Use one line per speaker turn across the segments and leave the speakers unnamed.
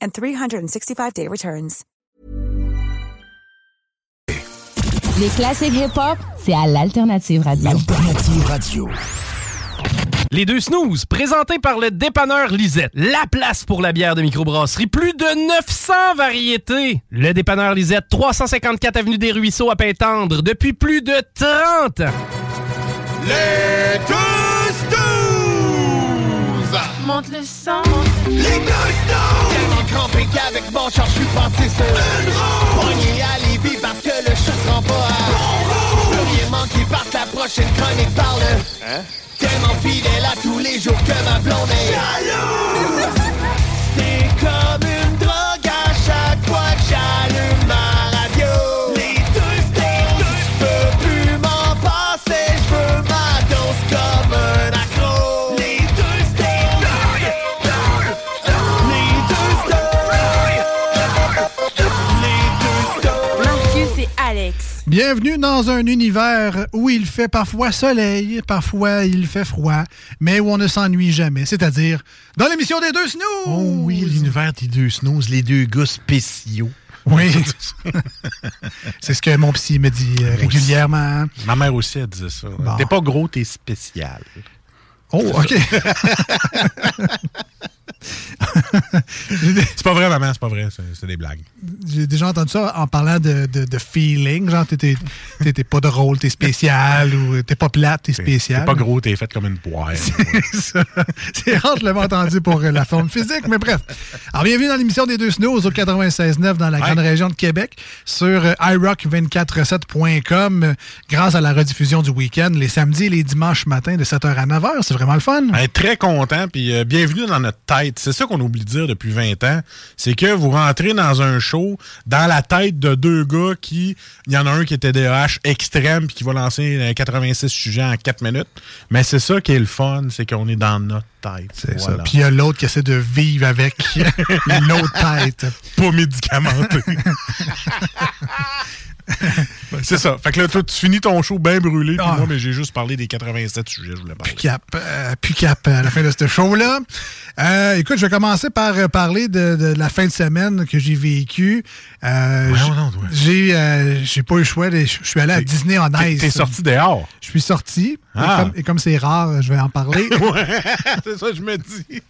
and 365-day returns.
Les classiques hip-hop, c'est à l'Alternative Radio.
L'Alternative Radio.
Les deux snooze, présentés par le dépanneur Lisette. La place pour la bière de microbrasserie. Plus de 900 variétés. Le dépanneur Lisette, 354 Avenue des Ruisseaux à Pintendre, depuis plus de 30 ans.
Les deux snooze
Monte le sang
Les deux snooze Tellement crampé qu'avec mon char, je suis passé sur une roue Pogné à Lévis parce que le chat se rend pas à Bon Plus rien manque, il part la prochaine chronique parle Hein Tellement fidèle à tous les jours que ma blonde est Jalouse C'est comme une drogue à chaque fois que j'allume ma radio Les deux snooze Je peux plus m'en passer, je veux ma dose comme un accro Les deux snooze Les deux snooze Les deux snooze
Marcus et Alex.
Bienvenue dans un univers où il fait parfois soleil, parfois il fait froid, mais où on ne s'ennuie jamais, c'est-à-dire dans l'émission des deux snooze.
Oh oui, l'univers des deux snooze, les deux gars spéciaux.
Oui. C'est ce que mon psy me dit euh, régulièrement.
Ma mère aussi, elle disait ça.
Bon.
T'es pas gros, t'es spécial.
Oh, OK. J'ai dé-
C'est pas vrai, maman, c'est pas vrai, c'est c'est des blagues.
J'ai déjà entendu ça en parlant de, de, de feeling. Genre, t'es- t'es t'es- t'es pas drôle, t'es spécial, ou t'es pas plate, t'es
T'es-
spécial.
T'es pas gros, t'es fait comme une poire.
Ça, C'est rare, je l'avais entendu pour euh, la forme physique, mais bref. Alors, bienvenue dans l'émission des deux snows au 96.9 dans la grande région de Québec sur euh, iRock247.com euh, grâce à la rediffusion du week-end, les samedis et les dimanches matins de 7h à 9h. C'est vraiment le fun.
Hey, très content, puis euh, bienvenue dans notre tête. C'est ça qu'on oublie de dire depuis 20 ans. C'est que vous rentrez dans un show dans la tête de deux gars qui. Il y en a un qui était DH extrême, puis qui va lancer euh, 86 sujets en 4 minutes. Mais c'est ça qui est le fun, c'est qu'on est dans notre tête.
C'est ça.
Voilà.
Puis il y a l'autre qui essaie de vivre avec l'autre tête.
pas médicamenté. Ben, c'est ça. Fait que là, toi, tu finis ton show bien brûlé, puis
Ah.
moi, mais j'ai juste parlé des 87 sujets que je voulais parler.
Puis cap, euh, puis cap à la fin de ce show-là. Euh, écoute, je vais commencer par euh, parler de, de la fin de semaine que j'ai vécue. Euh,
Voyons
j-
donc, toi.
j'ai euh, j'ai pas eu le choix. de- Je suis allé à Disney en
T'es-
Ice.
T'es sorti dehors.
Je suis sorti.
Ah.
Et comme- Et comme c'est rare, je vais en parler.
Ouais, c'est ça que je me dis.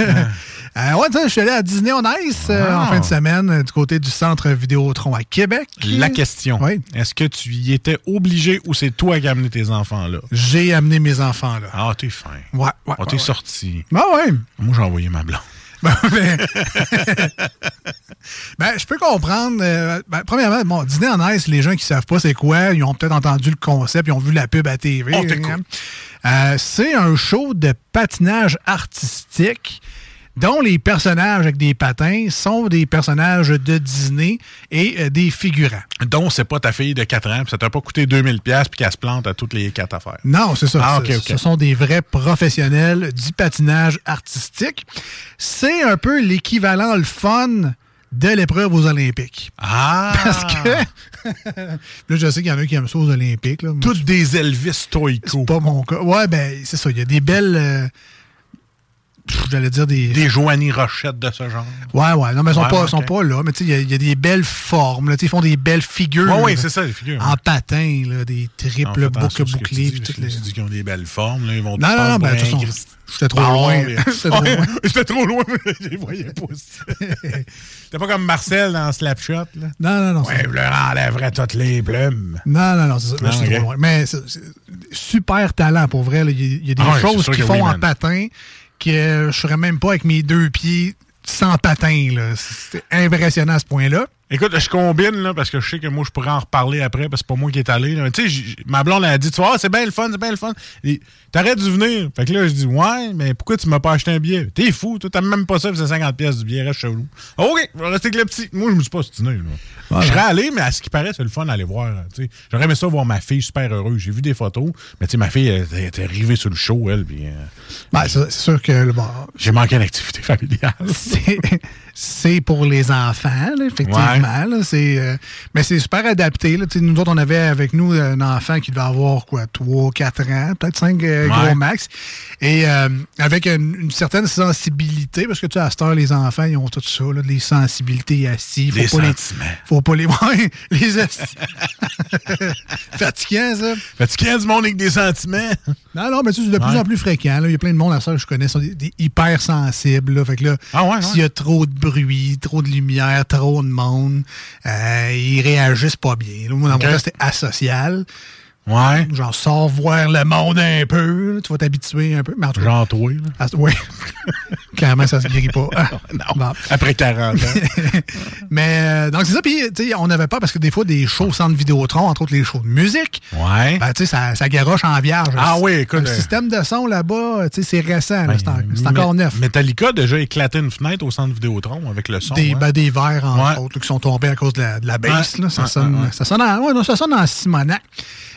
Euh, ouais, tu sais, je suis allé à Disney on Ice euh,
Ah.
en fin de semaine euh, du côté du centre Vidéotron à Québec.
La question.
Oui.
Est-ce que tu y étais obligé ou c'est toi qui as amené tes enfants là?
J'ai amené mes enfants là.
Ah, t'es fin.
Ouais, ouais.
Ah,
ouais,
t'es
ouais.
sorti.
Ah ouais.
Moi, j'ai envoyé ma blonde.
Bon, ben, ben, je peux comprendre. euh, ben, premièrement, bon, Disney en Ice, les gens qui savent pas c'est quoi, ils ont peut-être entendu le concept, ils ont vu la pub à TV.
On t'écoute.
Euh, c'est un show de patinage artistique dont les personnages avec des patins sont des personnages de Disney et euh, des figurants.
Donc, c'est pas ta fille de 4 ans, puis ça t'a pas coûté 2000$ puis qu'elle se plante à toutes les quatre affaires.
Non, c'est ça.
Ah,
Ce-
ok, ok.
Ce sont des vrais professionnels du patinage artistique. C'est un peu l'équivalent, le fun de l'épreuve aux Olympiques.
Ah!
Parce que. là, je sais qu'il y en a qui aiment ça aux Olympiques. Là. Moi,
Toutes des Elvis Toico.
c'est pas mon cas. Ouais, ben, c'est ça. Il y a des belles. euh, pff, j'allais dire des.
Des Joanie Rochette de ce genre.
Ouais, ouais. Non, mais ils sont,
Ouais,
pas,
ok.
sont pas là. Mais tu sais, il y a- il y, a des belles formes. là. Tu sais, Ils font des belles figures.
Ouais, ouais,
là,
c'est ça, les figures,
En
ouais.
patin, là, des
Non,
triples
fais
boucles
attention à ce que tu
bouclées.
dis,
puis
parce
toutes
que
les-
Tu dis qu'ils ont des belles formes, là, ils vont
Non, non, non, ben, de toute façon, j'étais trop loin. J'étais
Ah, J'étais
trop loin.
trop loin, mais je les voyais pas. T'es pas comme Marcel dans Slapshot, là.
Non, non, non.
Ouais,
c'est-
je leur enlèverais toutes les plumes.
Non, non, non, c'est ça. Là,
Ah,
je suis
ok.
trop loin. Mais c'est- c'est- super talent, pour vrai. là. Il y a- il y, a des
Ah ouais, c'est
choses
sûr
qu'ils
que
font
oui,
en
man.
patin que euh, je serais même pas avec mes deux pieds sans patin. là. C'est c'est impressionnant à ce point-là.
Écoute, je combine, là, parce que je sais que moi, je pourrais en reparler après, parce que c'est pas moi qui est allé. là. Mais Tu sais, j- j- ma blonde, elle a dit, tu vois, Ah, c'est bien le fun, c'est bien le fun. Et T'aurais dû venir. Fait que là, je dis, ouais, mais pourquoi tu m'as pas acheté un billet? T'es fou, toi, t'aimes même pas ça, puis c'est 50 pièces du billet, reste chez vous. OK, je vais rester avec le petit. Moi, je me suis pas stiné, là. Je serais allé, mais à ce qui paraît, c'est le fun d'aller voir. là, tu sais. J'aurais aimé ça voir ma fille super heureuse. J'ai vu des photos, mais tu sais, ma fille, elle, était- elle était arrivée sur le show, elle, puis euh,
Ben, c'est c'est sûr que le bon,
j'ai manqué l'activité familiale.
c'est- c'est pour les enfants, là, effectivement. là. C'est, euh, mais c'est super adapté. là. Tu sais, Nous autres, on avait avec nous un enfant qui devait avoir quoi, 3, 4 ans, peut-être 5
Ouais.
gros max. Et euh, avec une, une certaine sensibilité, parce que tu sais, à cette heure, les enfants, ils ont tout ça, là, des sensibilités assis. Faut
Des
pas les-
sentiments.
faut pas les. Ouais, les assis. Fatiguant, ça.
Fait tu du monde avec des sentiments?
Non, non, mais tu sais, c'est de plus
Ouais.
en plus fréquent. là. Il y a plein de monde à ça que je connais, sont des, des hyper sensibles. là. Fait que là,
Ah ouais, ouais.
s'il y a trop de bruit, trop de lumière, trop de monde, euh, ils réagissent pas bien. Là, moi, dans
Ok.
mon cas, c'était asocial.
Ouais.
Genre, sors voir le monde un peu. là. Tu vas t'habituer un peu. Mais en tout cas,
Genre toi, là.
à- oui. Clairement, ça se guérit pas.
Non.
Bon.
Après 40 ans.
Mais euh, donc, c'est ça. Puis, tu sais, on n'avait pas parce que des fois, des shows au centre Vidéotron, entre autres les shows de musique,
ouais.
Ben, tu sais, ça, ça garoche en vierge.
Ah oui, écoute, Ben,
Le
euh,
système de son là-bas, euh, tu sais, c'est récent. là, Ben, c'est en- c'est encore
Me-
neuf.
Metallica a déjà éclaté une fenêtre au centre Vidéotron avec le son.
Des,
hein.
ben, des verres, entre
Ouais.
autres, là, qui sont tombés à cause de la, de la baisse.
Ouais.
là. ça,
Ouais,
sonne,
ouais, ouais.
ça sonne en, ouais, non, ça sonne en Simonac.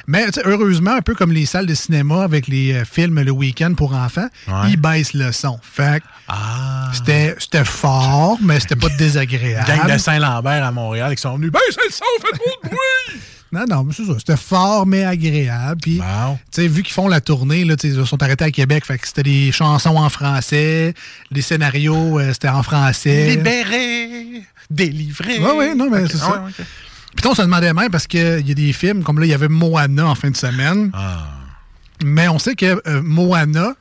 Mais tu sais, heureusement, un peu comme les salles de cinéma avec les euh, films le week-end pour enfants,
Ouais.
ils baissent le son. Fait que
Ah.
c'était c'était fort, mais c'était pas désagréable.
Gang de Saint-Lambert à Montréal qui sont venus. Ben, c'est le son, fait trop de bruit!
Non, non, mais c'est ça. C'était fort, mais agréable. Puis,
Wow.
tu sais, vu qu'ils font la tournée, là, tu sais, ils sont arrêtés à Québec. Fait que c'était des chansons en français, les scénarios, euh, c'était en français.
Libéré, délivré.
Ouais, ouais, non, mais
Ok,
c'est
ah
ça.
ouais, ouais, ok.
Puis, on se demandait même parce qu'il y a des films, comme là, il y avait Moana en fin de semaine. Mais on sait que euh, Moana,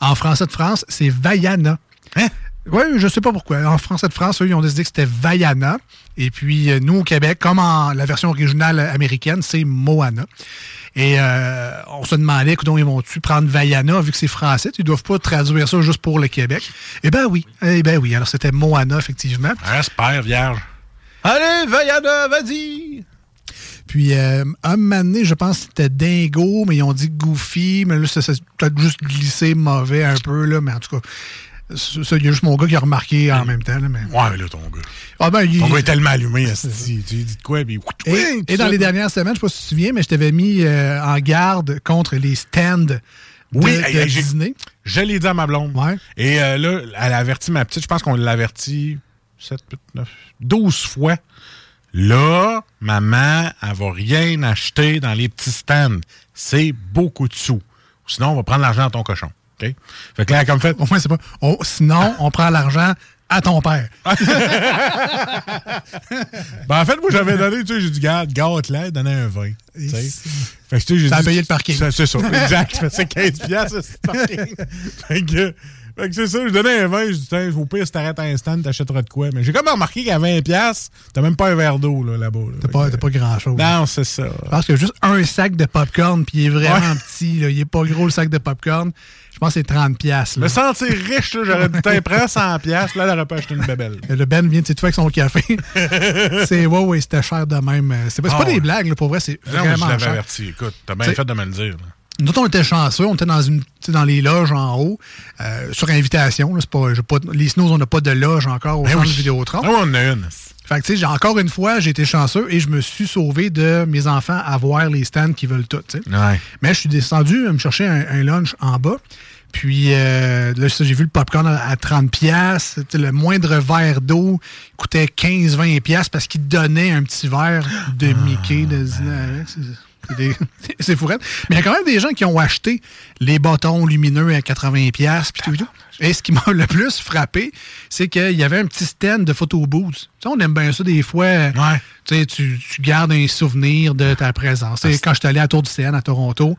en français de France, c'est Vaiana.
Hein?
Oui, je sais pas pourquoi. En français de France, eux, ils ont décidé que c'était Vaiana. Et puis, euh, nous, au Québec, comme en la version originale américaine, c'est Moana. Et euh, on se demandait, écoute, ils vont-tu prendre Vaiana, vu que c'est français, ils doivent pas traduire ça juste pour le Québec. Eh ben oui, eh ben oui. Alors, c'était Moana, effectivement.
Respire, vierge. Allez, Vaiana, vas-y!
Puis, euh, un moment donné, je pense que c'était Dingo, mais ils ont dit Goofy, mais là, ça s'est peut-être juste glissé mauvais un peu, là, mais en tout cas, ça, ça, il y a juste mon gars qui a remarqué en même temps, là, mais...
Ouais, là, ton gars.
Ah ben, il-
Ton gars est tellement allumé, esti. Tu lui dis de quoi, puis...
Et, et dans les dernières semaines, je sais pas si tu te souviens, mais je t'avais mis euh, en garde contre les stands de,
Oui,
de
hey, hey, j'ai-
Disney.
Je l'ai dit à ma blonde.
Ouais.
Et euh, là, elle a averti ma petite. Je pense qu'on l'a averti 7, 8, 9, 12 fois. Là, maman, elle va rien acheter dans les petits stands. C'est beaucoup de sous. Sinon, on va prendre l'argent à ton cochon. OK? Fait que là, elle a comme fait.
Au moins, c'est pas... on- sinon, on prend l'argent à ton père.
Ben, en fait, moi, j'avais donné, tu sais, j'ai dit, garde, gâte-la, donnez un 20. tu sais. Fait que, tu sais, j'ai
Ça a
dit-
payé le parking.
C'est c'est ça, exact. Fait que c'est 15 piastres, c'est le parking. fait que, fait que c'est ça, je donnais un 20, je dis, tiens, au pire, si t'arrêtes un stand, t'achèteras de quoi. Mais j'ai comme remarqué qu'à 20 piastres, t'as même pas un verre d'eau, là, là-bas. là.
T'as pas,
Fait
t'as
que-
pas grand-chose.
Non, c'est ça.
Parce que juste un sac de popcorn, puis il est vraiment
Ouais.
petit. Là. Il est pas gros le sac de popcorn. Je pense que c'est 30$. piastres,
Me
Là.
sentir riche, là, j'aurais dit, tiens, prends 100 piastres, là, elle aurait pas acheté une bébelle.
Le Ben vient de s'étouffer avec son café. c'est ouais, ouais, c'était cher de même. Euh, C'est pas, c'est
Ah
pas
ouais.
des blagues, là, pour vrai, c'est
Non, mais je
vraiment
l'avais
cher.
averti. Écoute, t'as bien
T'sais-
fait de me le dire. là.
Nous autres, on était chanceux, on était dans une tu sais, dans les loges en haut, euh, sur invitation. là, c'est pas, j'ai pas, les Snows, on n'a pas de loge encore au
Ben
centre
oui.
Vidéotron.
Ah, ouais, on en a une.
Fait que, tu sais, j'ai- encore une fois, j'ai été chanceux et je me suis sauvé de mes enfants à voir les stands qui veulent tout. tu sais.
Ouais.
Mais je suis descendu euh, me chercher un, un lunch en bas. Puis euh, là, ça, j'ai vu le popcorn à, à 30 pièces. Le moindre verre d'eau coûtait 15-20 pièces parce qu'il donnait un petit verre de Mickey de Disney avec. hein, C'est- C'est des- C'est fourrette. Mais il y a quand même des gens qui ont acheté les bâtons lumineux à 80$. piastres, Puis tout, et tout. Et ce qui m'a le plus frappé, c'est qu'il y avait un petit stand de photo booth. Tu sais, on aime bien ça des fois. Tu, sais, tu, tu gardes un souvenir de ta présence. Tu sais, quand je suis allé à Tour du Seine à Toronto,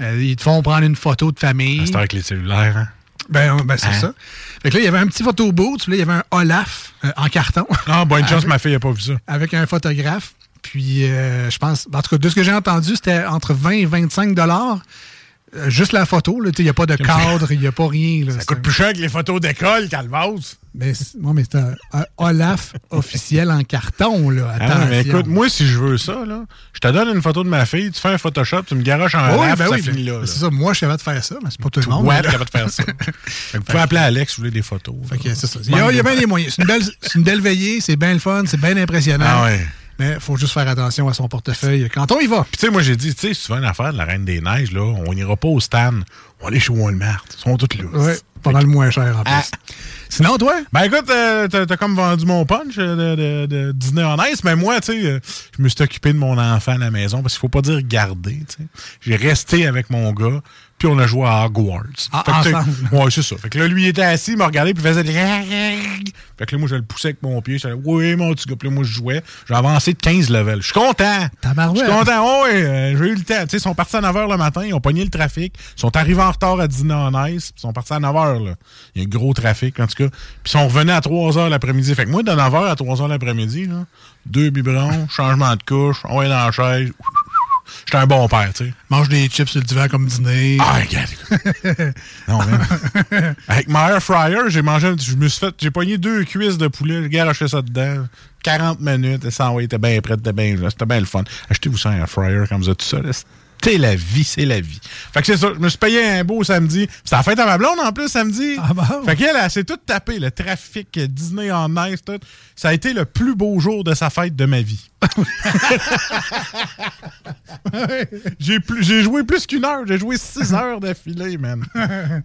euh, ils te font prendre une photo de famille.
Ah, C'est avec les cellulaires, hein?
Ben, ben, c'est
Hein?
ça. Fait que là, il y avait un petit photo booth, puis là, il y avait un Olaf euh, en carton.
Ah, bonne chance,
Avec-
ma fille n'a pas vu ça.
Avec un photographe. Puis, euh, je pense, en tout cas, de ce que j'ai entendu, c'était entre 20 et 25 dollars. Euh, juste la photo, là. Tu sais, Il n'y a pas de cadre, il n'y a pas rien. Là,
Ça coûte plus cher que les photos d'école, Calvose.
Mais, c'est- ouais, mais c'est un, un Olaf officiel en carton, là.
Ah non, mais
Attention.
écoute, moi, si je veux ça, là, je te donne une photo de ma fille, tu fais un Photoshop, tu me garoches en
Ah oui,
lave,
ben
ça
oui,
finit
mais-
là.
mais C'est ça, moi, je savais de faire ça, mais c'est pas tout le monde.
Ouais,
là.
capable de faire ça. Fait que vous pouvez appeler Alex si vous voulez des photos.
Fait que c'est ça. Il y a, il y a bien des moyens. C'est une, belle, c'est une belle veillée, c'est bien le fun, c'est bien impressionnant.
Ah ouais.
Mais il faut juste faire attention à son portefeuille quand on y va.
Puis tu sais, moi j'ai dit, tu sais, souvent l'affaire de la Reine des Neiges, là, on n'ira pas au stand, on est chez Walmart. Ils sont toutes là.
Ouais, pas mal moins cher en plus.
Ah.
Sinon, toi,
Ben écoute, euh, t'as t'as comme vendu mon punch euh, de, de, de dîner en ice, mais moi, tu sais, euh, je me suis occupé de mon enfant à la maison parce qu'il faut pas dire garder, tu sais. J'ai resté avec mon gars, puis on a joué à Hogwarts.
Ah,
que, tu sais,
ensemble.
Ouais, c'est ça. Fait que là, lui, il était assis, il m'a regardé, puis il faisait des... Fait que là, moi, je le poussais avec mon pied. Je oui, mon petit gars. Puis là, moi, je jouais. J'ai avancé de 15 levels. Je suis content.
Tabarouette.
Je suis content. Oh, ouais, euh, j'ai eu le temps. Tu sais, ils sont partis à 9h le matin, ils ont pogné le trafic. Ils sont arrivés en retard à dîner en ice, puis ils sont partis à 9h. là. Il y a un gros trafic, en tout cas. Puis ils sont revenus à 3h l'après-midi. Fait que moi, de 9h à 3h l'après-midi, là, deux biberons, changement de couche, on est dans la chaise. J'étais un bon père, tu sais.
mange des chips sur le divan comme dîner.
Ah, regarde. non, man. Avec ma air fryer, j'ai mangé un petit- Je me suis fait. J'ai pogné deux cuisses de poulet, j'ai garoché ça dedans. 40 minutes, et ça, ouais, était bien prêt, était bien. C'était bien le fun. Achetez-vous ça un air fryer comme vous êtes tout seul. C'est la vie, c'est la vie. Fait que c'est ça, je me suis payé un beau samedi. C'était la fête à ma blonde en plus samedi.
Ah bon?
Fait qu'elle, elle s'est tout tapé, le trafic, Disney en ice, tout. Ça a été le plus beau jour de sa fête de ma vie. J'ai plus- j'ai joué plus qu'une heure. J'ai joué six heures d'affilée, man.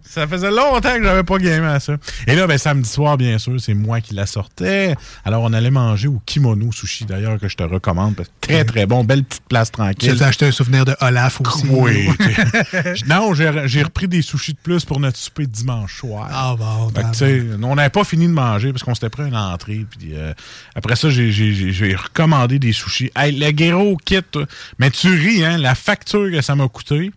ça faisait longtemps que j'avais pas gamé à ça. Et là, ben, samedi soir, bien sûr, c'est moi qui la sortais. Alors, on allait manger au Kimono Sushi, d'ailleurs, que je te recommande. parce que Très, très bon. Belle petite place
Tu
tranquille.
t'as acheté un souvenir de Olaf aussi.
Oui. t'sais. non, j'ai j'ai repris des sushis de plus pour notre souper de dimanche soir.
Ah, bon, ben.
Fait que,
t'as-
t'sais, on n'avait pas fini de manger parce qu'on s'était pris une entrée. Puis, euh, après ça, j'ai- j'ai j'ai- j'ai recommandé des sushis. Hey, le Guéro kit, toi. mais tu ris, hein, la facture que ça m'a coûté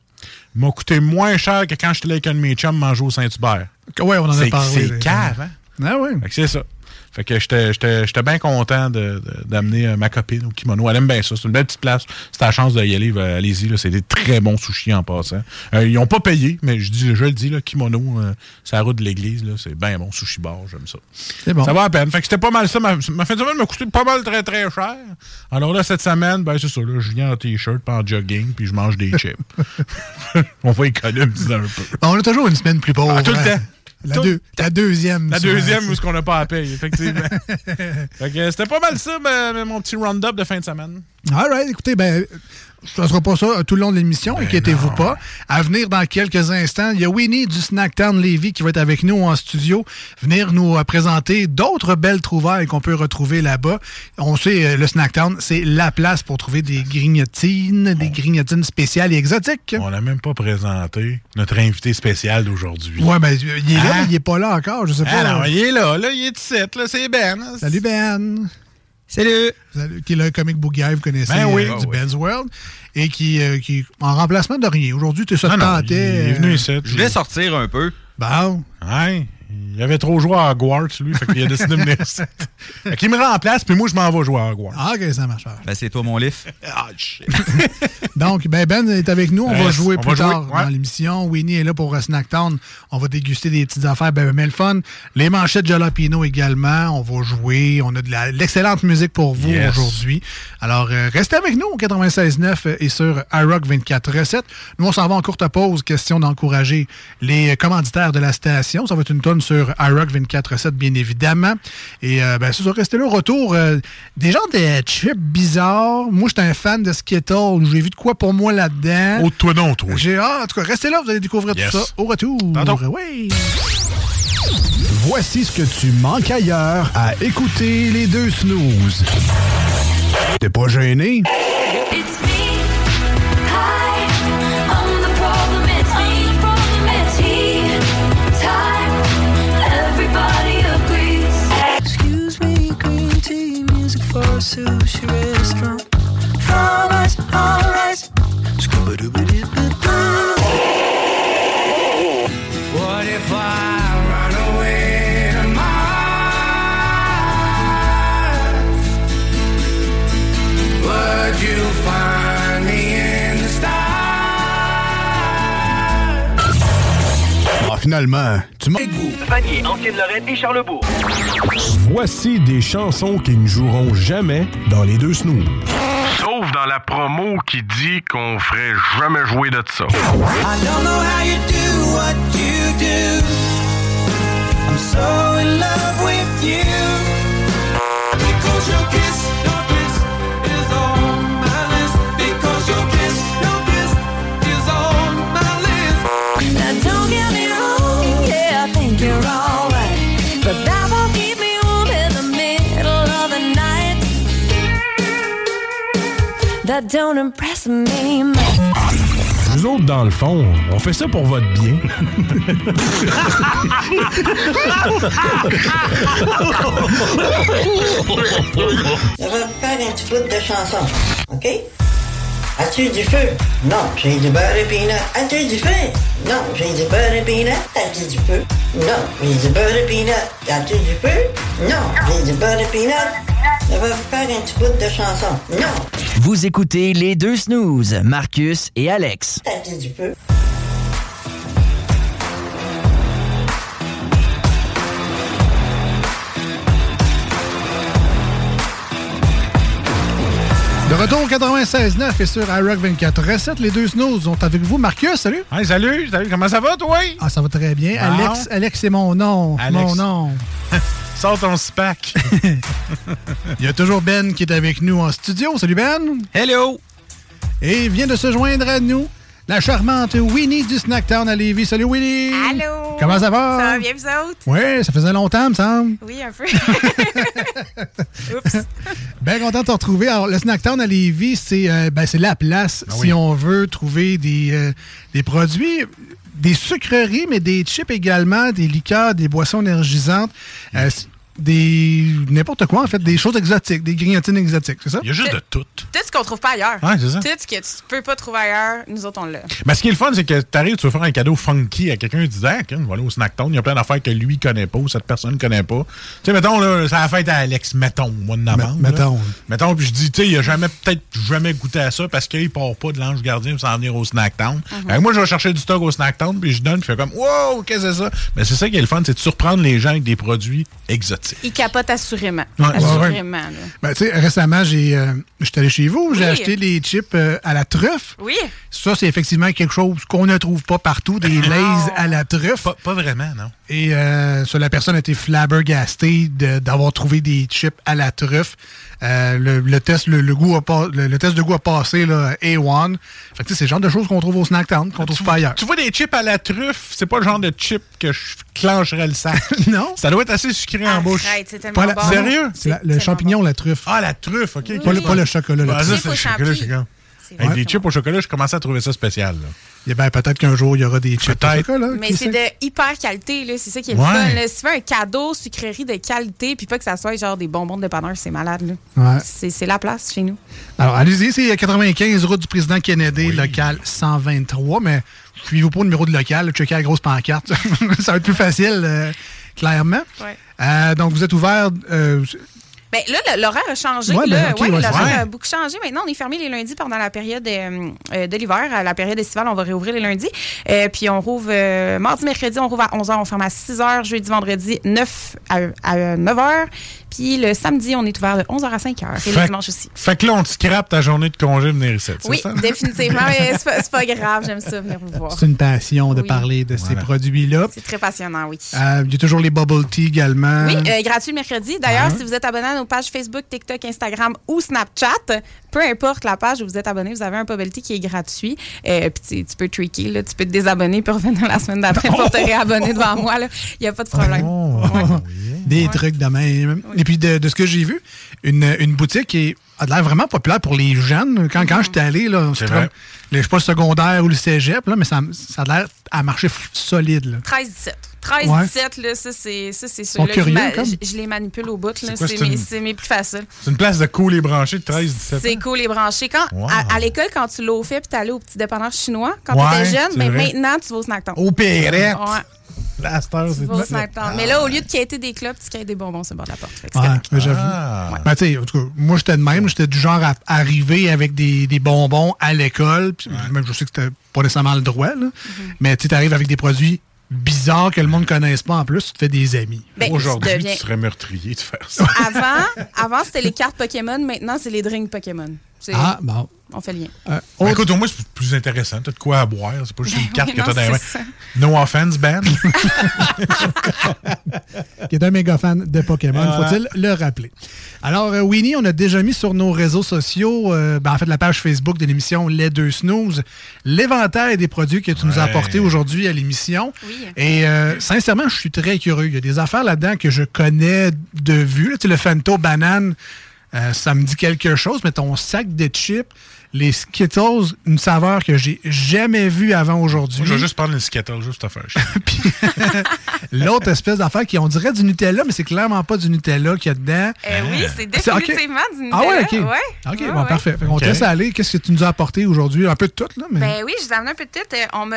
m'a coûté moins cher que quand j'étais là avec un de mes chums manger au Saint-Hubert.
Ouais, on en a
C'est
parlé.
c'est cave, hein?
Ah oui.
Fait que c'est ça. Fait que j'étais- j'étais j'étais bien content de- de- d'amener euh, ma copine au kimono. Elle aime bien ça. C'est une belle petite place. Si t'as la chance d'y aller, va- allez-y. là. C'est des très bons sushis en passant. Euh, ils ont pas payé, mais je, dis, je le dis, là, kimono, euh, c'est la route de l'église. là. C'est bien bon. Sushi bar, j'aime ça.
C'est bon.
Ça va à peine. Fait que c'était pas mal ça. Ma, ma fin de semaine m'a coûté pas mal très très cher. Alors là, cette semaine, ben c'est ça. Là, je viens en t-shirt, pas en jogging, puis je mange des chips. On va économiser un peu.
On a toujours une semaine plus pauvre.
Ah, tout le
hein.
temps.
La,
Tout-
deux- la deuxième.
La
souvent,
deuxième,
tu
où est-ce qu'on n'a pas à payer, effectivement. Fait que, euh, c'était pas mal ça, ma- ma- mon petit round-up de fin de semaine.
All right, écoutez, ben, ça sera pas ça euh, tout le long de l'émission,
Ben
inquiétez-vous pas. À venir dans quelques instants, il y a Winnie du Snacktown Levy qui va être avec nous en studio, venir nous euh, présenter d'autres belles trouvailles qu'on peut retrouver là-bas. On sait, euh, le Snacktown, c'est la place pour trouver des grignotines, des grignotines spéciales et exotiques.
On n'a même pas présenté notre invité spécial d'aujourd'hui.
Ouais, ben, euh, il est là,
Hein?
mais il est pas là encore, je sais pas.
Alors, il est là, là, il est ici, là, c'est Ben. hein.
Salut Ben!
Salut!
Salut, qui est le comic book guy, vous connaissez,
Ben oui.
euh,
Ah
du
oui.
Ben's World, et qui, euh, qui est en remplacement de rien. Aujourd'hui, tu sais,
Non,
ça te
non, il
tentait,
est
euh,
venu ici.
Je voulais sortir un peu.
Bon.
Ouais, il avait trop joué à Hogwarts, lui, fait qu'il a décidé de venir ici. Fait qu'il me remplace, puis moi, je m'en vais jouer à Hogwarts.
Ah, ok, ça marche.
Ben, c'est toi, mon lift.
Ah, shit.
Donc, ben, Ben est avec nous. On
Yes,
va jouer
Euh, on
plus
va jouer,
tard
ouais.
dans l'émission. Winnie est là pour euh, Snacktown. On va déguster des petites affaires. Ben, ben, ben, le fun. Les manchettes Jalapino également. On va jouer. On a de la- l'excellente musique pour vous
Yes.
aujourd'hui. Alors, euh, restez avec nous au 96.9 euh, et sur iRock 24.7. Nous, on s'en va en courte pause. Question d'encourager les euh, commanditaires de la station. Ça va être une tonne sur iRock 24.7, bien évidemment. Et euh, ben, c'est ça, restez là. Au Retour, euh, des gens des chips bizarres. Moi, j'étais un fan de Skittles. J'ai vu de quoi pour moi là-dedans.
Oh, toi non, toi.
J'ai hâte. En tout cas, restez là, vous allez découvrir
Yes.
tout ça au retour.
Tantôt.
Oui.
Voici ce que tu manques ailleurs à écouter les deux snooze. T'es pas gêné?
It's me.
sushi restaurant. Alright, alright. What if I run away in my Would you find me in the stars?
Ah, finalement, tu m'as...
Vanier, Ancienne-Lorraine et Charlebourg.
Voici des chansons qui ne joueront jamais dans les deux snooze.
Sauf dans la promo qui dit qu'on ferait jamais jouer de ça.
I don't know how you do what you do. I'm so in love with you. Because your kiss, your kiss is on my list. Because your kiss, your kiss is on my list. Now don't get me wrong, yeah, I think you're alright. But that won't keep me warm in the middle of the night. That don't impress me much.
Nous autres, dans le fond, on fait ça pour votre bien.
Je vais vous faire un petit flip de chanson, OK? As-tu du feu? Non, j'ai du beurre et peanut. As-tu du feu? Non, j'ai du beurre et peanut. As-tu du feu? Non, j'ai du beurre et peanut. As-tu du feu? Non, j'ai du beurre et peanut. Je vais vous faire un petit bout de chanson. Non,
Vous écoutez les deux snooze, Marcus et Alex.
as-tu du feu?
De retour au 96.9 et sur iRock 24 Recettes, les deux snooze sont avec vous. Marcus, salut!
salut, salut, comment ça va, toi?
Ah, ça va très bien.
Bon.
Alex, Alex, c'est mon nom.
Alex.
Mon nom.
Sors ton spac.
Il y a toujours Ben qui est avec nous en studio. Salut Ben!
Hello!
Et vient de se joindre à nous la charmante Winnie du Snacktown à Lévis. Salut Winnie!
Allô?
Comment ça va?
Ça va bien, vous autres?
Oui, ça faisait longtemps, me semble.
Oui, un peu.
Bien content de te retrouver. Alors, le Snacktown à Lévis, c'est euh, ben, c'est la
Ah
place si on veut trouver des, euh, des produits, des sucreries, mais des chips également, des liqueurs, des boissons énergisantes,
Mm.
euh, c- des n'importe quoi, en fait, des choses exotiques, des grignotines exotiques, c'est ça?
Il y a juste de tout.
Tout ce qu'on trouve pas ailleurs.
Ouais, c'est ça.
Tout ce que tu peux pas trouver ailleurs, nous autres, on l'a.
Mais ce qui est le fun, c'est que t'arrives, tu veux faire un cadeau funky à quelqu'un, tu dis, ah, Ken, on va aller au Snacktown, il y a plein d'affaires que lui connaît pas ou cette personne connaît pas. Tu sais, mettons, là, c'est la fête à Alex, mettons, au mois de novembre. là.
mettons.
Mettons, puis je dis, tu sais, il a jamais, peut-être jamais goûté à ça parce qu'il part pas de l'ange gardien pour s'en venir au Snacktown.
Mhm.
Fait que Moi, je vais chercher du stock au Snacktown, puis je donne, puis je fais comme, wow, qu'est-ce que c'est ça? Mais c'est ça qui est le fun, c'est de surprendre les gens avec des produits exotiques.
Il capote assurément.
Ouais, ouais,
assurément, là.
Ben, tu sais, récemment, j'ai, euh, j'étais allé chez vous, j'ai
Oui.
acheté les chips euh, à la truffe.
Oui.
Ça, c'est effectivement quelque chose qu'on ne trouve pas partout, des
Ah
lays à la truffe. Pas,
vraiment, non.
Et euh, ça, la personne a été flabbergastée de- d'avoir trouvé des chips à la truffe. Euh, le, le test, le, le goût a pas- le, le test de goût a passé, là, A1. Fait que, tu sais, c'est le genre de choses qu'on trouve au snack town, qu'on trouve pas ailleurs.
Tu vois des chips à la truffe, c'est pas le genre de chip que je clencherais le sac.
non.
Ça doit être assez sucré en bouche.
c'est tellement
Pas la-
bon.
Sérieux?
C'est la- le champignon, la truffe.
Ah, la truffe, OK.
Pas le- pas le chocolat, la
Ah, ça,
truffe.
c'est le
Chips au champi.
chocolat, je suis comme- Hey, Les chips au chocolat, je commençais à trouver ça spécial. là.
Eh ben, peut-être qu'un jour, il y aura des chips. au chocolat,
hein,
Mais
qui
c'est de hyper qualité, là. C'est ça qui est
Ouais.
le fun. là. Si tu veux un cadeau, sucrerie de qualité, puis pas que ça soit genre des bonbons de dépanneur, c'est malade, là.
Ouais.
C'est c'est la place chez nous.
Alors, allez-y, c'est 95 route du président Kennedy, local 123, mais suivez-vous pas au numéro de local, checkez la grosse pancarte. ça va être plus facile, euh, clairement.
Ouais.
Euh, donc, vous êtes ouvert. euh,
Ben, là, le- l'horaire a changé.
Ouais,
là.
ben, ok,
Ouais,
ouais,
l'horaire
ouais.
a beaucoup changé. Maintenant, on est fermé les lundis pendant la période euh, euh, de l'hiver. À la période estivale, on va réouvrir les lundis. Euh, puis on rouvre euh, mardi, mercredi, on rouvre à 11h, on ferme à 6h. Jeudi, vendredi, 9 à, à 9h. Puis le samedi, on est ouvert de 11h à 5h. Et le
Fait-
dimanche aussi.
Fait que là, on te scrape ta journée de congé de venir ici. c'est
Oui,
ça?
définitivement. mais c'est pas, c'est pas grave, j'aime ça venir vous voir.
c'est une passion de
Oui.
parler de
Voilà.
ces produits-là.
C'est très passionnant, oui.
Euh, Il y a toujours les bubble tea également.
Oui, euh, gratuit le mercredi. D'ailleurs,
Ouais.
si vous êtes abonné à nos pages Facebook, TikTok, Instagram ou Snapchat, peu importe la page où vous êtes abonné, vous avez un Pobelty qui est gratuit. Euh, Puis tu- tu peux tricky, là, tu peux te désabonner puis revenir la semaine d'après pour
Oh!
te réabonner devant moi. là. Il n'y a pas de problème.
Des trucs de même. Et puis, de, de ce que j'ai vu, une, une boutique qui a de l'air vraiment populaire pour les jeunes. Quand,
Mhm.
quand j'étais allé, là, je
vrai.
ne sais pas, le secondaire ou le cégep, là, mais ça, ça a l'air à marcher f- solide. là.
13-17. 13,
Ouais.
17, là, ça, c'est ça, c'est sûr.
Sont
Là, je,
curieux,
ma-
comme?
je- je les manipule au bout. là.
quoi,
C'est
c'est
mes,
une-
c'est mes plus faciles.
C'est une place de cool et branché de 13-17 ans.
C'est cool les branchés. Quand,
Wow.
à, à l'école, quand tu l'as fait puis t'allais au petit dépanneur chinois, quand
Ouais,
t'étais jeune,
c'est
ben,
vrai.
maintenant, tu vas au snack
Au Perrette.
Ouais,
La star,
tu
c'est Ah.
vas au snack town. Mais là, au lieu de quitter des clubs, tu quittes des bonbons sur le bord de la porte. Fait que c'est
Ouais,
correct. Ah.
mais j'avoue. Ben, tu sais, en tout cas, moi, j'étais de même. J'étais du genre à arriver avec des, des bonbons à l'école. puis Même, je sais que c'était pas nécessairement le droit, là.
Mm-hmm.
Mais tu arrives avec des produits bizarres que le monde ne connaisse pas en plus. Tu te fais des amis.
Ben, Aujourd'hui, tu deviens- tu serais
meurtrier de faire
Avant, avant c'était les cartes Pokémon. Maintenant, c'est les drinks Pokémon. C'est-
Ah, bon.
On fait le lien.
Euh,
Ben, écoute, au moins, c'est plus intéressant. T'as de quoi à boire. C'est pas juste une carte
oui,
que
non,
t'as dans les
c'est
mains.
ça.
No offense, Ben.
qui est un méga fan de Pokémon,
Ah.
faut-il le rappeler. Alors, euh, Winnie, on a déjà mis sur nos réseaux sociaux, euh, ben, en fait, la page Facebook de l'émission Les Deux Snooze, l'éventail des produits que tu nous as
Ouais.
apportés aujourd'hui à l'émission. Et euh, sincèrement, je suis très curieux. Il y a des affaires là-dedans que je connais de vue. là. Tu sais, le Fento Banane, euh, ça me dit quelque chose, mais ton sac de chips, les Skittles, une saveur que j'ai jamais vue avant aujourd'hui.
Moi, je vais juste prendre une Skittle, juste à faire chier.
L'autre espèce d'affaire qui, on dirait du Nutella, mais c'est clairement pas du Nutella qu'il y a dedans.
Euh, oui, c'est
ok.
définitivement du Nutella.
Ah ouais, ok.
Ouais.
Ok,
Ouais,
bon,
ouais.
parfait. On
Ok.
te laisse aller. Qu'est-ce que tu nous as apporté aujourd'hui? Un peu de tout, là, mais.
Ben oui, je vous amène un peu de tout. Euh, On m'a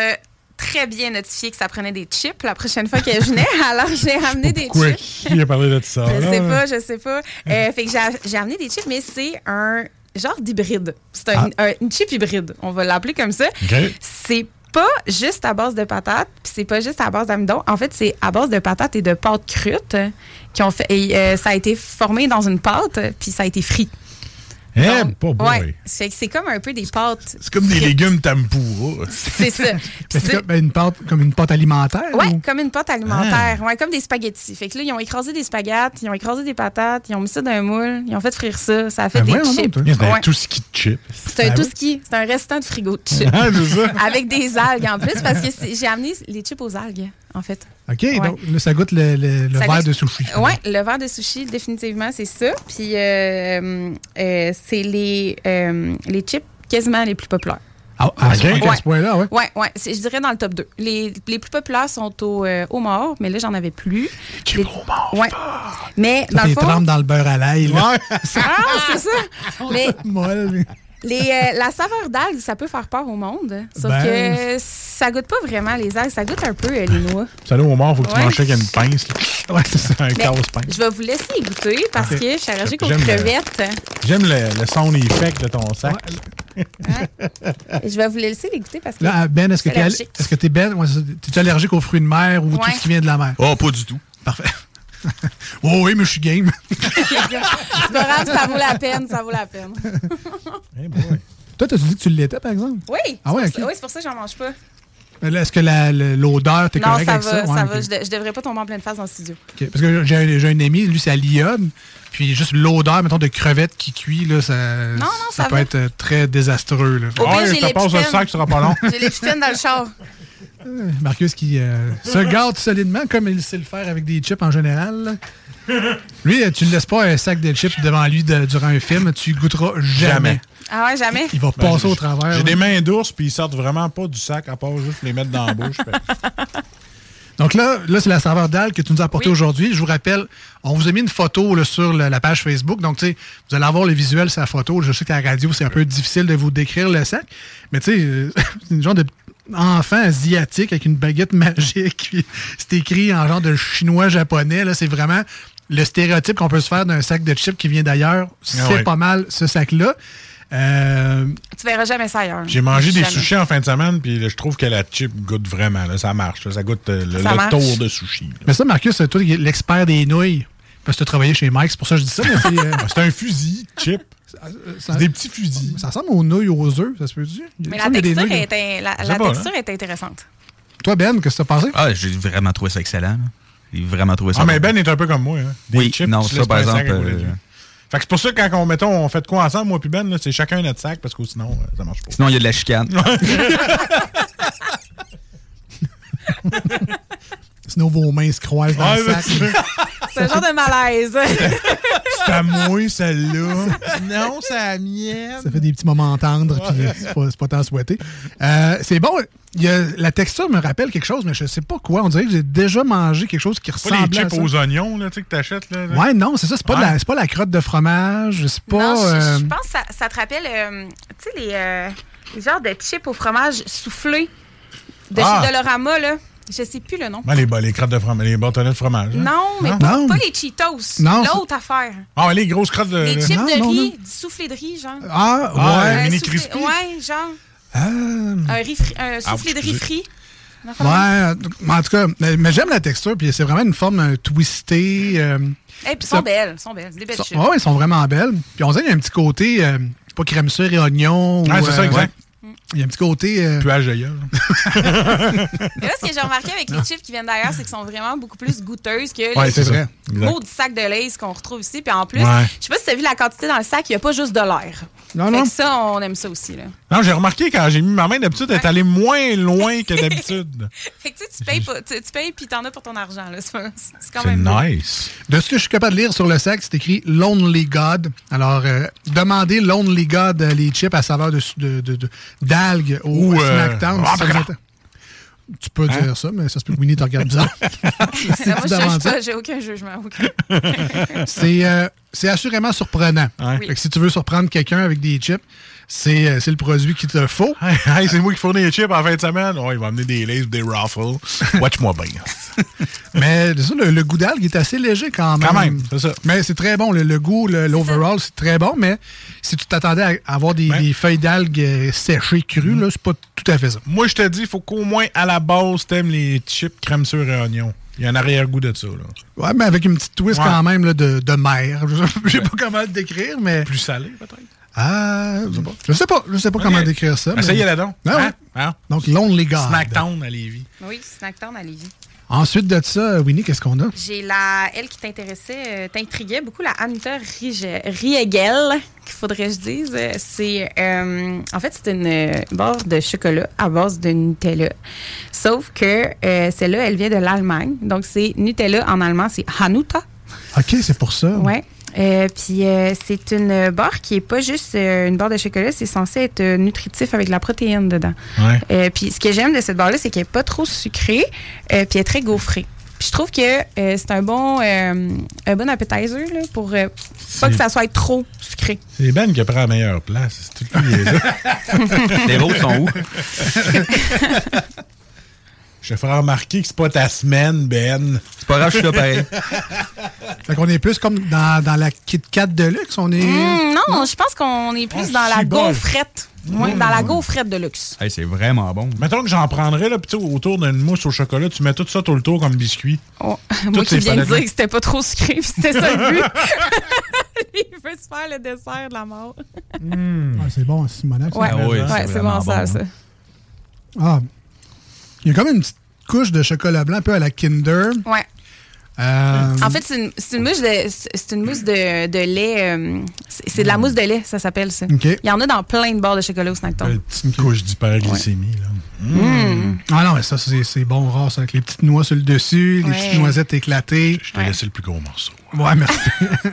très bien notifié que ça prenait des chips la prochaine fois que je venais. Alors, j'ai ramené des
Quoi?
chips.
Qui a parlé de ça?
Je
là?
sais pas, je sais pas. Euh, fait que j'ai- j'ai amené des chips, mais c'est un genre d'hybride. C'est un- un- une chip hybride. On va l'appeler comme ça.
Ah. OK.
C'est pas juste à base de patates, puis c'est pas juste à base d'amidon. En fait, c'est à base de patates et de pâtes crutes euh, qui ont fait. Et, euh, ça a été formé dans une pâte, euh, puis ça a été frit.
Eh, pas boy.
Ouais. Fait que c'est comme un peu des pâtes.
C'est comme des légumes tempura.
C'est ça.
Ben, c'est comme ben, une pâte, comme une pâte alimentaire.
Ouais,
ou-
comme une pâte
Ah.
alimentaire. Ouais, comme des spaghettis. Fait que là, ils ont écrasé des spaghettis, ils ont écrasé des patates, ils ont mis ça dans un moule, ils ont fait frire ça. Ça a fait
Ben,
des
voyons
chips.
donc, toi. C'est un
Ouais.
tout ski de chips.
C'est
Ah
un tout ski. C'est un restant de frigo de chips.
Ah, c'est ça.
Avec des algues en plus, parce que c'est- j'ai amené les chips aux algues, en fait.
OK, donc là, ça goûte le, le- le
Ça
verre
goûte-
de sushi.
Oui, le verre de sushi, définitivement, c'est ça. Puis, euh, euh, c'est les, euh, les chips quasiment les plus populaires.
Ah, ah,
Ok.
ok, à ce point-là, ouais.
Ouais, ouais, c'est- je dirais dans le top 2. Les, les plus populaires sont au euh, homard, mais là j'en avais plus. Les homard. Ouais. Mais
Ça,
dans le
t'es trempes
fond,
dans le beurre à l'ail. là.
ah, c'est ça. Mais
Molle, mais-
les, euh, la saveur d'algues, ça peut faire peur au monde. Sauf
Ben.
que ça goûte pas vraiment les algues, ça goûte un peu euh, les noix.
Salut au mort, faut que tu
Ouais.
manges ça avec une pince. là. Ouais, c'est ça, un
Mais
casse-pince.
Je vais vous laisser y goûter parce
Ok.
que je suis allergique aux
J'aime le-
crevettes.
J'aime le, le sound effect de ton sac.
Et je vais vous laisser les goûter parce que.
Là, Ben, est-ce que
je
t'es
suis
al-
allergique.
est-ce que t'es ben, ouais, c'est- t'es-tu allergique aux fruits de mer ou tout
Ouais.
ce qui vient de la mer?
Oh, pas du tout.
Parfait. oh oui, mais je suis game.
C'est pas grave, ça vaut la peine, ça vaut la peine.
Toi, t'as-tu dit que tu l'étais, par exemple?
Oui,
Ah ouais,
c'est pour ça-
ok.
oui, c'est pour ça que j'en mange pas.
Mais là, Est-ce que la- le- l'odeur, t'es
non,
correct
ça
avec
va,
ça?
ça,
Ouais, ok.
va. Je, de- je devrais pas tomber en pleine face dans le studio.
OK. Parce que j'ai un, j'ai un ami, lui, c'est à l'iode. Puis juste l'odeur, mettons, de crevettes qui cuit, là, ça,
non,
ça,
ça
peut
va.
être euh, très désastreux. Là.
Au pire, j'ai les pipines. J'ai les pipines dans le char.
Marcus qui euh, se garde solidement, comme il sait le faire avec des chips en général. Lui, euh, tu ne laisses pas un sac de chips devant lui de- durant un film, tu y goûteras jamais.
Jamais.
Ah ouais, jamais.
Il va
Ben,
passer
j'ai-
au travers.
J'ai
là.
des mains d'ours, puis ils sortent vraiment pas du sac, à part juste les mettre dans la bouche. fait-
Donc là, là c'est la saveur d'algue que tu nous as apportée aujourd'hui. Je vous rappelle, on vous a mis une photo là, sur la, la page Facebook. Donc, tu sais, vous allez avoir le visuel sur la photo. Je sais qu'à la radio, c'est un peu difficile de vous décrire le sac. Mais tu sais, euh, c'est une genre de enfant asiatique avec une baguette magique. Puis C'est écrit en genre de chinois-japonais. Là, c'est vraiment le stéréotype qu'on peut se faire d'un sac de chips qui vient d'ailleurs. C'est
ouais.
pas mal ce sac-là. Euh,
Tu verras jamais ça ailleurs.
J'ai mangé des
Jamais.
sushis en fin de semaine, puis là, je trouve que la chip goûte vraiment. là, ça marche. là, ça goûte euh, le,
Ça
le
marche.
tour de sushi.
mais ça, Marcus, toi, qui es l'expert des nouilles. Parce que tu as travaillé chez Mike, c'est pour ça que je dis ça. mais c'est, euh,
C'est un fusil chip.
ça-
C'est des petits fusils.
Ça ressemble aux nouilles aux œufs, ça se peut-tu? Il y a- il
Mais la
semble qu'il y a des
texture,
nouilles,
est, in- la,
Je sais
la
pas, hein.
texture est intéressante.
là. Toi, Ben, qu'est-ce que t'as pensé?
Ah, j'ai vraiment trouvé ça excellent. là. J'ai vraiment trouvé ça
Ah,
bon.
mais Ben est un peu comme moi. hein. Des
Oui,
chips,
non,
tu
ça,
laisses
par
pas un sac
exemple,
à côté de
euh,
lui. Fait que c'est pour ça que quand on, mettons, on fait de quoi ensemble, moi puis Ben, là, c'est chacun notre sac, parce que sinon, euh, ça marche pas.
Sinon, il y a de la chicane.
Sinon, vos mains se croisent dans
Ouais,
le
ben,
sac.
C'est un genre de malaise.
C'est à moi, celle-là.
Non, c'est la mienne.
Ça fait des petits moments tendres, puis c'est pas, c'est pas tant souhaité. Euh, c'est bon. il y a- la texture me rappelle quelque chose, mais je sais pas quoi. On dirait que j'ai déjà mangé quelque chose qui
Pas
ressemble
les
à
chips
ça.
aux oignons, là, tu sais, que t'achètes, là. là.
Ouais, non, c'est ça. C'est pas, de
Ouais.
la, c'est pas la crotte de fromage. C'est pas.
Non,
euh,
je, je pense que ça, ça te rappelle, euh, tu sais, les, euh, les genres de chips au fromage soufflé de
Ah.
chez Dolorama, là. Je sais plus le nom.
Ouais, les, bo- les crottes de fromage, les bâtonnets de fromage. hein.
Non, mais Pas, pas les Cheetos.
Non,
L'autre affaire.
Ah, ouais, les grosses crottes de.
les
de-
chips de riz, du soufflé de riz, genre.
Ah, Ah, ouais.
Un
mini
soufflé-
crispy. Ah,
Ouais, genre.
euh,
Un, riz fri- un soufflé de riz
excusez.
frit. Un affaire de
euh,
Ouais, mais en tout cas, mais, mais j'aime la texture, puis c'est vraiment une forme euh, twistée. euh,
même. Eh, puis
ça-
sont belles, sont belles. Des belles
sont-
chips.
ouais, elles sont vraiment belles. Puis on dirait qu'il y a un petit côté, euh, pas crème sure et oignon.
Ouais,
ou,
c'est ça,
euh,
exact.
ouais. Il y a un petit côté. Euh...
Plus ageilleux.
Mais là, ce que j'ai remarqué avec les chips qui viennent d'ailleurs, c'est qu'elles sont vraiment beaucoup plus goûteuses que
Ouais,
les
c'est vrai.
gros sac de lace qu'on retrouve ici. Puis en plus,
Ouais.
je sais pas si tu as vu la quantité dans le sac, il n'y a pas juste de l'air.
Non,
fait
non.
que ça, on aime ça aussi. Là.
Non, j'ai remarqué quand j'ai mis ma main, d'habitude, elle est allée moins loin que d'habitude.
Fait que tu sais, tu payes, pas, tu, tu payes puis t'en as pour ton argent. là. C'est pas- c'est quand
C'est
même. beau.
nice.
De ce que je suis capable de lire sur le sac, c'est écrit Lonely God. Alors, euh, demandez Lonely God euh, les chips à saveur de de- de- de- d'algues au
Ou,
au
euh,
SmackDown. si ça vous
ah,
intéresse. tu peux
Hein?
dire ça, mais ça se peut que Winnie te regarde bizarre.
Non, moi, je
d'avant
juge
ça.
pas, j'ai aucun jugement. Aucun.
c'est euh, c'est assurément surprenant. Fait que si tu veux surprendre quelqu'un avec des chips, c'est euh, c'est le produit qu'il te faut.
Hey, c'est moi qui fournis les chips en fin de semaine. Oh, il va amener des lays ou des raffles. Watch-moi bien.
Mais c'est ça, le, le goût d'algue est assez léger quand même.
Quand même, c'est ça.
Mais c'est très bon. Le, le goût, le- l'overall, c'est très bon. Mais si tu t'attendais à avoir des, des feuilles d'algues euh, séchées crues, là, c'est pas tout à fait ça.
Mm. Moi, je te dis, il faut qu'au moins à la base, t'aimes les chips crème sure et oignon. Il y a un arrière-goût de ça. Là.
Ouais, mais avec une petite twist
Ouais.
quand même là, de, de mer. Je sais pas comment le décrire, mais.
Plus salé, peut-être.
Ah, je sais pas. Je sais pas, je sais pas
Ok.
comment décrire ça. mais-
Essayez-la donc.
Ah ouais.
Hein? Hein?
Donc, Lonely God.
Snacktown à Lévis.
Oui, Snacktown à Lévis.
Ensuite de ça, Winnie, qu'est-ce qu'on a?
J'ai la, elle qui t'intéressait, euh, t'intriguait beaucoup, la Anita Riege- Riegel, qu'il faudrait que je dise. Euh, C'est, euh, en fait, c'est une euh, barre de chocolat à base de Nutella. Sauf que euh, celle-là, elle vient de l'Allemagne. Donc, c'est Nutella en allemand, c'est Hanuta.
OK, c'est pour
Oh.
ça.
Ouais. Euh, puis euh, c'est une barre qui est pas juste euh, une barre de chocolat, c'est censé être euh, nutritif avec de la protéine dedans.
Ouais.
Euh, puis ce que j'aime de cette barre-là, c'est qu'elle est pas trop sucrée, euh, puis elle est très gaufrée. Puis je trouve que euh, c'est un bon, euh, un bon appetizer là, pour euh, pas que ça soit trop sucré.
C'est Ben qui prend la meilleure place. C'est tout le là.
Les vôtres sont où?
Je te ferai remarquer que c'est pas ta semaine, Ben. C'est
pas grave, je suis là pareil.
Fait qu'on est plus comme dans, dans la Kit Kat Deluxe. On est.
Mm, non, je pense qu'on est
Ah,
plus dans la
c'est bon.
gaufrette. Ouais,
Mm.
dans la gaufrette de luxe.
Hey, c'est vraiment bon.
Mettons que j'en prendrais, là, pis tu sais, autour d'une mousse au chocolat, tu mets tout ça tout le tour comme biscuit.
Oh, Moi
Toutes
qui
ces
viens de
palettes-là.
dire que c'était pas trop sucré, puis c'était ça le but. Il veut se faire le dessert de la mort.
Ah, c'est bon, Simonac. ça.
Ouais, ouais, c'est bon, ça, ça.
Ah. Il y a comme une petite couche de chocolat blanc, un peu à la Kinder.
Ouais.
Euh,
En fait, c'est une, c'est une mousse de, c'est une mousse de, de lait. euh, c'est c'est de la mousse de lait, ça s'appelle ça.
Mhm. OK. Euh,
Il y en a dans plein de barres de chocolat au snack
Une petite couche d'hyperglycémie, là.
Mm. Ah non, mais ça, c'est c'est bon, rare, ça, avec les petites noix sur le dessus, les
Ouais.
petites noisettes éclatées.
Je t'ai laissé le plus gros morceau.
Ouais, merci.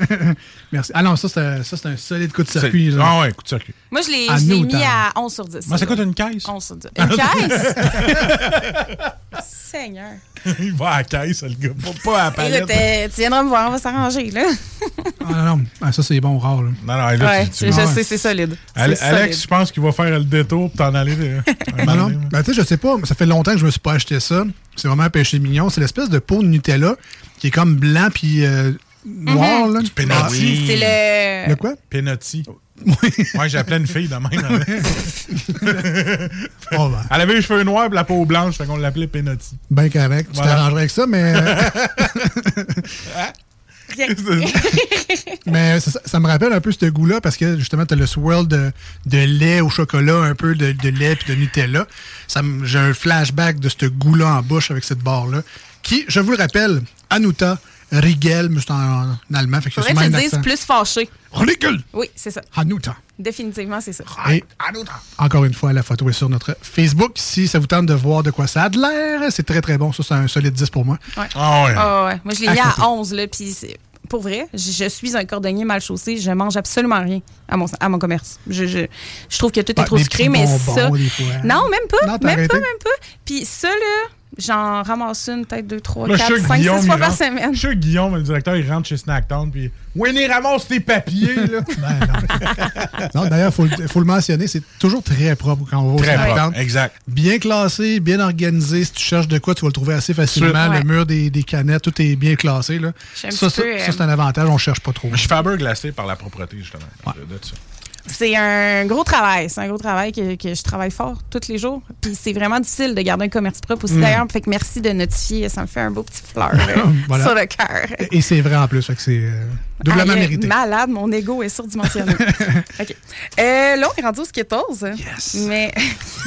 merci. Ah non, ça, c'est un- ça, c'est un solide coup de circuit.
C'est-
là.
Ah ouais, coup de circuit.
Moi, je l'ai
À
je l'ai
nous,
mis
t'as-
à 11 sur 10.
Moi, ça coûte
celui-là.
une caisse.
11 sur 10. Une caisse? Seigneur.
Il va à la caisse, le gars. Pas, pas à la
Et là,
palette.
t'es- tu viendras me voir, on va s'arranger, là.
Ah non, non. Ah, ça, c'est bon, rare. Là.
Non, non, là,
Ouais,
tu- tu-
je
Ah
sais,
ouais.
c'est solide. C'est
Ale-
solide.
Alex, je pense qu'il va faire le détour pour t'en aller. euh, un
Ben
moment
non.
donné.
Ben, tu sais, je sais pas, mais ça fait longtemps que je me suis pas acheté ça. C'est vraiment un péché mignon. C'est l'espèce de peau de Nutella qui est comme blanc puis euh, noir.
Mhm.
là.
Du peanut.
Ah Oui, Mm-hmm. C'est le.
Le quoi?
Penotti. Ouais, j'appelais une fille de même.
Oh, ben.
Elle avait les cheveux noirs et la peau blanche, fait qu'on l'appelait Penotti.
Ben correct. Tu
Voilà.
t'arrangerais avec ça, mais.
Rien.
Mais ça, ça me rappelle un peu ce goût-là parce que justement, tu as le swirl de, de lait au chocolat, un peu de, de lait puis de Nutella. Ça me- J'ai un flashback de ce goût-là en bouche avec cette barre-là qui, je vous le rappelle, Anuta Riegel, mais c'est en, en allemand. Fait que
Faudrait
c'est
que tu
même
le dises
accent.
plus fâché.
Riegel!
Oui, c'est ça.
Hanuta.
Définitivement, c'est ça.
Et- Encore une fois, la photo est sur notre Facebook. Si ça vous tente de voir de quoi ça a de l'air, c'est très très bon. Ça, c'est un solide 10 pour moi.
Ouais.
Ah ouais.
ouais. Moi, je l'ai mis
À côté.
à 11, là, puis c'est- pour vrai, je, je suis un cordonnier mal chaussé, je mange absolument rien à mon, à mon commerce. Je, je, je trouve que tout
Bah,
est trop
des
sucré,
petits
mais
bonbons,
ça...
des fois.
Non, même pas,
Non,
même
t'as arrêté.
pas, même pas. Puis ça, là, j'en ramasse une, peut-être deux, trois,
Là, je suis
quatre,
sûr que
cinq,
Guillaume,
six fois
il
par
rentre-
semaine.
Je suis sûr que Guillaume, le directeur, il rentre chez Snacktown, puis Winnie, ramasse tes papiers, là.
Non, D'ailleurs, il faut, le- faut le mentionner, c'est toujours très propre quand on va au
Très
Snack
propre,
Town.
exact.
Bien classé, bien organisé. Si tu cherches de quoi, tu vas le trouver assez facilement.
Ouais.
Le mur des, des canettes, tout est bien classé. Là.
J'ai
Ça,
un
ça,
petit peu,
ça, c'est
euh,
un avantage, on cherche pas trop.
Je suis Faber glacé par la propreté, justement. De- de ça.
C'est un gros travail. C'est un gros travail que, que je travaille fort tous les jours. Puis c'est vraiment difficile de garder un commerce propre aussi,
Mm.
d'ailleurs. Fait que merci de notifier. Ça me fait un beau petit fleur euh,
Voilà.
sur le cœur.
Et c'est vrai en plus, fait que c'est euh, doublement
Aïe,
mérité.
Malade, mon ego est surdimensionné. OK. Euh, là, on est rendu au skittles. Mais.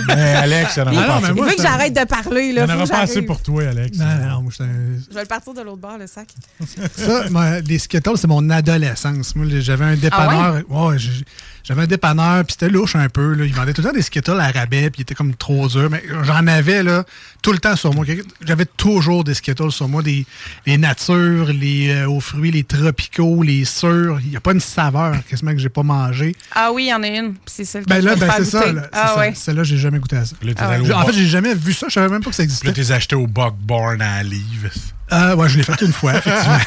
Mais Alex, il y en
Ah
aura
non,
pas
mais moi,
assez.
Il veut que
c'est un-
j'arrête de parler.
Il y
Là,
en
Faut
aura
que
pas assez
j'arrive.
pour toi, Alex.
Non, non, moi, je suis un-
Je vais le partir de l'autre bord, le sac.
Ça, ma- les Skittles, c'est mon adolescence. Moi, j'avais
Ah
un dépanneur. ouais, j'ai- j'avais un dépanneur, puis c'était louche un peu. Là. Il vendait tout le temps des Skittles à rabais, puis il était comme trop dur. Mais j'en avais là, tout le temps sur moi. J'avais toujours des Skittles sur moi, des, les natures, les euh, aux fruits, les tropicaux, les sûrs. Il n'y a pas une saveur quasiment que j'ai pas mangé.
Ah oui, il y en a une. Puis c'est celle que
Ben
je
là,
vais
ben
te faire
c'est ça.
goûter.
là. C'est
ah
ça.
ouais.
Celle-là, j'ai jamais goûté à ça.
Là, t'es allé au
J'ai- en
bar.
fait, j'ai jamais vu ça. Je savais même pas que ça existait.
Là, t'es acheté au Buck Barn à Live.
Euh, ouais, je l'ai fait une fois, effectivement.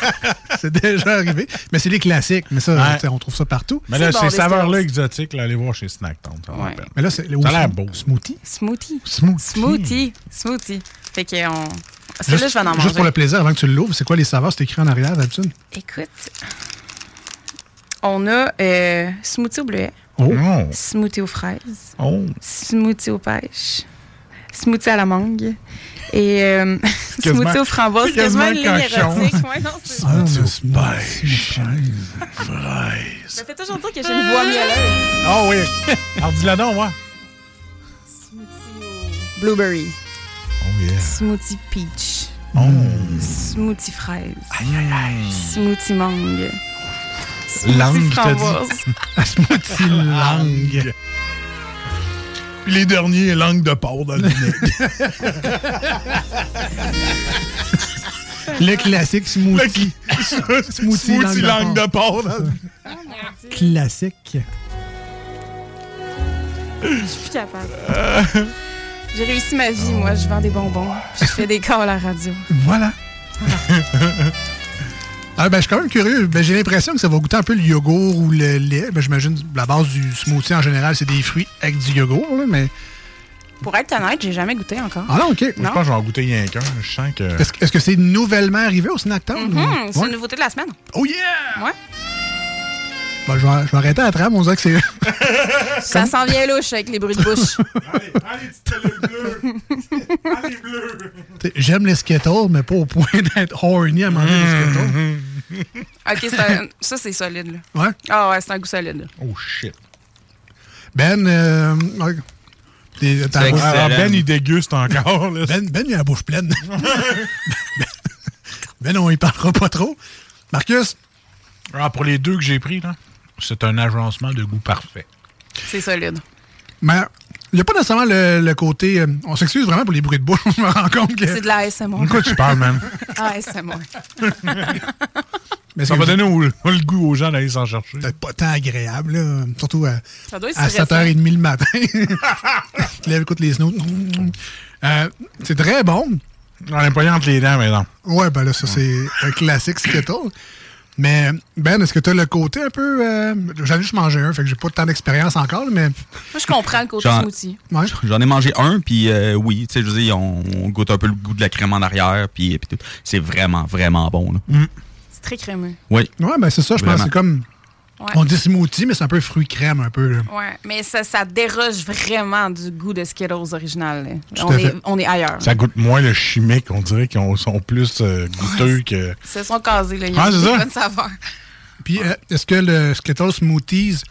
c'est déjà arrivé. Mais c'est les classiques. Mais ça,
Ouais.
tu sais, on trouve ça partout.
Mais là, ces saveurs-là exotiques, là, allez voir chez Snacktown. Ça, vaut la peine.
Mais là, c'est
ça a l'air beau.
Smoothie.
Smoothie.
Smoothie.
Smoothie. Smoothie. Fait que on. Celle-là, je vais en manger.
Juste pour le plaisir, avant que tu l'ouvres, c'est quoi les saveurs? C'est écrit en arrière, d'habitude?
Écoute, on a euh, smoothie au bleuet,
Oh!
smoothie aux fraises,
Oh!
smoothie aux pêches, smoothie à la mangue et euh,
Quasiment-
smoothie aux framboises.
c'est
Quasiment
quasiment
une ligne
cochon.
érotique. Ouais, non, c'est-
Fraise.
Ça fait toujours dire que j'ai une voix mielleuse.
Ah oui. Alors, dis-le donc, moi.
Blueberry,
Oh, yeah.
smoothie peach, smoothie fraise,
Oh. Aïe, aïe, aïe.
smoothie mangue,
Langue,
smoothie
t'as
framboise.
dit. Smoothie langue. Puis les derniers, langue de porc dans le nez.
Le classique smoothie.
Smoothie,
langue de
langue de porc.
Classique.
Je suis plus capable. J'ai réussi ma vie, moi. Je vends des bonbons. puis Je fais des calls à la radio.
Voilà. Ah, ben, je suis quand même curieux. Ben, j'ai l'impression que ça va goûter un peu le yogourt ou le lait. Ben, j'imagine la base du smoothie en général, c'est des fruits avec du yogourt. là, mais
Pour être honnête, j'ai jamais goûté encore.
Ah non, OK.
Je pense que je vais en goûter rien qu'un. Je sens que.
est-ce, est-ce que c'est nouvellement arrivé au Snack Town?
Mhm,
ou-
c'est
Ouais.
une nouveauté de la semaine.
Oh yeah!
Ouais.
Ben, je, vais, je vais arrêter à la trame. On dirait que c'est.
Ça s'en vient louche avec les bruits de bouche.
T'sais, J'aime les Skittles, mais pas au point d'être horny à manger
Mm-hmm.
les Skittles.
OK, c'est un- ça, c'est solide. Là.
Ouais.
Ah ouais, c'est un goût solide.
Oh shit.
Ben, euh, ouais. T'es- t'as-
excellent.
Ah,
Ben, il déguste encore.
Ben, ben, il a la bouche pleine. ben, on y parlera pas trop. Marcus?
Ah, pour les deux que j'ai pris, là, c'est un agencement de goût parfait.
C'est solide.
Mais il n'y a pas nécessairement le, le côté. euh, on s'excuse vraiment pour les bruits de bouche. On me rend compte Ah, que.
C'est de la ASMR.
De quoi tu parles, man?
ASMR.
Mais
ça
c'est-
va donner au- le goût aux gens d'aller s'en chercher.
Peut-être pas tant agréable, là. surtout à,
Ça doit être
Ah,
à
stressant.
7h30 le matin. tu lèves, écoute les snows. Euh, c'est très bon.
On est pas entre les dents, mais non.
Ouais, ben là, ça, c'est un classique Skittles. Mais Ben, est-ce que tu as le côté un peu. euh, J'en ai juste mangé un, fait que j'ai pas tant d'expérience encore, mais.
Moi, je comprends le côté
Genre-
smoothie.
Ouais.
J'en ai mangé un, puis euh, oui, tu sais, je veux dire, on, on goûte un peu le goût de la crème en arrière, puis puis tout. c'est vraiment, vraiment bon. Là.
C'est très crémeux.
Oui.
Ouais, ben c'est ça, je pense que
Vraiment.
c'est comme.
Ouais.
On dit smoothie, mais c'est un peu fruit crème, un peu. là.
Ouais, mais ça, ça déroge vraiment du goût de Skittles original. là.
Tout
On
à
est,
fait.
on est ailleurs.
Ça goûte moins le chimique. On dirait qu'ils sont plus euh, goûteux que.
Ils se sont casés, là. Il y a
Ah, c'est
une
ça.
bonne saveur.
Puis, euh, est-ce que le Skittles Smoothies,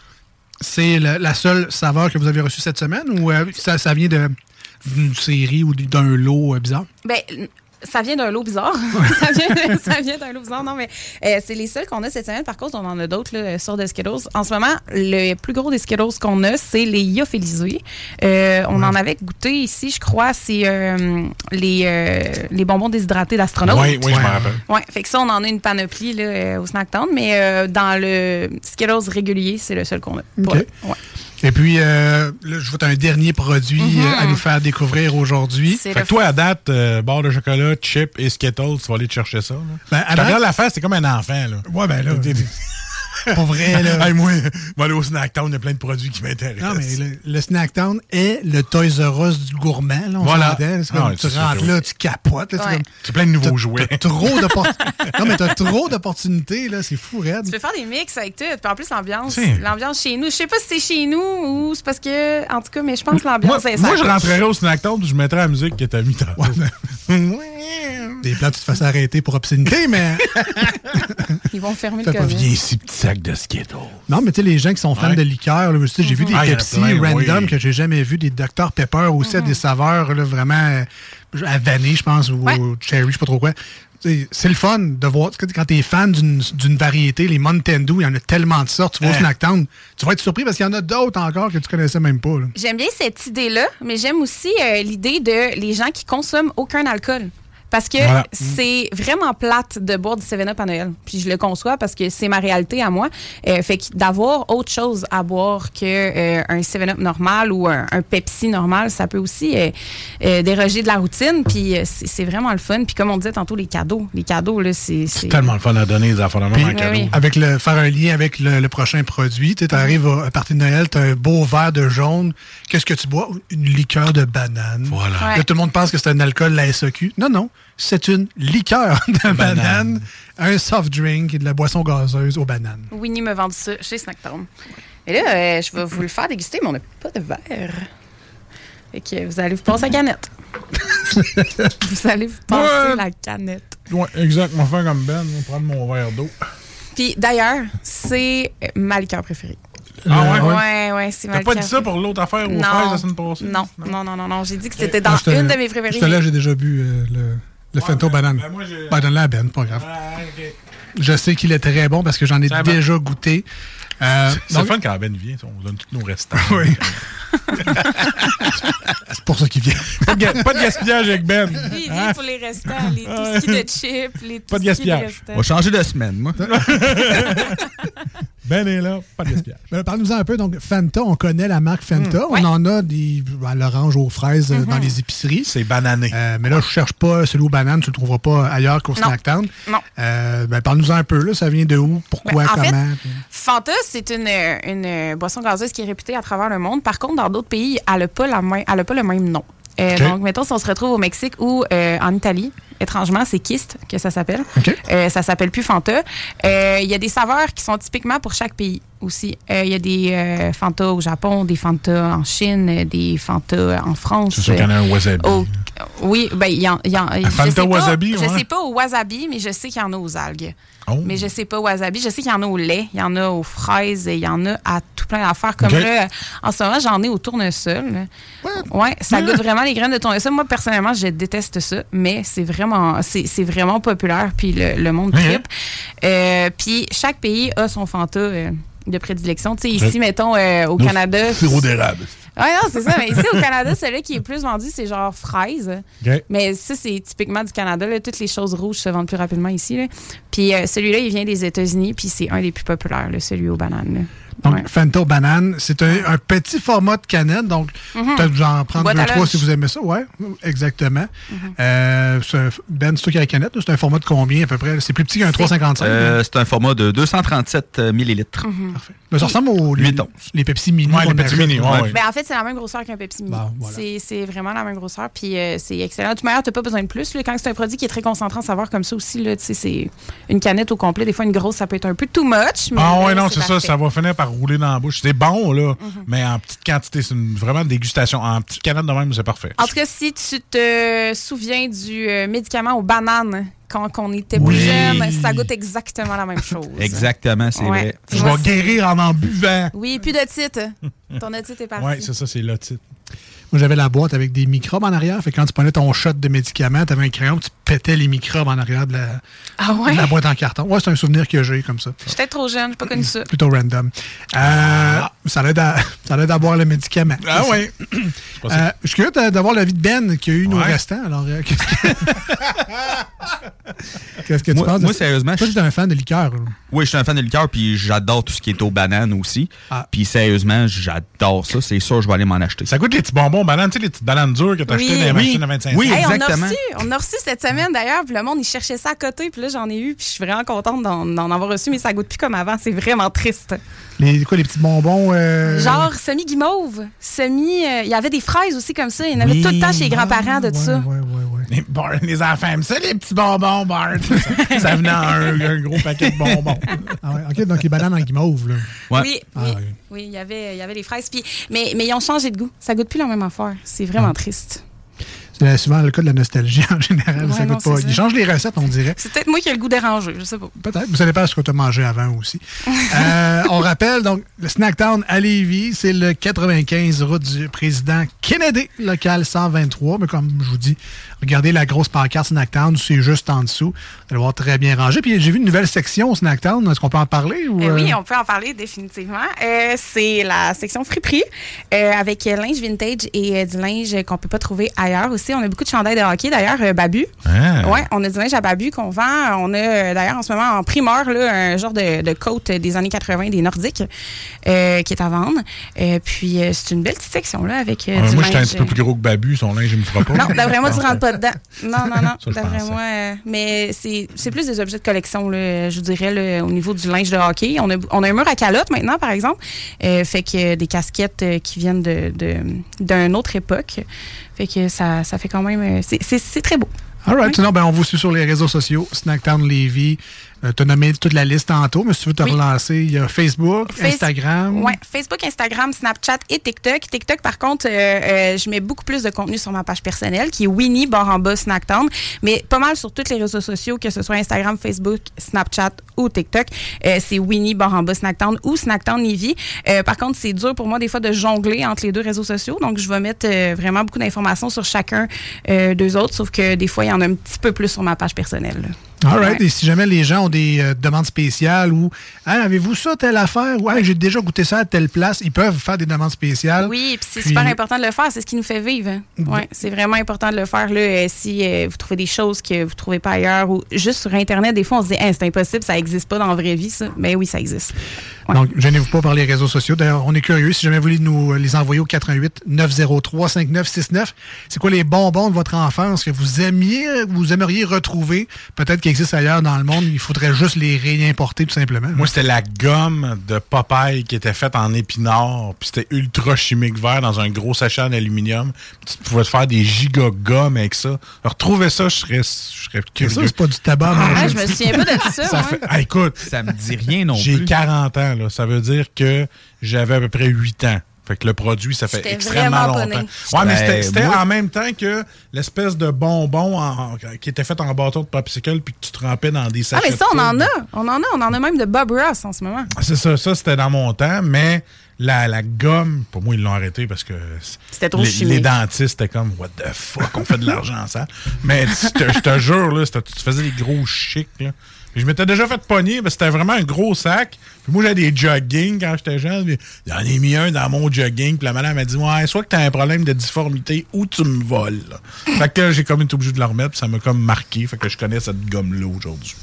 c'est la, la seule saveur que vous avez reçue cette semaine ou euh, ça, ça vient de- d'une série ou d'un lot euh, bizarre?
Ben, n- Ça vient d'un lot bizarre. ça vient, ça vient d'un lot bizarre. Non, mais euh, c'est les seuls qu'on a cette semaine. Par contre, on en a d'autres là, sur des Skittles. En ce moment, le plus gros des Skittles qu'on a, c'est les Yophilisés. Euh, on en avait goûté ici, je crois. C'est euh, les, euh, les bonbons déshydratés d'astronautes.
Oui, oui, je m'en rappelle.
Ouais, fait que ça, on en a une panoplie là, euh, au Snack Town, mais euh, dans le Skittles régulier, c'est le seul qu'on a.
OK.
Ouais.
Et puis, euh, là, je vois un dernier produit
Mm-hmm.
euh, à nous faire découvrir aujourd'hui.
Fait que toi, à date, euh, barre de chocolat, chip et Skittles, tu vas aller te chercher ça. Là.
Ben, à
Je te
date-
regarde la face, c'est comme un enfant. Là.
Ouais, ben là. Pour vrai, là.
Hey, moi, moi, aller au Snack Town, il y a plein de produits qui m'intéressent.
Non, mais le, le Snack Town est le Toys R Us du gourmand. Là, on
Voilà.
s'entend. C'est comme,
Ah,
tu
c'est
rentres
sûr que
là,
oui.
tu capotes. là,
Ouais.
comme-
C'est plein de nouveaux jouets.
t'as trop d'opportunités. non, mais t'as trop d'opportunités, là. C'est fou, raide.
Tu peux faire des mix avec tout. Puis en plus, l'ambiance,
Si.
l'ambiance chez nous. Je sais pas si c'est chez nous ou c'est parce que, en tout cas, mais je pense que l'ambiance est
Moi, je rentrerais au Snack Town, puis je mettrais la musique que t'as mis tantôt.
Des plans, tu te fasses arrêter pour obscénité, mais.
Ils vont fermer
Fais
le
pas vieux.
commerce.
Viens ici, petit sac de Skittles.
Non, mais tu sais, les gens qui sont fans
Ouais.
de liqueur, là, tu sais, j'ai vu des
Ah, il y en a
Pepsi
plein,
random
oui.
que j'ai jamais vu, des Dr Pepper aussi, à des saveurs là, vraiment euh, à vanille, je pense, ou au cherry, je sais pas trop quoi. Tu sais, C'est le fun de voir, tu sais, quand t'es fan d'une d'une variété, les Mountain Dew, il y en a tellement de sortes, tu vas au
Hein.
Snacktown, tu vas être surpris parce qu'il y en a d'autres encore que tu connaissais même pas. là.
J'aime bien cette idée-là, mais j'aime aussi euh, l'idée de les gens qui consomment aucun alcool. Parce que
Voilà.
c'est vraiment plate de boire du 7-Up à Noël. Puis je le conçois parce que c'est ma réalité à moi. Euh, fait que d'avoir autre chose à boire que euh, un 7-Up normal ou un, un Pepsi normal, ça peut aussi euh, euh, déroger de la routine. Puis euh, c'est c'est vraiment le fun. Puis comme on disait tantôt, les cadeaux. Les cadeaux, là, c'est...
C'est tellement le fun à donner, les enfants de
Puis,
même en cadeau.
avec le, faire un lien avec le, le prochain produit, tu arrives à, à partir de Noël, tu as un beau verre de jaune. Qu'est-ce que tu bois? Une liqueur de banane.
Voilà.
Là, tout le monde pense que c'est un alcool, la SEQ. Non, non. C'est une liqueur de banane, un soft drink et de la boisson gazeuse aux bananes.
Winnie me vend ça chez Snacktown. Mais là, euh, je vais vous le faire déguster, mais on n'a pas de verre. Fait que vous allez vous passer la canette. vous allez vous passer
Ouais.
la canette.
Ouais, exact. Mon frère comme Ben, je vais prendre mon verre d'eau.
Puis d'ailleurs, c'est ma liqueur préférée.
Ah ouais?
Ouais, ouais, c'est ma
T'as pas
liqueur
dit ça
préférée.
pour l'autre affaire aux
Non.
fraises la semaine passée?
Non, non, non, non, non. J'ai dit que
Ok. Ah,
c'était dans
Moi, je te-
une de mes préférées.
Je te l'ai,
mais-
j'ai déjà bu euh, le, le Fento banane.
ben, moi, j'ai-
Ben, donne-la à Ben, pas grave. Je sais qu'il est très bon parce que j'en ai
Ça va.
déjà goûté. Euh,
C'est
donc-
le fun quand Ben vient, ça, on donne tous nos restants.
Oui. c'est pour ça qu'il vient.
pas, de ga- pas de gaspillage avec Ben.
Lui, il
Hein?
vient pour les restants, les tout de chips, les
Pas de
touskis
gaspillage.
restants.
On va changer de semaine, moi.
ben est là, pas de gaspillage.
Ben, Parle-nous un peu. Donc, Fanta, on connaît la marque Fanta.
Mm,
on en a des ben, l'orange aux fraises euh, dans
Mm-hmm.
les épiceries. Euh,
C'est banané.
mais là, je cherche pas celui aux bananes. Tu le trouveras pas ailleurs qu'au
Non.
Snacktown.
Non.
Euh, ben, Parle-nous un peu. Là, ça vient de où? Pourquoi?
Ben, en fait,
comment?
Fanta, c'est une, euh, une euh, boisson gazeuse qui est réputée à travers le monde. Par contre, dans d'autres pays, elle n'a pas, la main- elle a pas le même nom. Euh,
OK.
Donc, mettons, si on se retrouve au Mexique ou euh, en Italie, étrangement, c'est Kist que ça s'appelle. Euh, ça s'appelle plus Fanta. Euh, Il y a des saveurs qui sont typiquement pour chaque pays aussi. Euh, Il y a des euh, Fanta au Japon, des Fanta en Chine, euh, des Fanta en France.
C'est sûr qu'il y en a un wasabi.
au- oui, ben, il y en, il y en- je
Fanta
sais pas-
wasabi, ouais.
Je sais pas au wasabi, mais je sais qu'il y en a aux algues.
Oh.
Mais je sais pas au wasabi. Je sais qu'il y en a au lait, il y en a aux fraises, et il y en a à tout plein d'affaires. Comme
Ok.
là, en ce moment, j'en ai au tournesol. Ouais,
Hein?
ça goûte vraiment les graines de tournesol. Moi, personnellement, je déteste ça, mais c'est vraiment, c'est c'est vraiment populaire, puis le, le monde
Mhm.
tripe. Euh, puis chaque pays a son fanta euh, de prédilection. Tu sais, ici,
Ouais.
mettons, euh, au
Nos
Canada...
sirops d'érable.
Ouais, Ah non, c'est ça. Mais ici, au Canada, celui qui est plus vendu, c'est genre fraise.
OK.
Mais ça, c'est typiquement du Canada. là. Toutes les choses rouges se vendent plus rapidement ici. là. Puis euh, celui-là, il vient des États-Unis, puis c'est un des plus populaires, là, celui aux bananes. là.
Donc, Fanta aux bananes, c'est un, un petit format de canette. Donc,
Mhm.
peut-être vous en prendre
Boîte
deux,
à
trois
lunch. Mhm.
si vous aimez ça. Ouais, exactement. Euh, c'est un- ben, c'est toi qui as la canette. là, C'est un format de combien à peu près? C'est plus petit qu'un 3,55.
Euh, c'est un format de 237 euh, millilitres.
Parfait. Mais ça ressemble aux les, les Pepsi Mini.
Ouais, les
qu'on
Pepsi
avait.
Mini, ouais, ouais.
Ben, en fait, c'est la même grosseur qu'un Pepsi Mini.
Bon, voilà.
C'est- C'est vraiment la même grosseur, puis euh, c'est excellent. De toute manière, tu pas besoin de plus. là. quand c'est un produit qui est très concentré en saveur comme ça aussi, là, tu sais, c'est une canette au complet. Des fois, une grosse, ça peut être un peu too much. mais
Ah ouais,
là,
non, c'est ça,
Mm-hmm. parfait. Mm-hmm.
ça va finir par rouler dans la bouche. C'est bon, là, mais en petite quantité, c'est une- vraiment une dégustation. En petite canette de même, c'est parfait.
En tout cas, si tu te souviens du euh, médicament aux bananes quand on était plus
Oui.
jeune, ça goûte exactement la même chose.
Exactement, c'est
Ouais.
vrai.
Je vais Voici-
guérir en en buvant.
Oui, plus de titre. Ton otite est parti.
Ouais, c'est ça, c'est le titre.
Moi, j'avais la boîte avec des microbes en arrière. Fait que quand tu prenais ton shot de médicaments, tu avais un crayon, tu pétait les microbes en arrière de la,
Ah ouais?
de la boîte en carton. Ouais, c'est un souvenir que j'ai comme ça.
J'étais trop jeune, j'ai pas connu ça.
Plutôt random. Euh, Ça l'aide à, ça l'aide à boire le médicament.
Ah
oui.
ouais.
Euh, je suis curieux de- d'avoir l'avis de Ben qui a eu nos
Ouais.
restants. Alors, euh, qu'est-ce que, qu'est-ce que tu
Moi-
penses? de
moi,
ça?
sérieusement,
Toi,
je-
j'étais un fan de liqueur. là.
Oui, je suis un fan de liqueur, puis j'adore tout ce qui est aux bananes aussi.
Ah.
Puis sérieusement, j'adore ça. C'est sûr, je vais aller m'en acheter. Ça
goûte les petits bonbons bananes, tu sais, les petites bananes dures que t'as
Oui.
achetées dans les
Oui.
machines à 25
Oui,
cents.
Hey, On a, reçu, on a reçu cette semaine d'ailleurs, puis le monde, il cherchait ça à côté, puis là, j'en ai eu, puis je suis vraiment contente d'en, d'en avoir reçu, mais ça goûte plus comme avant, c'est vraiment triste.
Les, quoi, les petits bonbons? euh,
Genre semi-guimauve, semi. euh, Il y avait des fraises aussi comme ça, il y en avait tout le temps chez les grands-parents de ça.
Les, bar- les enfants aiment ça, les petits bonbons, Bart. ça, ça venait en un, un gros paquet de bonbons.
Ah ouais, OK, donc les bananes en guimauve. Là. Ah
Oui,
Ah,
oui, oui, il y avait, il y avait les fraises, puis, mais, mais ils ont changé de goût, ça goûte plus la même affaire, c'est vraiment triste.
C'est souvent le cas de la nostalgie en général.
Ouais,
ça
non,
goûte pas.
c'est ça.
Ils changent les recettes, on dirait.
C'est peut-être moi qui ai le goût dérangé, je sais pas.
Peut-être. Vous savez pas ce que tu as mangé avant aussi. Euh, on rappelle, donc, le Snacktown à Lévis, c'est le 95 route du président Kennedy, local 123. Mais comme je vous dis, regardez la grosse pancarte Snacktown, c'est juste en dessous. Vous allez voir très bien rangé. Puis j'ai vu une nouvelle section au Snacktown. Est-ce qu'on peut en parler? Ou,
Eh oui,
euh,
on peut en parler définitivement. Euh, c'est la section friperie euh, avec euh, linge vintage et euh, du linge euh, qu'on peut pas trouver ailleurs aussi. On a beaucoup de chandails de hockey d'ailleurs, euh, Babu.
Ah.
Ouais, on a du linge à Babu qu'on vend. On a euh, d'ailleurs en ce moment en primeur là, un genre de, de coat euh, des années 80 des Nordiques euh, qui est à vendre. Euh, puis euh, c'est une belle petite section là avec euh,
Ouais,
du
moi,
linge.
j'étais un petit peu plus gros que Babu, son linge, il me fera pas.
Non, ben d'après moi, tu rentres pas dedans. Non, non, non.
Ça, je
D'après
pensais.
moi. euh, Mais c'est c'est plus des objets de collection, là, je vous dirais, là, au niveau du linge de hockey. On a, on a un mur à calotte maintenant, par exemple. Euh, fait que euh, des casquettes euh, qui viennent de- de- d'une autre époque. Fait que ça, ça fait quand même. euh, c'est- C'est c'est très beau.
All right. Sinon, ben, on vous suit sur les réseaux sociaux, Snacktown Lévis. Euh, tu as nommé toute la liste tantôt, mais si tu veux te relancer, il y a Facebook,
Face-
Instagram.
Ouais, Facebook, Instagram, Snapchat et TikTok. TikTok, par contre, euh, euh, je mets beaucoup plus de contenu sur ma page personnelle, qui est Winnie, barre en bas, Snacktown, mais pas mal sur tous les réseaux sociaux, que ce soit Instagram, Facebook, Snapchat ou TikTok. Euh, c'est Winnie, barre en bas, Snacktown ou Snacktown Nivy. Euh, par contre, c'est dur pour moi, des fois, de jongler entre les deux réseaux sociaux, donc je vais mettre euh, vraiment beaucoup d'informations sur chacun euh, d'eux autres, sauf que des fois, il y en a un petit peu plus sur ma page personnelle. là.
All right.
Ouais.
Et si jamais les gens ont des euh, demandes spéciales ou Hey, avez-vous ça, telle affaire? Ou Hey, j'ai déjà goûté ça à telle place, ils peuvent faire des demandes spéciales.
Oui, puis c'est
Puis-
super important de le faire. C'est ce qui nous fait vivre. hein. Ouais, c'est vraiment important de le faire. Là, euh, si euh, vous trouvez des choses que vous trouvez pas ailleurs ou juste sur Internet, des fois, on se dit Hey, c'est impossible, ça n'existe pas dans la vraie vie. Ça. Mais oui, ça existe.
Donc, gênez-vous pas par les réseaux sociaux. D'ailleurs, on est curieux. Si jamais vous voulez nous euh, les envoyer au 88 903 5969, c'est quoi les bonbons de votre enfance que vous aimiez, euh, vous aimeriez retrouver, peut-être qu'ils existent ailleurs dans le monde, il faudrait juste les réimporter tout simplement.
Moi, c'était la gomme de Popeye qui était faite en épinard, puis c'était ultra chimique vert dans un gros sachet en aluminium. Puis tu pouvais te faire des giga gommes avec ça. Retrouvez ça, je serais, je serais curieux.
ça, c'est pas du tabac.
Ah,
mais-
je me souviens pas de ça, moi. Ah, écoute,
ça me dit rien non
J'ai
plus.
40 ans, là. Ça veut dire que j'avais à peu près 8 ans. Fait que le produit, ça fait
J'étais
extrêmement
vraiment pas
longtemps.
née.
Ouais, mais
Ben,
c'était- c'était
moi-
en même temps que l'espèce de bonbon en- qui était fait en bâton de popsicle puis que tu trempais dans des
ah,
sachets.
mais
de
ça, on
poudre.
en a. On en a. On en a même de Bob Ross en ce moment.
Ah,
C'est ça, ça c'était dans mon temps, mais la, la gomme, pour moi, ils l'ont arrêté parce que c-
C'était trop
les,
chimique.
les dentistes étaient comme, what the fuck, on fait de l'argent en ça. Mais tu- je te- je te jure, là, c'était- tu faisais des gros chics. Là. Puis je m'étais déjà fait pogner, parce que c'était vraiment un gros sac. Puis moi, j'avais des jogging quand j'étais jeune. puis J'en ai mis un dans mon jogging. Puis la madame m'a dit, ouais, soit que t'as un problème de difformité ou tu me voles. là. fait que j'ai comme été obligé de le remettre, puis ça m'a comme marqué. Fait que je connais cette gomme-là aujourd'hui.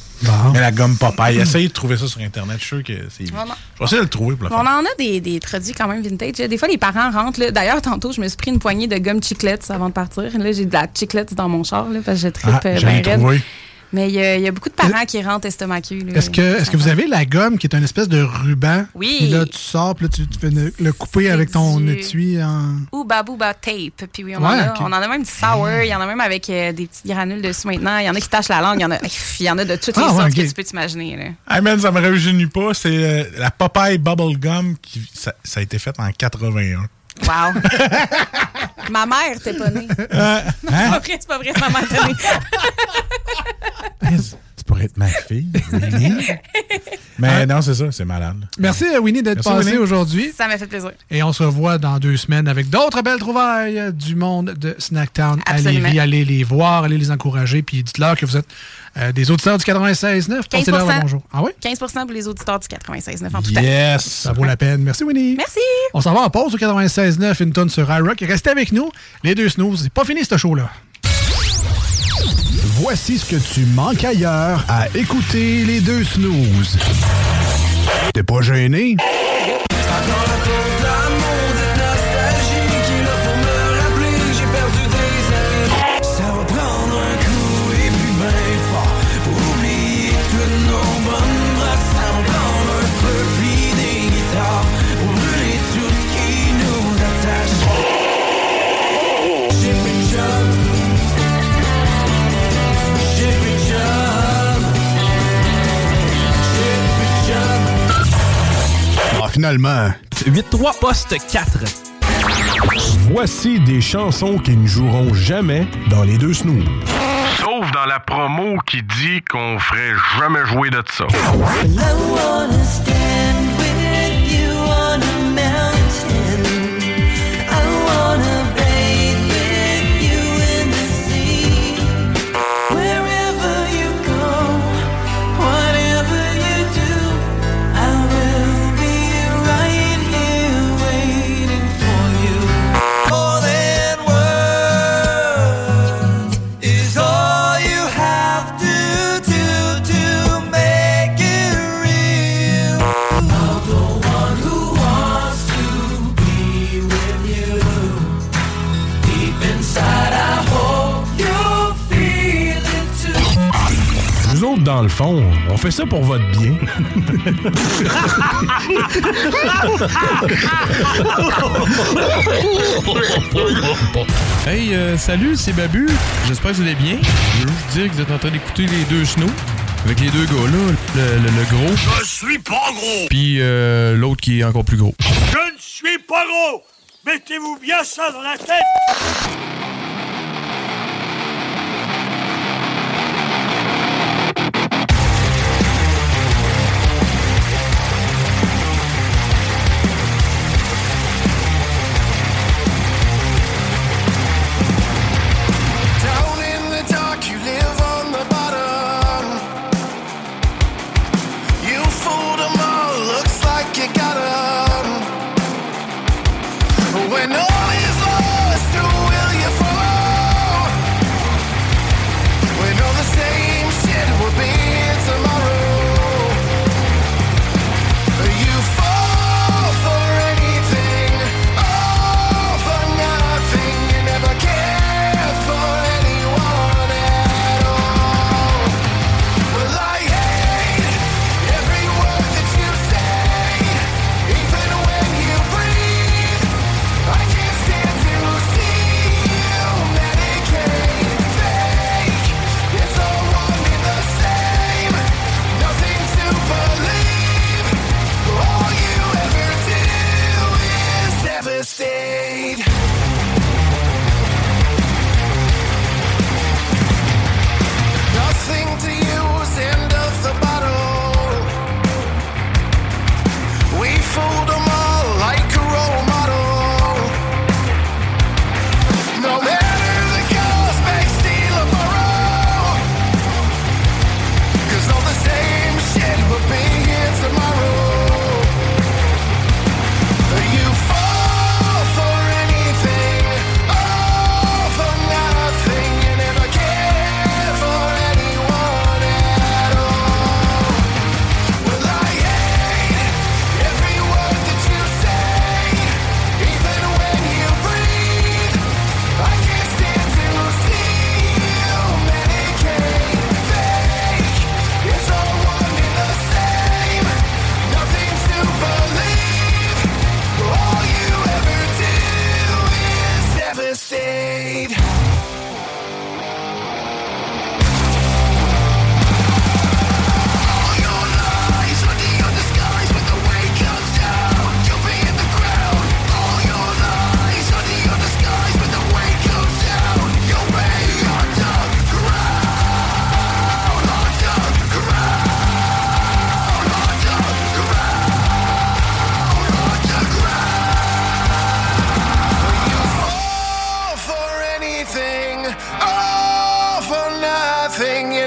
Mais la gomme Popeye, essayez de trouver ça sur Internet. Je suis sûr que c'est. Je
On en-
vais essayer de le trouver pour le
On en
faire.
a des, des produits quand même vintage. hein. Des fois, les parents rentrent. là. D'ailleurs, tantôt, je me suis pris une poignée de gomme chiclette avant de partir. Là, j'ai de la chiclette dans mon char là, parce que je tripe
Ah,
euh,
j'en ai
ben raide.
trouvé.
Mais il y, a- il y a beaucoup de parents qui rentrent estomacés. là.
Est-ce que, est que vous avez la gomme qui est une espèce de ruban?
Oui.
Et là, tu sors, puis là, tu, tu fais le, le couper avec ton étui en.
ou Babouba Tape. Puis oui, on, en
Ouais,
a,
ok.
on en a même du sour. Il y en a même avec euh, des petites granules dessus maintenant. Il y en a qui tâchent la langue. Il y en a, il y en a de toutes les
Ah, ouais,
sortes
ok.
que tu peux t'imaginer. là.
Hey man, ça me réjouit pas. C'est euh, la Popeye Bubble Gum qui. Ça, ça a été fait en 81.
Wow. Ma mère, t'es pas née.
Euh,
Non, c'est
hein?
pas vrai, c'est pas vrai, ma mère, t'es née.
Tu pourrais être ma fille. Winnie.
Mais
Hein?
non, c'est ça, c'est malade.
Merci à Winnie d'être
Merci,
passé
Winnie.
aujourd'hui.
Ça m'a fait plaisir.
Et on se revoit dans deux semaines avec d'autres belles trouvailles du monde de Snacktown.
Absolument.
Allez, allez les voir, allez les encourager, puis dites-leur que vous êtes euh, des auditeurs du 96.9.
15
Pensez-leur le bonjour. Ah oui?
15 pour les auditeurs du 96.9 en tout temps.
Yes! Ça vaut la peine. Merci, Winnie.
Merci!
On s'en va en pause au 96.9, une tonne sur iRock. Restez avec nous. Les deux snooze, c'est pas fini ce show-là.
Voici ce que tu manques ailleurs à écouter les deux snooze. T'es pas gêné?
Ah, finalement.
8-3 poste 4.
Voici des chansons qui ne joueront jamais dans les deux snooze.
Sauf dans la promo qui dit qu'on ferait jamais jouer de ça.
I wanna stand with you on a mountain. I wanna bathe with you in the sea. Wherever you go, whatever you do, I will be right here waiting for you. More than words is all you have to do to make it real. I'm the one who wants to be with you. Deep inside, I hope you feel it
Nous autres, dans le fond, on fait ça pour votre bien.
Hey, euh, salut, c'est Babu. J'espère que vous allez bien. Je veux juste dire que vous êtes en train d'écouter les deux snoops. Avec les deux gars là, le, le- le gros,
Je suis pas gros.
puis euh, l'autre qui est encore plus gros.
Je ne suis pas gros. Mettez-vous bien ça dans la tête.
Down in the dark, you live on the bottom. You fooled 'em all, looks like you got 'em. When all is lost, who will you follow? When all the same shit will be tomorrow. You fall for anything, all for nothing. You never care for anyone at all. Well, I hate every word that you say, even when you breathe. I can't stand to see you medicate, fake. It's all one and the same. Nothing to believe. All you ever do is devastate. Nothing to use, end of the bottle. We fooled 'em all like a role model. No matter the cost, may steal or borrow. 'Cause all the same shit will be here tomorrow. You fall for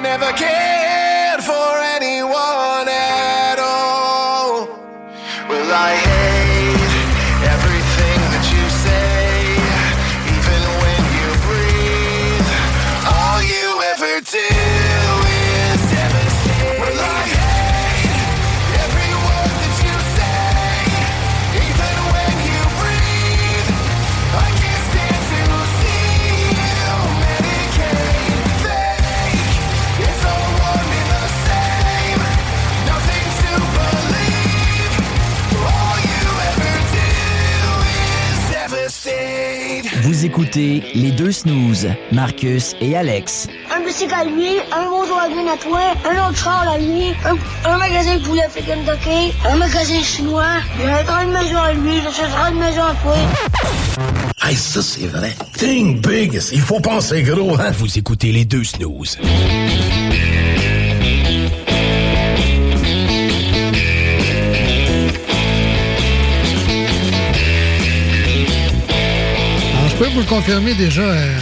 never cared for anyone at all. Well, I hate everything that you say, even when you breathe. All you ever do is devastate. Well, I hate every word that you say, even when you breathe. I can't stand to see you medicate. Fake, it's all one and the same. Nothing to believe. All you ever do is devastate.
Vous écoutez les deux snooze, Marcus et Alex.
Un bicycle à lui, un bonjour à bien à toi, un autre char à lui, un, un magasin de poulet fait Kentucky, un magasin chinois, j'achèterai une maison à lui, j'achèterai une maison à toi.
Ah, ça, c'est vrai. Think big. Il faut penser gros, hein? Vous écoutez les deux snooze.
Alors, je peux vous le confirmer déjà, euh,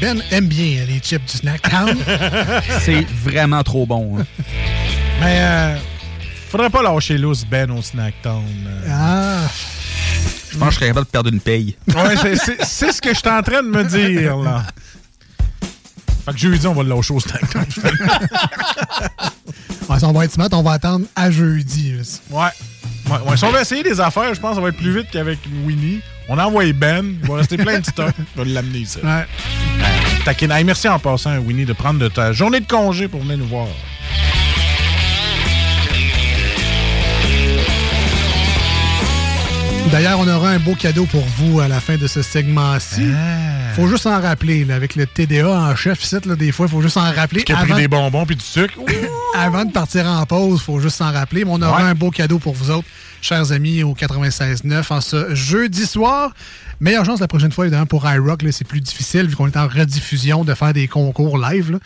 Ben aime bien euh, les chips du Snack Town.
C'est vraiment trop bon. hein.
Mais euh, faudrait pas lâcher l'os Ben au Snack Town. euh.
Ah.
Je pense que je serais capable de perdre une paye.
Ouais, Ah c'est- c'est- c'est ce que je suis en train de me dire, là. Fait que je lui dis, on va le lâcher au Snack Town.
Ouais, si on va être smart, on va attendre à jeudi. là.
Ouais. ouais, ouais. Si on veut essayer des affaires, je pense que ça va être plus vite qu'avec Winnie. On a envoyé Ben. Il va rester plein de stock. Je vais l'amener ici.
Ouais.
Taquinaille, merci en passant, Winnie, de prendre de ta journée de congé pour venir nous voir.
D'ailleurs, on aura un beau cadeau pour vous à la fin de ce segment-ci.
Ah.
Faut juste en rappeler, là, avec le TDA en chef, site, là, des fois, faut juste en rappeler.
Qui a pris
avant-
des bonbons puis du sucre.
Avant de partir en pause, faut juste s'en rappeler. Mais on aura
Ouais.
un beau cadeau pour vous autres, chers amis, au 96.9 en ce jeudi soir. Meilleure chance la prochaine fois, évidemment, pour iRock. là, C'est plus difficile, vu qu'on est en rediffusion, de faire des concours live. là.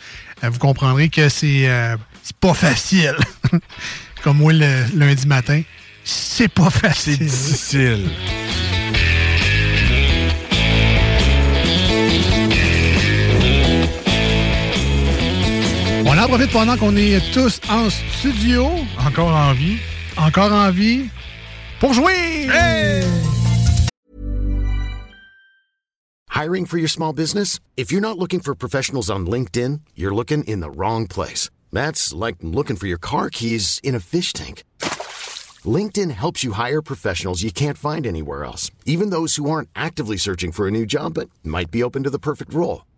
Euh, Vous comprendrez que c'est euh, c'est pas facile. Comme moi, le lundi matin, c'est pas facile.
difficile.
On en profite pendant qu'on est tous en studio.
Encore en vie.
Encore en vie. Pour jouer!
Hiring for your small business? If you're not looking for professionals on LinkedIn, you're looking in the wrong place. That's like looking for your car keys in a fish tank. LinkedIn helps you hire professionals you can't find anywhere else, even those who aren't actively searching for a new job but might be open to the perfect role.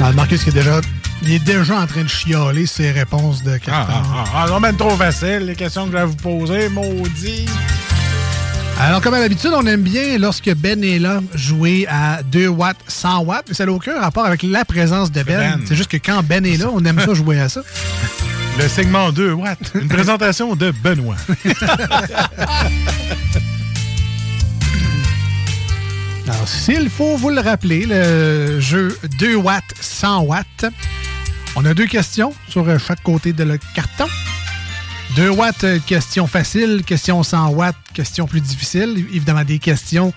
Ah, Marcus qui est déjà, il est déjà en train de chialer ses réponses de quelqu'un.
Ah, ah, ah, non, même trop facile, les questions que j'allais vous poser, maudit.
Alors, comme à l'habitude, on aime bien, lorsque Ben est là, jouer à 2 watts, 100 watts. Mais ça n'a aucun rapport avec la présence de Ben.
Ben.
C'est juste que quand Ben est là, on aime ça jouer à ça.
Le segment 2, what? Une présentation de Benoît.
Alors, s'il faut vous le rappeler, le jeu 2 watts, 100 watts. On a deux questions sur euh, chaque côté de le carton. 2 watts, euh, question facile, question 100 watts, question plus difficile. Évidemment, des questions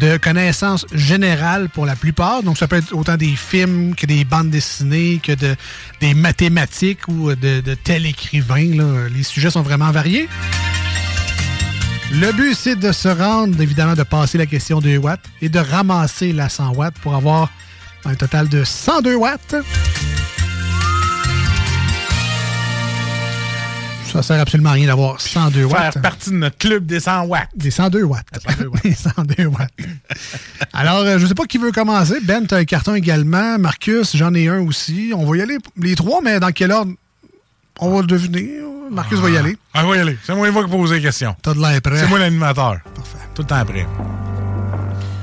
de connaissance générale pour la plupart. Donc, ça peut être autant des films que des bandes dessinées, que de, des mathématiques ou euh, de, de tel écrivain. là. Les sujets sont vraiment variés. Le but, c'est de se rendre, évidemment, de passer la question de watts et de ramasser la 100 watts pour avoir Un total de 102 watts. Ça sert absolument à rien d'avoir 102 watts.
Faire partie de notre club des 100 watts.
Des 102 watts. Des 102 watts. Alors, euh, je sais pas qui veut commencer. Ben, t'as un carton également. Marcus, j'en ai un aussi. On va y aller les trois, mais dans quel ordre? On va le deviner. Marcus va y aller.
Ah, on va y aller. C'est moi qui vais poser les questions.
T'as de l'air prêt.
C'est moi l'animateur. Parfait. Tout le temps prêt.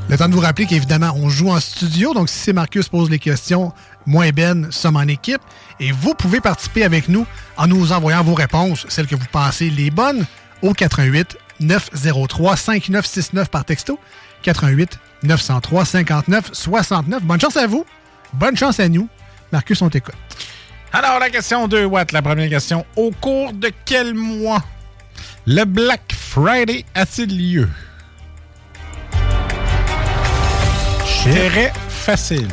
Le temps de vous rappeler qu'évidemment, on joue en studio, donc si Marcus pose les questions, moi et Ben sommes en équipe, et vous pouvez participer avec nous en nous envoyant vos réponses, celles que vous pensez les bonnes, au 88 903 5969 par texto, 88 903 59 69. Bonne chance à vous, bonne chance à nous. Marcus, on t'écoute.
Alors, la question 2 watts, la première question. Au cours de quel mois le Black Friday a-t-il lieu? Très facile.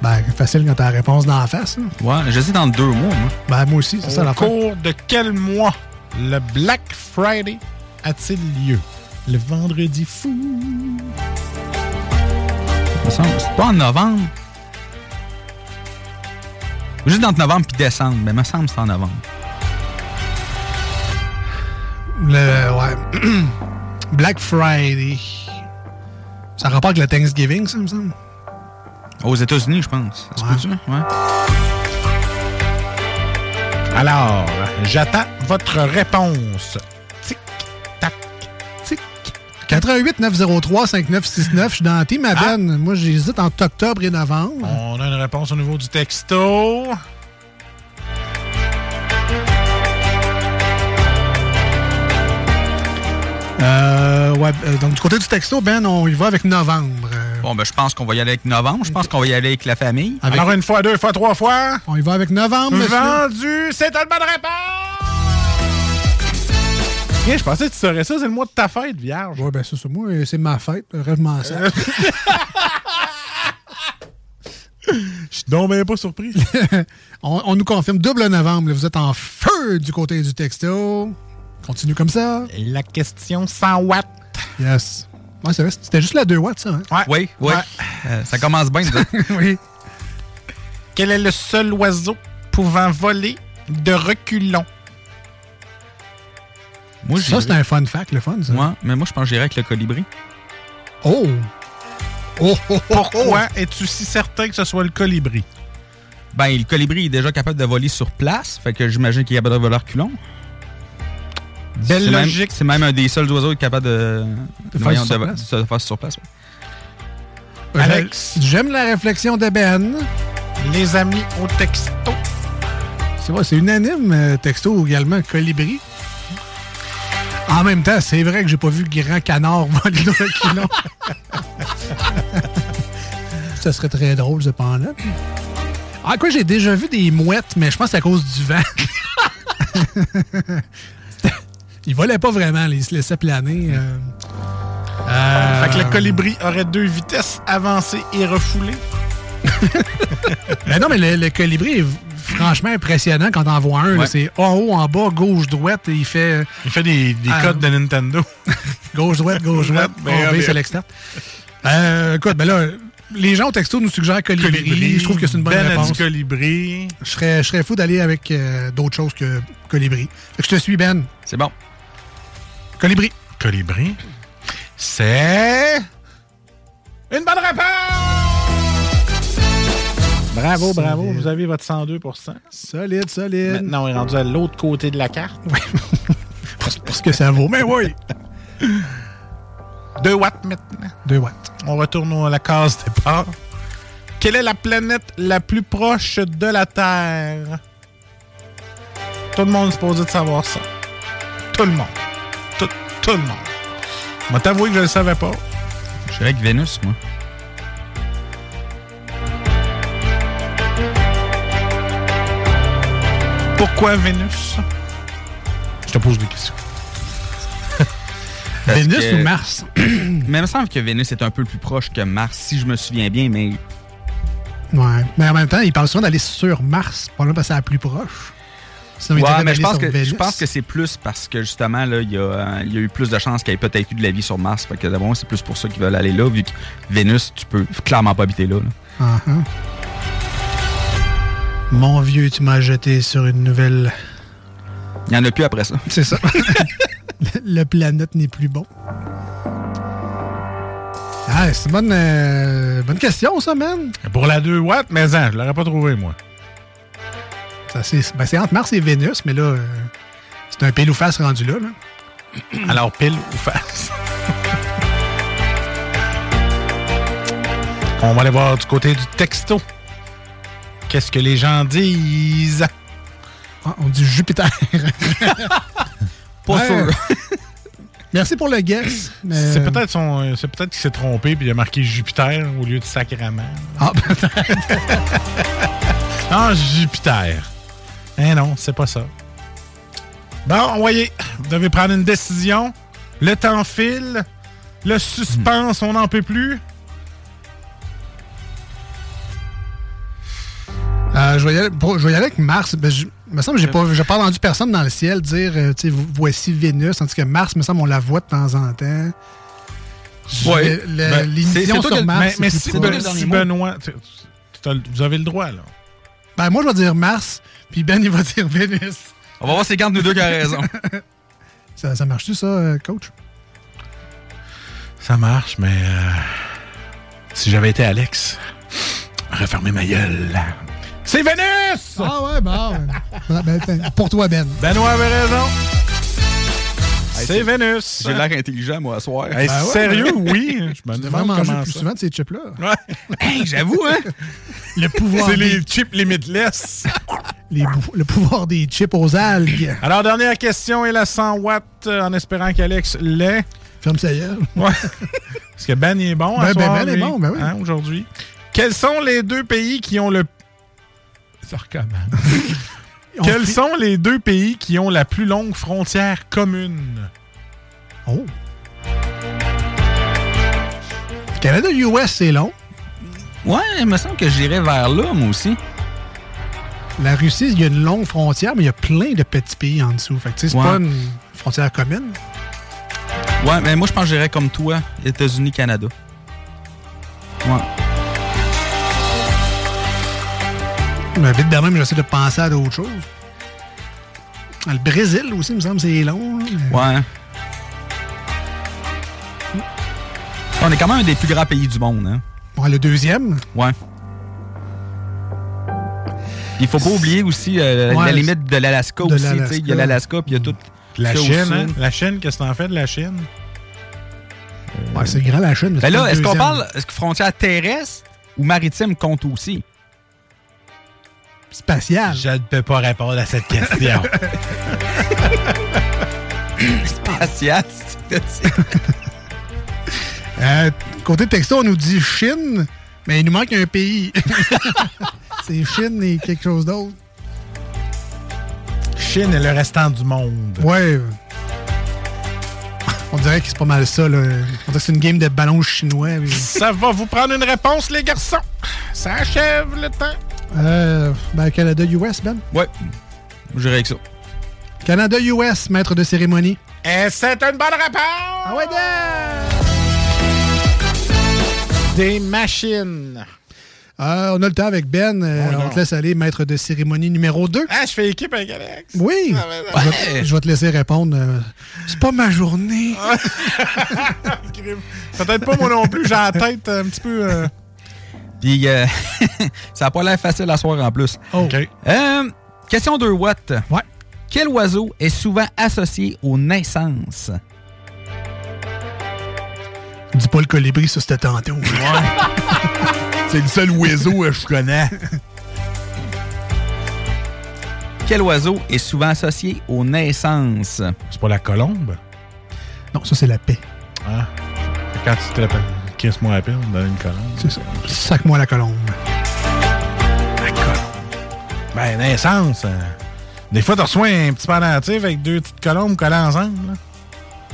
Ben, facile quand t'as la réponse dans la face. hein.
Ouais, je sais dans deux mois, moi.
Ben, moi aussi, c'est ça
Au
la
cours de quel mois le Black Friday a-t-il lieu? Le vendredi fou.
me semble. C'est pas en novembre. Ou Juste entre novembre puis décembre, mais me semble que c'est en novembre.
Le, ouais. Black Friday. Ça rapporte avec le Thanksgiving, ça, me semble.
Aux États-Unis, je pense. Ça se peut-tu? Ouais.
Alors, j'attends votre réponse.
88 903 5969. Je suis dans la team à Ben. Moi, j'hésite entre octobre et novembre.
Ah. On a une réponse au niveau du texto.
Euh, ouais, euh, donc, du côté du texto, Ben, on y va avec novembre.
Euh.
Bon, ben, je pense qu'on va y aller avec novembre. Je pense qu'on va y aller avec la famille.
Avec- Alors,
une fois, deux fois, trois fois.
On y va avec novembre. monsieur.
Vendu, c'est une bonne réponse! Bien, je pensais que tu saurais ça, c'est le mois de ta fête, vierge.
Ouais, ben, ça, c'est moi. euh, C'est ma fête. Rêve-moi ça.
Je suis donc bien pas surpris.
on, on nous confirme double novembre. là. Vous êtes en feu du côté du texto. Continue comme ça.
La question 100 watts.
Yes. Ouais, c'est vrai, C'était juste la 2 watts, ça. Hein?
Oui, oui. Euh, ça commence bien, nous autres.
oui.
Quel est le seul oiseau pouvant voler de reculons?
Moi,
ça, c'est un fun fact, le fun, ça.
Ouais, mais moi, je pense que j'irai avec le colibri.
Oh! Oh, oh, oh,
Pourquoi es-tu si certain que ce soit le colibri?
Ben, le colibri est déjà capable de voler sur place, fait que j'imagine qu'il est capable de voler reculons.
Belle
C'est même-
logique.
C'est même un des seuls oiseaux qui est capable de,
De faire
voyons,
sur
de-
place.
de se faire sur place. ouais.
oh. Alex. J'aime la réflexion de Ben.
Les amis au texto.
C'est vrai, c'est unanime, euh, texto également, colibri. En même temps, c'est vrai que j'ai pas vu grand canard voler de reculons. Ça serait très drôle, cependant. Ah, quoi, j'ai déjà vu des mouettes, mais je pense que c'est à cause du vent. C'était- ils volaient pas vraiment, là, ils se laissaient planer. euh. Euh,
Fait que le colibri aurait deux vitesses, avancée et refoulée.
Ben non, mais le, le colibri est franchement impressionnant quand t'en vois un. là.
Ouais.
C'est en haut, en bas, gauche, droite, et il fait.
Il fait des, des
Ah.
codes de Nintendo.
Gauche, droite, gauche, droite. Bon,
Ben,
ben,
ben.
c'est l'extérieur. Euh, écoute, ben là, les gens au texto nous suggèrent colibri.
Colibri.
Je trouve que c'est une bonne
Ben a dit
réponse.
colibri.
Je serais, je serais fou d'aller avec euh, d'autres choses que colibri. Fait que je te suis, Ben.
C'est bon.
Colibri.
Colibri. C'est... Une bonne réponse! Bravo, bravo. Vous avez votre 102
Solide, solide.
Maintenant, on est rendu à l'autre côté de la carte.
Parce, parce que ça vaut. Mais
Ben
oui.
2 watts maintenant.
2 watts.
On retourne à la case départ. Quelle est la planète la plus proche de la Terre? Tout le monde est supposé de savoir ça. Tout le monde. Tout, tout le monde. Je vais t'avouer que je ne le savais pas.
J'irai avec Vénus, moi.
Pourquoi Vénus? Je te pose des questions.
Parce
Vénus
que-
ou Mars?
mais il me semble que Vénus est un peu plus proche que Mars, si je me souviens bien, mais
Ouais. Mais en même temps, ils parlent souvent d'aller sur Mars, probablement parce que c'est la plus proche. Sinon, ils
Ouais,
diraient
mais
d'aller
je pense,
sur
que,
Vénus.
je pense que c'est plus parce que justement, là, il y, a, euh, il y a eu plus de chances qu'il y ait peut-être eu de la vie sur Mars. Fait que d'abord, c'est plus pour ça qu'ils veulent aller là, vu que Vénus, tu peux clairement pas habiter là. là.
Ah, ah. Mon vieux, tu m'as jeté sur une nouvelle.
Il n'y en a plus après ça.
C'est ça. le, le planète n'est plus bon. Ah, c'est une bonne, euh, bonne question, ça, man.
Pour la 2 watts, mais hein, je l'aurais pas trouvé, moi.
Ça, C'est ben, c'est entre Mars et Vénus, mais là, euh, c'est un pile ou face rendu là. là.
Alors, pile ou face? On va aller voir du côté du texto. Qu'est-ce que les gens disent?
Ah, on dit Jupiter.
Pas sûr.
Merci pour le guess. mais-
C'est peut-être son, euh, c'est peut-être qu'il s'est trompé puis il a marqué Jupiter au lieu de sacrament.
Ah, peut-être.
ah, Jupiter. Eh non, c'est pas ça. Bon, voyez, vous devez prendre une décision. Le temps file. Le suspense, on n'en peut plus.
Euh, je, vais y aller, pour- je vais y aller avec Mars. Ben, je, me semble que j'ai pas, j'ai pas entendu personne dans le ciel dire euh, tu sais, vo- voici Vénus, tandis que Mars, me semble, on la voit de temps en temps. Je-
Ouais.
le-
Ben, c'est- c'est
L'émission
toi qui as
sur
le-
Mars.
mais- mais
c'est
si,
plus
Ben-
proche.
si Benoît, tu- tu- t'as le- vous avez le droit là.
Ben, moi, je vais dire Mars, puis Ben, il va dire Vénus.
On va voir c'est quand de nous deux qui a raison.
Ça, ça marche-tu, ça, euh, coach?
Ça marche, mais euh, si j'avais été Alex, j'aurais fermé ma gueule. C'est Vénus!
Ah ouais, bon. ouais. Ben, ben, pour toi, Ben.
Benoît avait raison.
Hey,
c'est Vénus.
J'ai l'air intelligent, moi, à soir.
Hey,
Ben ouais.
sérieux, oui. Je me
Tu devrais
demande
manger
comment
plus
ça.
souvent de ces chips-là.
Ouais. Hey, j'avoue, hein?
Le pouvoir
C'est
des-
les chips limitless.
Les bou- le pouvoir des chips aux algues.
Alors, dernière question, et la 100 watts, euh, en espérant qu'Alex l'ait.
Ferme sa gueule.
Ouais. Parce que Ben il est bon à
Ben, ben,
soir,
Ben est
lui,
bon, ben oui.
hein, aujourd'hui. Quels sont les deux pays qui ont le... Ça recommence. Quels sont les deux pays qui ont la plus longue frontière commune?
Oh. Canada-US, c'est long.
Ouais, il me semble que j'irais vers là, moi aussi.
La Russie, il y a une longue frontière, mais il y a plein de petits pays en dessous. Fait que, tu sais, c'est
Ouais.
pas une frontière commune.
Ouais, mais moi, je pense que j'irais comme toi, États-Unis, Canada. Ouais.
Mais vite de même, j'essaie de penser à d'autres choses. Ah, Le Brésil aussi, il me semble, c'est long. là, mais-
Ouais. On est quand même un des plus grands pays du monde, hein?
Bon, le deuxième.
Ouais. Il faut pas oublier aussi euh, la-
Ouais,
la limite de l'Alaska
de
aussi. tu sais. Il y a
l'Alaska.
l'Alaska, puis il y a tout.
La
ça au
Chine,
sud.
hein? La Chine, qu'est-ce que t'en fais de la Chine?
Ouais, c'est grand la Chine. Mais
Ben
c'est pas
là,
le
est-ce qu'on
deuxième.
parle, est-ce que frontière terrestre ou maritime compte aussi?
Spatial.
Je ne peux pas répondre à cette question.
Spatial, c'est ce que t'as dit.
Euh, côté texto, on nous dit Chine, mais il nous manque un pays. c'est Chine et quelque chose d'autre.
Chine et le restant du monde.
Ouais. On dirait que c'est pas mal ça. Là. On dirait que c'est une game de ballon chinois. puis-
Ça va vous prendre une réponse, les garçons. Ça achève le temps.
Euh, ben, Canada-US, Ben.
Ouais. J'irais avec ça.
Canada-US, maître de cérémonie.
Et c'est une bonne réponse! Ah ouais, Des machines.
Euh, on a le temps avec Ben. Euh,
Ouais,
on
non.
te laisse aller, maître de cérémonie numéro 2.
Ah, je fais équipe avec Alex.
Oui!
Ah, ben,
Je, vais te, je vais te laisser répondre. euh, c'est pas ma journée.
Ah! Peut-être pas moi non plus, j'ai la tête euh, un petit peu... euh,
Puis euh, ça a pas l'air facile à soir en plus.
OK.
Euh, question 2 watts.
Oh. Ouais.
Quel oiseau est souvent associé aux naissances?
Dis pas le colibri, ça c'était tantôt.
C'est le seul oiseau que je connais.
Quel oiseau est souvent associé aux naissances?
C'est pas la colombe?
Non, ça c'est la paix.
Ah. Quand tu te rappelles, 15 mois à peine, dans une colombe.
C'est ça. Sac-moi la colombe.
Ben, naissance. euh, Des fois, tu reçois un petit pendentif avec deux petites colombes collées ensemble. là.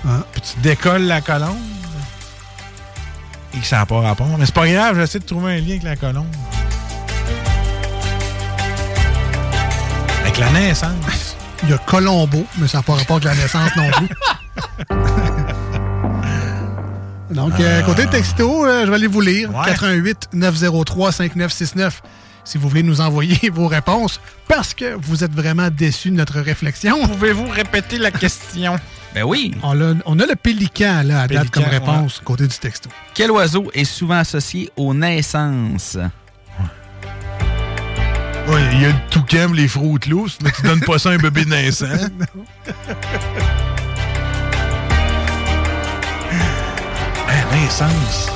Ah.
Puis tu décolles la colombe. Et que ça n'a pas rapport. Mais c'est pas grave, j'essaie de trouver un lien avec la colombe. Avec la naissance.
Il y a Colombo, mais ça n'a pas rapport avec la naissance non plus. Donc,
Ah.
euh, côté texto, euh, je vais aller vous lire. 88-903-5969. Si vous voulez nous envoyer vos réponses, parce que vous êtes vraiment déçus de notre réflexion.
Pouvez-vous répéter la question?
Ben oui.
On a, on a le pélican, là, à date
Pélican,
comme réponse, côté du texto.
Quel oiseau est souvent associé aux naissances?
Ouais, Ah. il y a le toucan, les fruits lousses, mais tu donnes pas ça à un bébé naissant. Ah, naissance.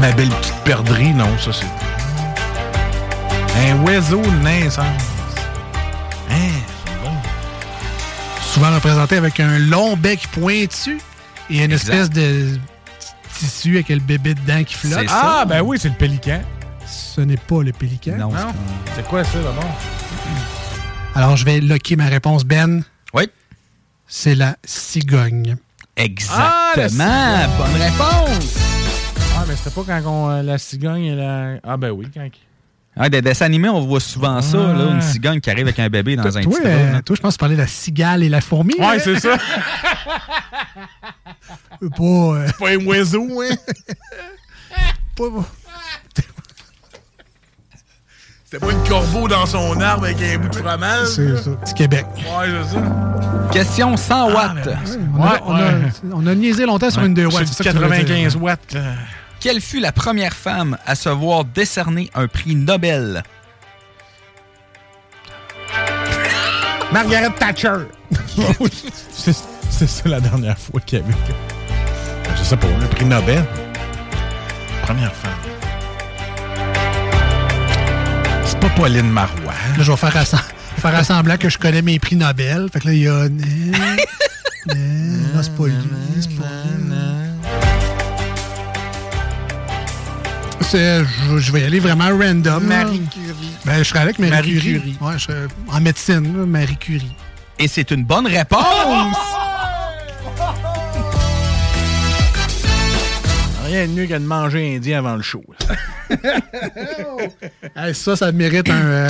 Ma belle petite perdrix, non, ça c'est. Un oiseau de naissance. Hein?
Souvent représenté avec un long bec pointu et une
Exact.
espèce de tissu avec le bébé dedans qui flotte.
Ah, ben oui, c'est le pélican.
Ce n'est pas le pélican.
C'est quoi ça, d'abord?
Alors, je vais loquer ma réponse, Ben.
Oui.
C'est la cigogne.
Exactement.
Ah, la
Bonne réponse.
Ah, mais c'était pas quand on, euh, la cigogne et la. Ah, ben oui, quand.
Ouais, Hein, des dessins animés, on voit souvent ça, là, une cigogne qui arrive avec un bébé dans un
Toi,
petit hein.
euh,
drone, là.
toi, je pense que tu parlais de la cigale et la fourmi.
Ouais,
hein?
c'est ça.
Euh, pas, euh,
Pas un oiseau, hein?
pas-
C'était pas une corbeau dans son arbre avec un bout de fromage.
C'est ça. C'est Québec.
Ouais, c'est ça.
Question 100 watts.
Ah, On, a, on, a- on a niaisé longtemps sur
Ouais.
une 2
Sur
watts.
du
c'est ça que tu voulais dire.
95
watts.
Quelle fut la première femme à se voir décerner un prix Nobel?
Margaret Thatcher. c'est c'est ça la dernière fois qu'il y avait. Je sais pas, le prix Nobel. Première femme. C'est pas Pauline Marois.
Là, je vais faire, assem- faire assemblant que je connais mes prix Nobel. Fait que là, il y a. Non, c'est pas lui. C'est pas C'est- Je, je vais y aller vraiment random. là.
Curie.
Ben, je serais avec Marie,
Marie
Curie.
Curie.
Ouais, je serais en médecine, là, Marie Curie.
Et c'est une bonne réponse!
Rien de mieux que de manger indien avant le show.
Hey, ça, ça mérite un. euh,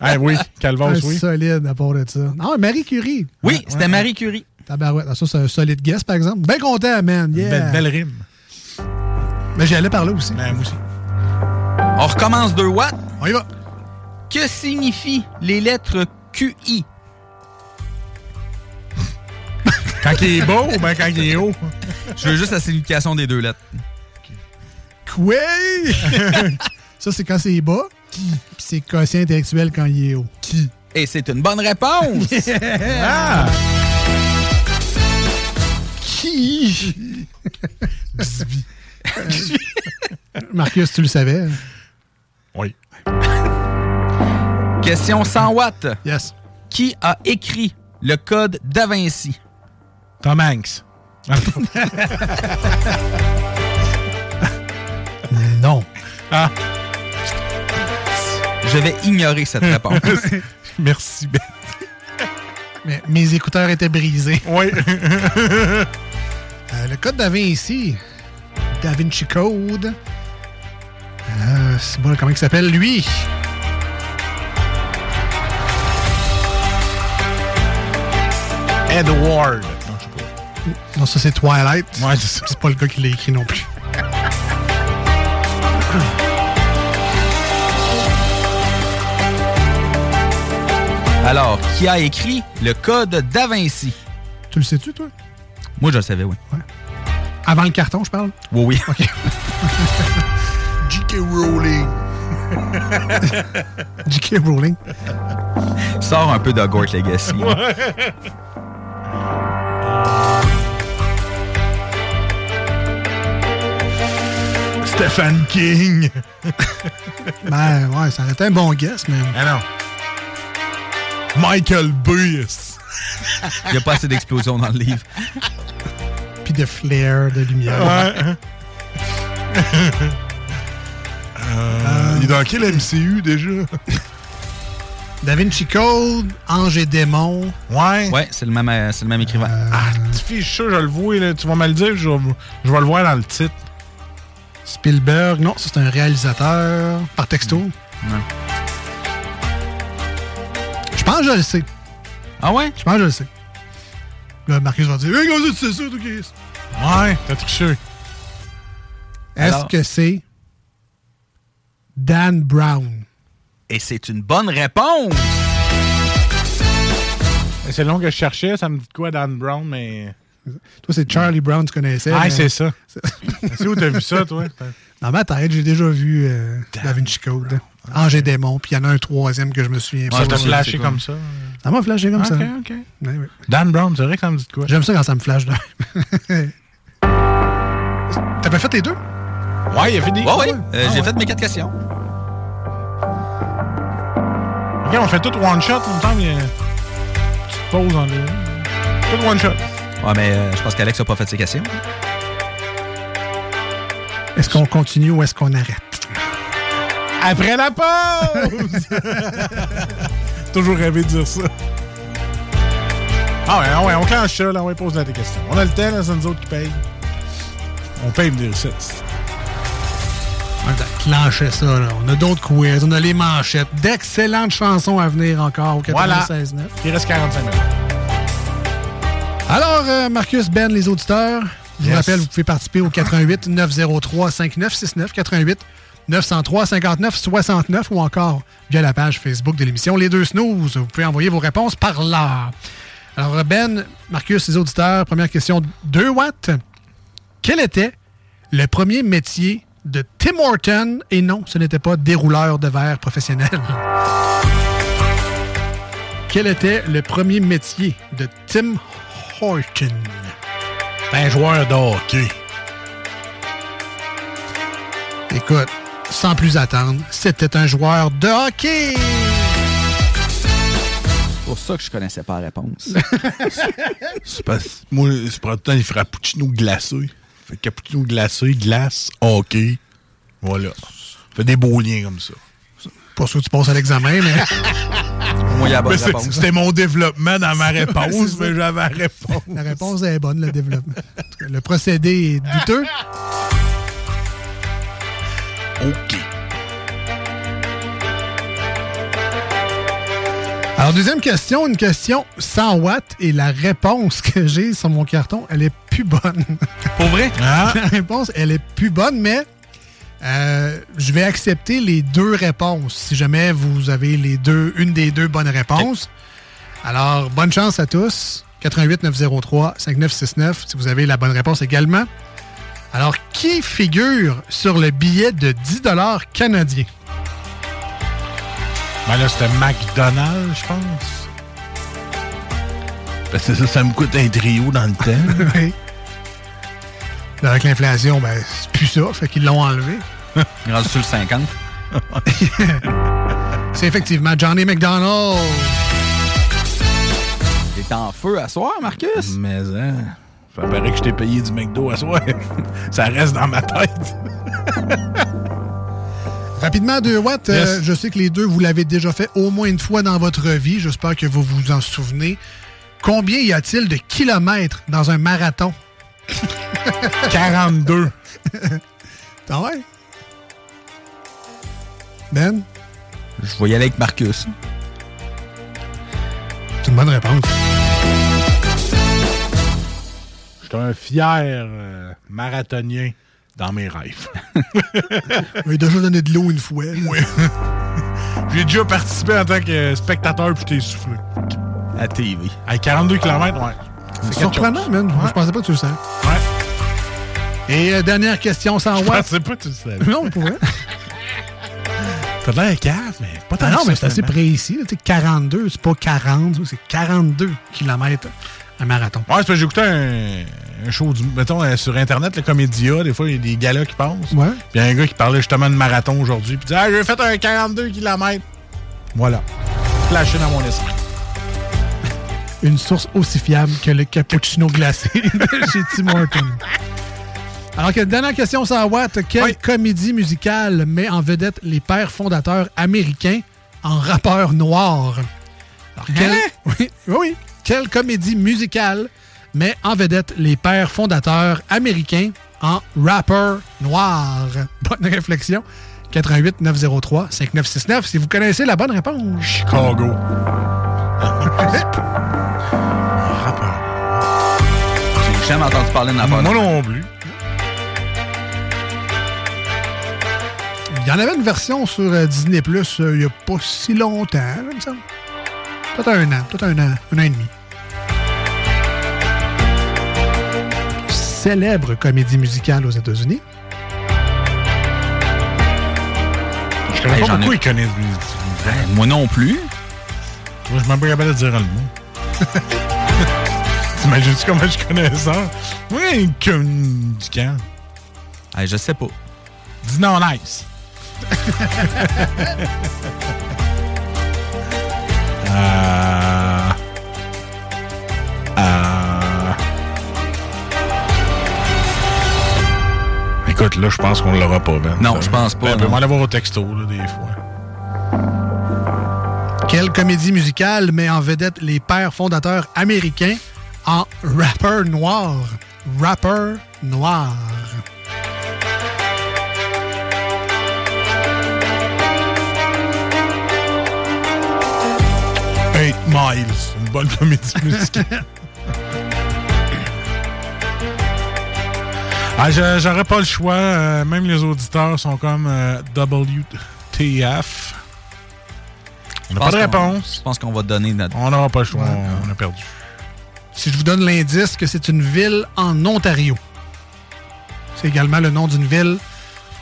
Ah oui,
un
Calvas, oui.
solide à part de ça. Ah, Marie Curie.
Oui, c'était Marie Curie.
Tabarouette. Ah, Ça, c'est un solide guess, par exemple. Ben content, man. Yeah.
Belle, belle rime.
Mais j'y allais par là aussi.
Ben, moi aussi.
On recommence 2 watts.
On y va.
Que signifient les lettres QI?
Quand il est beau ou ben quand il est haut?
Je veux juste la signification des deux lettres.
Quoi? ça, c'est quand c'est bas. Qui? c'est quotient intellectuel quand il est haut. Qui?
Et c'est une bonne réponse!
Ah!
Yeah! Qui? Marcus, tu le savais. hein?
Oui.
Question 100 watts.
Yes.
Qui a écrit le code Da Vinci?
Tom Hanks.
non.
Ah.
Je vais ignorer cette réponse.
Merci, Ben.
Mais mes écouteurs étaient brisés. Euh,
Oui.
le code Da Vinci. Da Vinci Code. Euh, c'est bon, comment il s'appelle, lui?
Edward. Non, je sais pas.
Non, ça, c'est Twilight. Ouais, c'est pas le gars qui l'a écrit non plus.
Alors, qui a écrit le code Da Vinci?
Tu le sais-tu, toi?
Moi, je le savais, oui.
Avant le carton, je parle?
Oui, oui.
J.K. Rowling. J.K. Rowling.
Sors un peu de Gort Legacy.
Stephen King.
Ben, ouais, ça aurait été un bon guess, mais...
Ah non. Michael Bay.
Il n'y a pas assez d'explosions dans le livre.
Puis de flair, de lumière.
Ouais. Euh, Il est dans quel MCU déjà?
Da Vinci Code, Ange et Démon.
Ouais.
Ouais, c'est le même, euh, c'est le même écrivain.
Ah, tu fiches, je suis sûr, je le vois, là. tu vas me le dire, je, vais- je vais le voir dans le titre.
Spielberg, non, ça, c'est un réalisateur. Par texto. Je pense que je le sais.
Ah ouais?
Je pense que je le sais. Là, Marcus va dire Hey, comment ça, tu sais ça, toi, Chris?
Ouais, t'as triché.
Est-ce
Alors-
que c'est Dan Brown?
Et c'est une bonne réponse.
C'est le nom que je cherchais, ça me dit de quoi, Dan Brown, mais.
Toi, c'est Charlie Brown, tu connaissais.
Ah,
mais-
c'est ça. C'est où t'as vu ça, toi?
Dans ma tête, j'ai déjà vu euh, Da Vinci Code, Ah, Angers Démon, puis il y en a un troisième que je me souviens
Ça t'a flashé comme ça.
Ça m'a flashé comme ça. Ben
Ok, ok. Dan Brown, c'est vrai que ça me dit de quoi?
J'aime ça quand ça me flash. là. T'avais fait les deux?
Ouais, il a fait des. Ah,
Ouais, ouais. Euh, J'ai fait mes quatre questions.
Ok, on fait tout one shot, il me semble. il y a- Tu te poses en deux. Tout one shot.
Ouais, mais euh, je pense qu'Alex n'a pas fait ses questions.
Est-ce qu'on continue ou est-ce qu'on arrête?
Après la pause! Toujours rêvé de dire ça. Ah ouais, ah ouais, on clenche ça, là, on va poser là tes questions. On a le temps, là, c'est nous autres qui payent. On paye pour des recettes.
On a clenché ça, là. On a d'autres quiz, on a les manchettes, d'excellentes chansons à venir encore au 96.9.
Voilà. Il reste 45 minutes.
Alors, euh, Marcus, Ben, les auditeurs, je vous rappelle, vous pouvez participer au 88 903 5969, 88 903 59 69 ou encore via la page Facebook de l'émission Les Deux Snooze. Vous pouvez envoyer vos réponses par là. Alors, Ben, Marcus, les auditeurs, première question 2 watts. Quel était le premier métier de Tim Horton? Et non, ce n'était pas dérouleur de verre professionnel. Quel était le premier métier de Tim Horton? Ben,
un joueur de hockey.
Écoute, sans plus attendre, c'était un joueur de hockey!
C'est pour ça que je connaissais pas la réponse.
C'est parce moi, je prends tout le temps des frappuccinos glacés. Fait cappuccino glacé, glace, hockey. Voilà. Fait des beaux liens comme ça.
Pas sûr que tu passes à l'examen, mais.
Moi, il y a la bonne
Mais c'est-
réponse.
C'était mon développement dans ma réponse, mais j'avais la réponse.
La réponse est bonne, le développement. En tout cas, Le procédé est douteux.
OK.
Alors, deuxième question, une question 100 watts, et la réponse que j'ai sur mon carton, elle est plus bonne. Ah.
Pour vrai?
La réponse, elle est plus bonne, mais euh, je vais accepter les deux réponses si jamais vous avez les deux, une des deux bonnes réponses. Alors, bonne chance à tous. 88 903 5969 si vous avez la bonne réponse également. Alors, qui figure sur le billet de 10 canadien?
Ben là, c'était McDonald's, je pense.
Parce que ça, ça me coûte un trio dans le temps.
Oui. Là, avec l'inflation, ben, c'est plus ça, fait qu'ils l'ont enlevé.
Il est rendu sur le 50.
C'est effectivement Johnny McDonald.
T'es en feu à soir, Marcus?
Mais, hein.
Ça paraît que je t'ai payé du McDo à soir. ça reste dans ma tête.
Rapidement, 2 watts. euh,
Yes.
je sais que les deux, vous l'avez déjà fait au moins une fois dans votre vie. J'espère que vous vous en souvenez. Combien y a-t-il de kilomètres dans un marathon?
42.
Ah ouais? Ben?
Je vais y aller avec Marcus.
C'est une bonne réponse.
J'étais un fier euh, marathonien dans mes rêves.
Il a déjà donné de l'eau une fois.
Oui. J'ai déjà participé en tant que spectateur puis t'es soufflé.
À TV.
À 42 km, ouais.
C'est
quelque
surprenant, man. Je pensais pas que tu le savais.
Ouais.
Et euh, dernière question sans
Je
watts.
pensais pas que tu le savais.
Non, pour vrai.
T'as l'air cave, mais pas tant
Ah non,
que
mais
ça,
c'est assez
finalement.
précis. là. Tu sais, 42, c'est pas 40, c'est 42 kilomètres un marathon.
Ouais, c'est parce que j'écoutais un, un show, du, mettons, euh, sur Internet, le Comédia, des fois, il y a des galas qui passent.
Ouais.
Puis il y a un gars qui parlait justement de marathon aujourd'hui, puis il disait « Ah, j'ai fait un 42 km! » Voilà. Flashé dans mon esprit.
Une source aussi fiable que le cappuccino glacé de chez Tim Horton. Alors que dernière question sans Watt, quelle comédie musicale met en vedette les pères fondateurs américains en rappeurs noirs? Alors, quelle... oui, oui, oui. Quelle comédie musicale met en vedette les pères fondateurs américains en rappeurs noirs? Bonne réflexion. 88 903 5969 si vous connaissez la bonne réponse.
Chicago.
J'ai jamais entendu parler d'une affaire.
Moi
de-
non plus.
Il y en avait une version sur euh, Disney Plus il n'y a pas si longtemps, là, il me semble. Peut-être un an, peut-être un an, un an et demi. Célèbre comédie musicale aux États-Unis.
Je connais
Hey,
pas
j'en ai- Ben,
beaucoup, ils connaissent.
Moi non plus.
Moi, je m'en pas capable de dire le mot. T'imagines-tu comment je connais ça? Oui, comme du camp.
Hey, je sais pas.
Dis non, nice. Ah. Ah. Écoute, là, je pense qu'on l'aura pas, Ben.
Non, je pense pas,
Ben, ben,
non.
on va l'avoir au texto, là, des fois.
Quelle comédie musicale met en vedette les pères fondateurs américains en rappeur noir? Rappeur noir.
Eight Miles, une bonne comédie musicale. ah, je- J'aurais pas le choix. euh, même les auditeurs sont comme euh, WTF. On n'a pas de réponse.
Je pense qu'on va donner notre. Ah.
On n'aura pas le choix. Oh On a perdu.
Si je vous donne l'indice que c'est une ville en Ontario. C'est également le nom d'une ville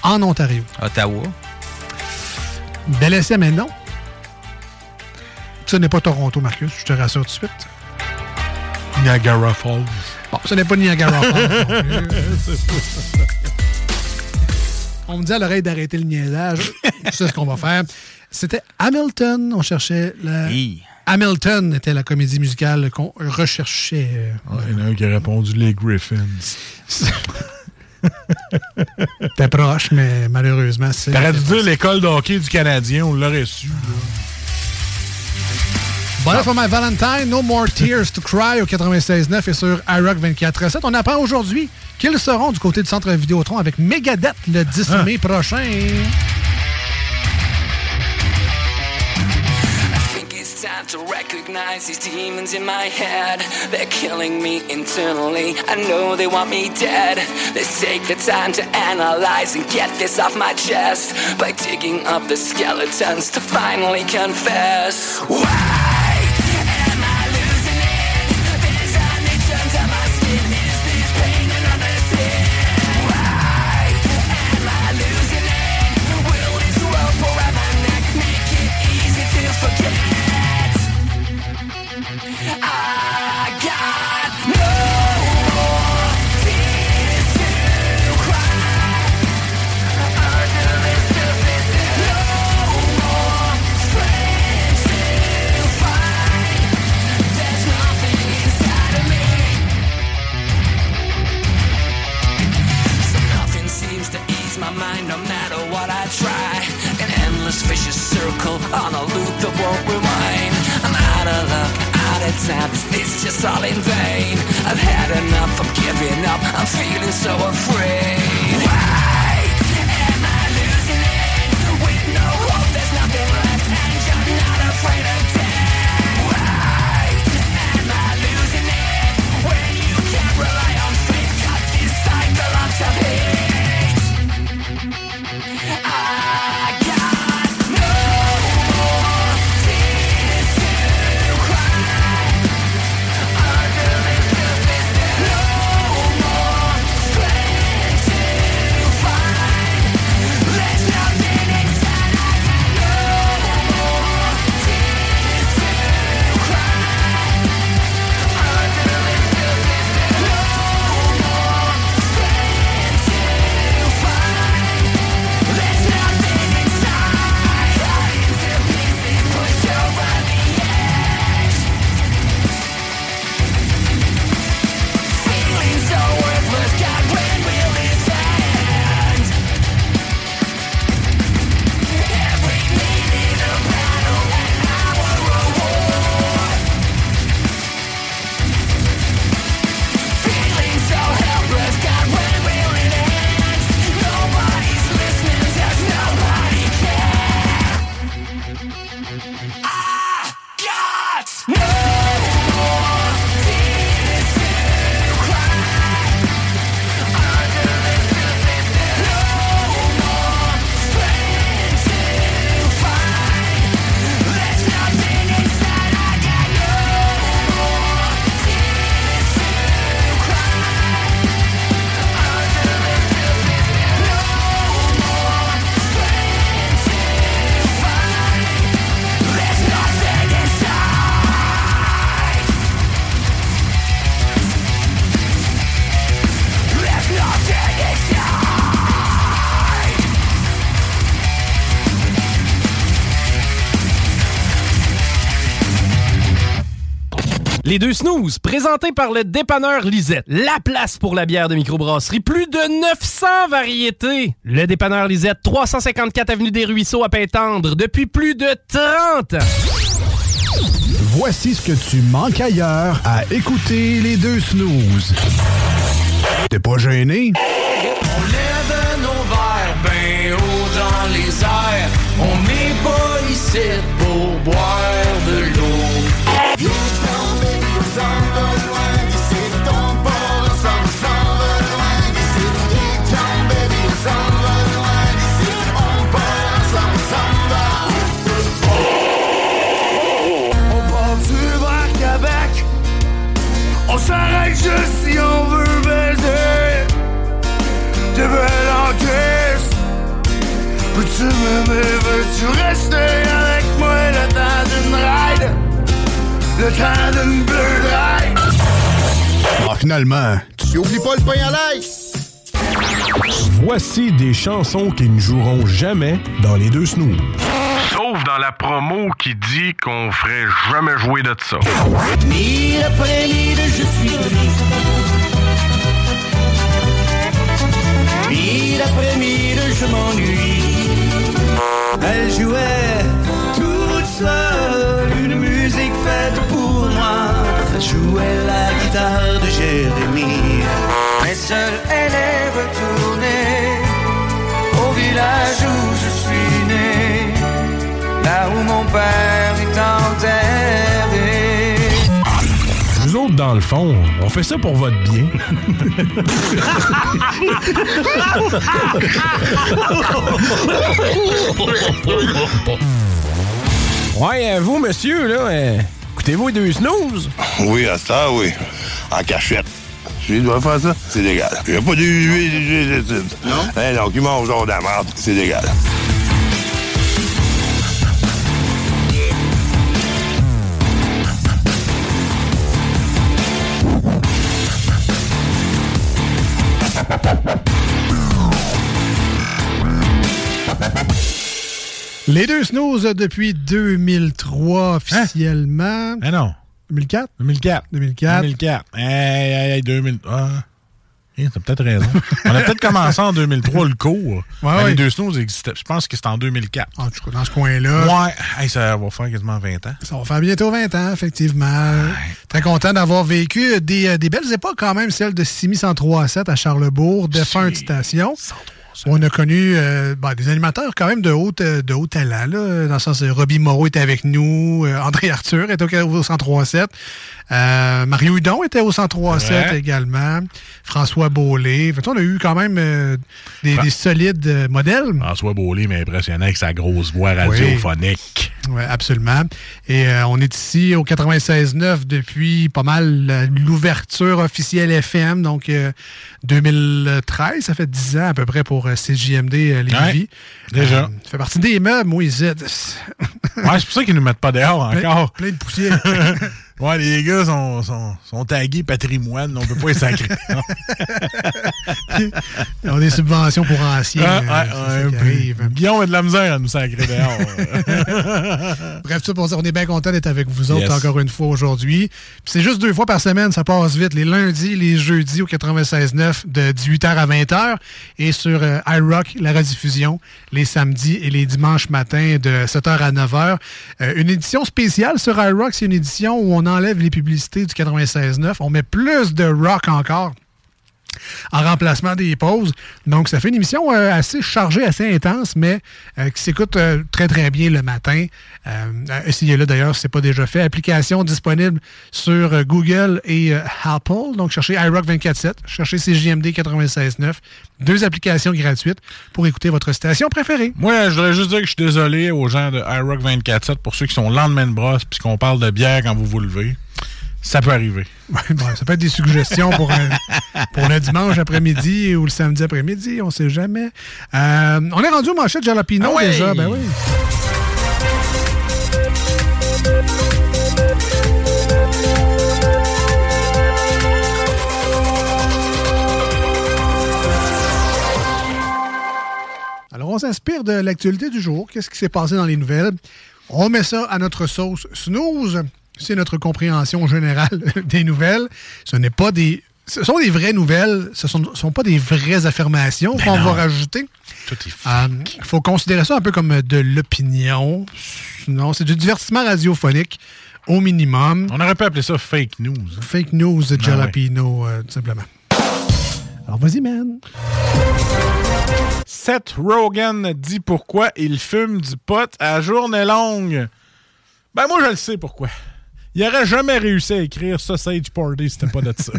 en Ontario.
Ottawa.
Bel essai, mais non. Ce n'est pas Toronto, Marcus, je te rassure tout de suite.
Niagara Falls.
hein. Bon, ce n'est pas Niagara Falls. non plus. On me dit à l'oreille d'arrêter le niaisage. C'est ce qu'on va faire. C'était Hamilton. On cherchait la. Hamilton était la comédie musicale qu'on recherchait. euh,
Il y en a un qui a répondu les Griffins.
T'es proche, mais malheureusement, c'est.
T'aurais dû dire l'école de hockey du Canadien, on l'aurait su. là.
Voilà pour my Valentine, No More Tears to Cry au 96.9 et sur iRock 24.7. On apprend aujourd'hui qu'ils seront du côté du centre Vidéotron avec Megadeth le 10
Hein?
mai prochain.
think it's time to recognize these demons in my head. They're killing me internally. I know they want me dead. Let's take the time to analyze and get this off my chest by digging up the skeletons to finally confess. Why? Nothing seems to ease my mind no matter what I try. An endless vicious circle on a loop that won't rewind. I'm out of luck, out of time. Is this just all in vain? I've had enough, I'm giving up. I'm feeling so afraid. Why am I losing it? With no hope, there's nothing left, and you're not afraid of death. Why am I losing it? When you can't rely on faith, cut this cycle of hate. There's nothing inside I got no more tears
Les deux snooze, présentés par le dépanneur Lisette. La place pour la bière de microbrasserie. Plus de 900 variétés. Le dépanneur Lisette, 354 Avenue des Ruisseaux à Pintendre, depuis plus de 30 ans.
Voici ce que tu manques ailleurs à écouter les deux snooze. T'es pas gêné?
On lève nos verres ben haut dans les airs. On n'est pas ici pour boire de l'eau. Viens tomber, nous sommes loin d'ici. Tombe, nous sommes, sommes loin d'ici. Viens tomber, nous sommes loin d'ici. On part ensemble, ensemble. On part du vers Québec. On s'arrête juste si on veut baiser. T'es belle en caisse. Peux-tu m'aimer, veux-tu rester avec moi le temps d'une ride? Le temps d'une bleu ride.
Ah, finalement.
Hein.
Tu oublies pas le pain à l'ail? Voici des chansons qui ne joueront jamais dans les deux snooze.
Sauf dans la promo qui dit qu'on ferait jamais jouer de ça.
Lire après lire, je suis triste. Mille après mille, je m'ennuie. Elle jouait toute seule une musique faite pour moi. Elle jouait la guitare de Jérémy. Mais seule, elle est retournée au village où je suis né. Là où mon père est enterré.
Nous autres, dans le fond, on fait ça pour votre bien.
Ouais, euh, vous, monsieur, là, euh, écoutez-vous les deux snooze?
Oui, à ça, oui. En cachette. Tu dois faire ça? C'est légal. J'ai pas du Non? Hein, donc, il mange genre de la merde. C'est légal.
Les deux snooze depuis
Hein?
2003 officiellement.
Eh
Ah non.
2004?
2004.
2004.
2004. Hey, hey, hey, 2000. Ah. Hey, T'as peut-être raison. On a peut-être commencé en 2003 le cours.
Ouais,
Mais
ouais.
Les deux snooze existaient. Je pense que c'était en 2004.
En tout cas, dans ce coin-là.
Ouais. Hey, ça va faire quasiment 20 ans.
Ça va faire bientôt 20 ans, effectivement. Très content d'avoir vécu des, euh, des belles époques quand même, celle de Simi 103 à 7 à Charlebourg, défunte station. On a connu euh, ben, des animateurs quand même de haut, euh, de haut talent, là, dans le sens euh, Robbie Moreau était avec nous, euh, André Arthur était au, au 103.7, euh, Mario Hudon était au 103.7
Ouais.
également, François Beaulé. Fait que on a eu quand même euh, des, des solides euh, modèles.
François Beaulé m'a impressionné avec sa grosse voix radiophonique.
Oui, absolument. Et euh, on est ici au 96.9 depuis pas mal euh, l'ouverture officielle FM, donc euh, 2013, ça fait 10 ans à peu près pour euh, CJMD euh, Lévis.
Ouais, déjà.
Euh, ça fait partie des meubles, moi, ils étaient-
Ouais, c'est pour ça qu'ils nous mettent pas dehors
Plein-
encore.
Plein de poussière.
ouais, les gars sont, sont, sont tagués patrimoine, on peut pas les sacrer.
Ils ont des subventions pour anciens.
Ah,
euh,
ouais,
c'est ça
ouais,
qui
puis
arrive.
Guillaume a de la misère à nous sacrer dehors.
Bref, tout pour dire, on est bien content d'être avec vous autres
Yes.
encore une fois aujourd'hui. Puis C'est juste deux fois par semaine, ça passe vite, les lundis, les jeudis au 96.9 de 18h à 20h et sur euh, iRock, la rediffusion, les samedis et les dimanches matins de 7h à 9h. Euh, une édition spéciale sur iRock, c'est une édition où on enlève les publicités du 96.9, on met plus de rock encore en remplacement des pauses. Donc, ça fait une émission euh, assez chargée, assez intense, mais euh, qui s'écoute euh, très, très bien le matin. Euh, euh, Essayez-le d'ailleurs si ce n'est pas déjà fait. Application disponible sur euh, Google et euh, Apple. Donc, cherchez iRock 24-7, cherchez CJMD 96.9. Deux applications gratuites pour écouter votre station préférée.
Moi, je voudrais juste dire que je suis désolé aux gens de iRock 24-7 pour ceux qui sont lendemain de brosse puis qu'on parle de bière quand vous vous levez. Ça peut arriver.
Ouais, bon, ça peut être des suggestions pour, un- pour le dimanche après-midi ou le samedi après-midi, on ne sait jamais. Euh, on est rendu au manchette Jalapino
Ah ouais!
déjà. Ben oui. Alors, on s'inspire de l'actualité du jour. Qu'est-ce qui s'est passé dans les nouvelles? On met ça à notre sauce snooze. c'est notre compréhension générale des nouvelles. Ce n'est pas des. Ce sont des vraies nouvelles, ce ne sont, sont pas des vraies affirmations
Ben
qu'on va rajouter. Il faut considérer ça un peu comme de l'opinion. Non, c'est du divertissement radiophonique au minimum.
On aurait pu appeler ça fake news. hein.
Fake news de Jalapino, euh, tout simplement. Ah Alors vas-y, man.
Seth Rogen dit pourquoi il fume du pot à journée longue. Ben moi, je le sais pourquoi. Il aurait jamais réussi à écrire Sausage Party si c'était pas de ça.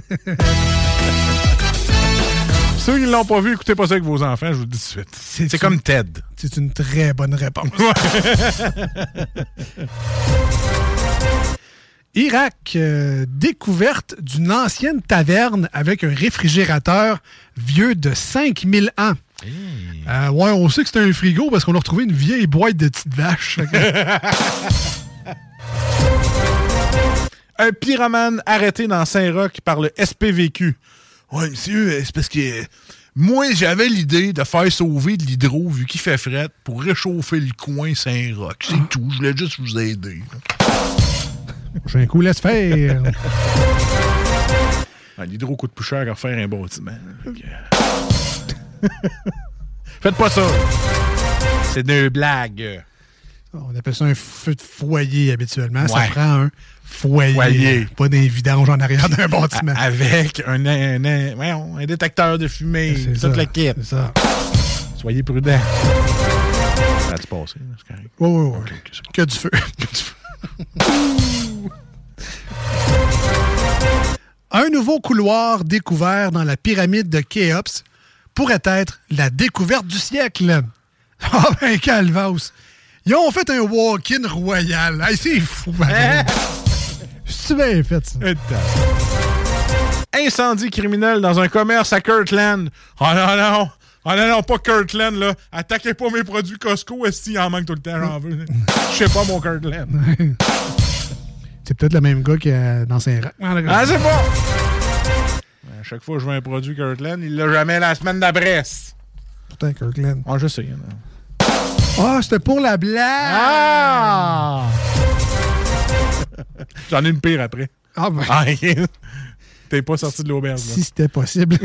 Ceux qui ne l'ont pas vu, écoutez pas ça avec vos enfants, je vous le dis tout de suite. C'est
une-
comme Ted.
C'est une très bonne réponse. Irak, euh, découverte d'une ancienne taverne avec un réfrigérateur vieux de 5000 ans. Euh, ouais, on sait que c'était un frigo parce qu'on a retrouvé une vieille boîte de petites vaches.
Un pyromane arrêté dans Saint-Roch par le SPVQ.
Oui, monsieur, euh, c'est parce que euh, moi, j'avais l'idée de faire sauver de l'hydro, vu qu'il fait fret, pour réchauffer le coin Saint-Roch. C'est
Ah.
tout, je voulais juste vous aider.
J'ai un coup, laisse faire.
Ah, L'hydro coûte plus cher qu'à refaire un bâtiment. Fait que- Faites pas ça. C'est une blague.
On appelle ça un feu de foyer habituellement. Ça
Ouais.
prend un foyer.
Foyer.
Pas d'un vidange en arrière d'un bâtiment.
A- Avec un, un- un- voyons, un détecteur de fumée.
C'est
Toute
ça,
la kit.
C'est ça.
Soyez prudents. Ça a-tu passé? là? C'est correct.
Ouais, ouais, ouais. que du feu. Un nouveau couloir découvert dans la pyramide de Khéops pourrait être la découverte du siècle. Ah ben, Calvaus! Ils ont fait un walk-in royal. Hey, c'est fou,
Eh!
man. C'est bien fait, ça.
Incendie criminel dans un commerce à Kirtland. Oh non, non! Oh non, non, pas Kirtland, là. Attaquez pas mes produits Costco, est-ce qu'il en manque tout le temps, j'en veux. Je sais pas, mon Kirtland.
C'est peut-être le même gars que euh, dans Saint-Rac.
Ah, c'est pas! À chaque fois que je veux un produit Kirtland, il l'a jamais la semaine d'après.
Pourtant, Kirkland.
Ah, je sais.
Ah, c'était pour la blague! Ah!
J'en ai une pire après.
Ah, ben.
rien. T'es pas sorti de l'auberge, là.
Si c'était possible.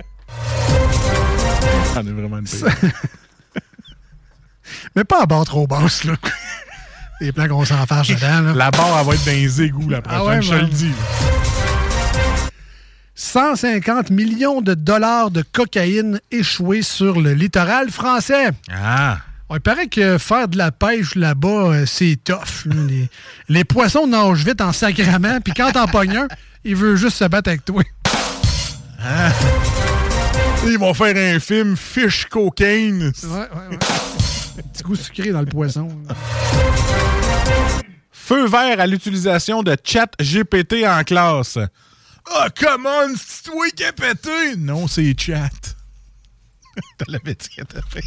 J'en ai vraiment une pire.
Mais pas à barre trop basse, là. Des plans qu'on s'en fâche dedans, là.
La barre, elle va être dans les égouts la prochaine,
Ah ouais,
je te le
man.
dis. là.
150 millions de dollars de cocaïne échoués sur le littoral français.
Ah!
Ouais, il paraît que faire de la pêche là-bas, euh, c'est tough. là. Les, les poissons nagent vite en sacrament, puis quand t'en pognes un, il veut juste se battre avec toi.
Ils vont Ah. faire un film Fish Cocaine.
Ouais, ouais, ouais. Petit goût sucré dans le poisson.
Feu vert à l'utilisation de chat GPT en classe. Ah, come on, c'est toi qui as pété! Non, c'est chat. T'as la bêtise qu'elle t'a fait.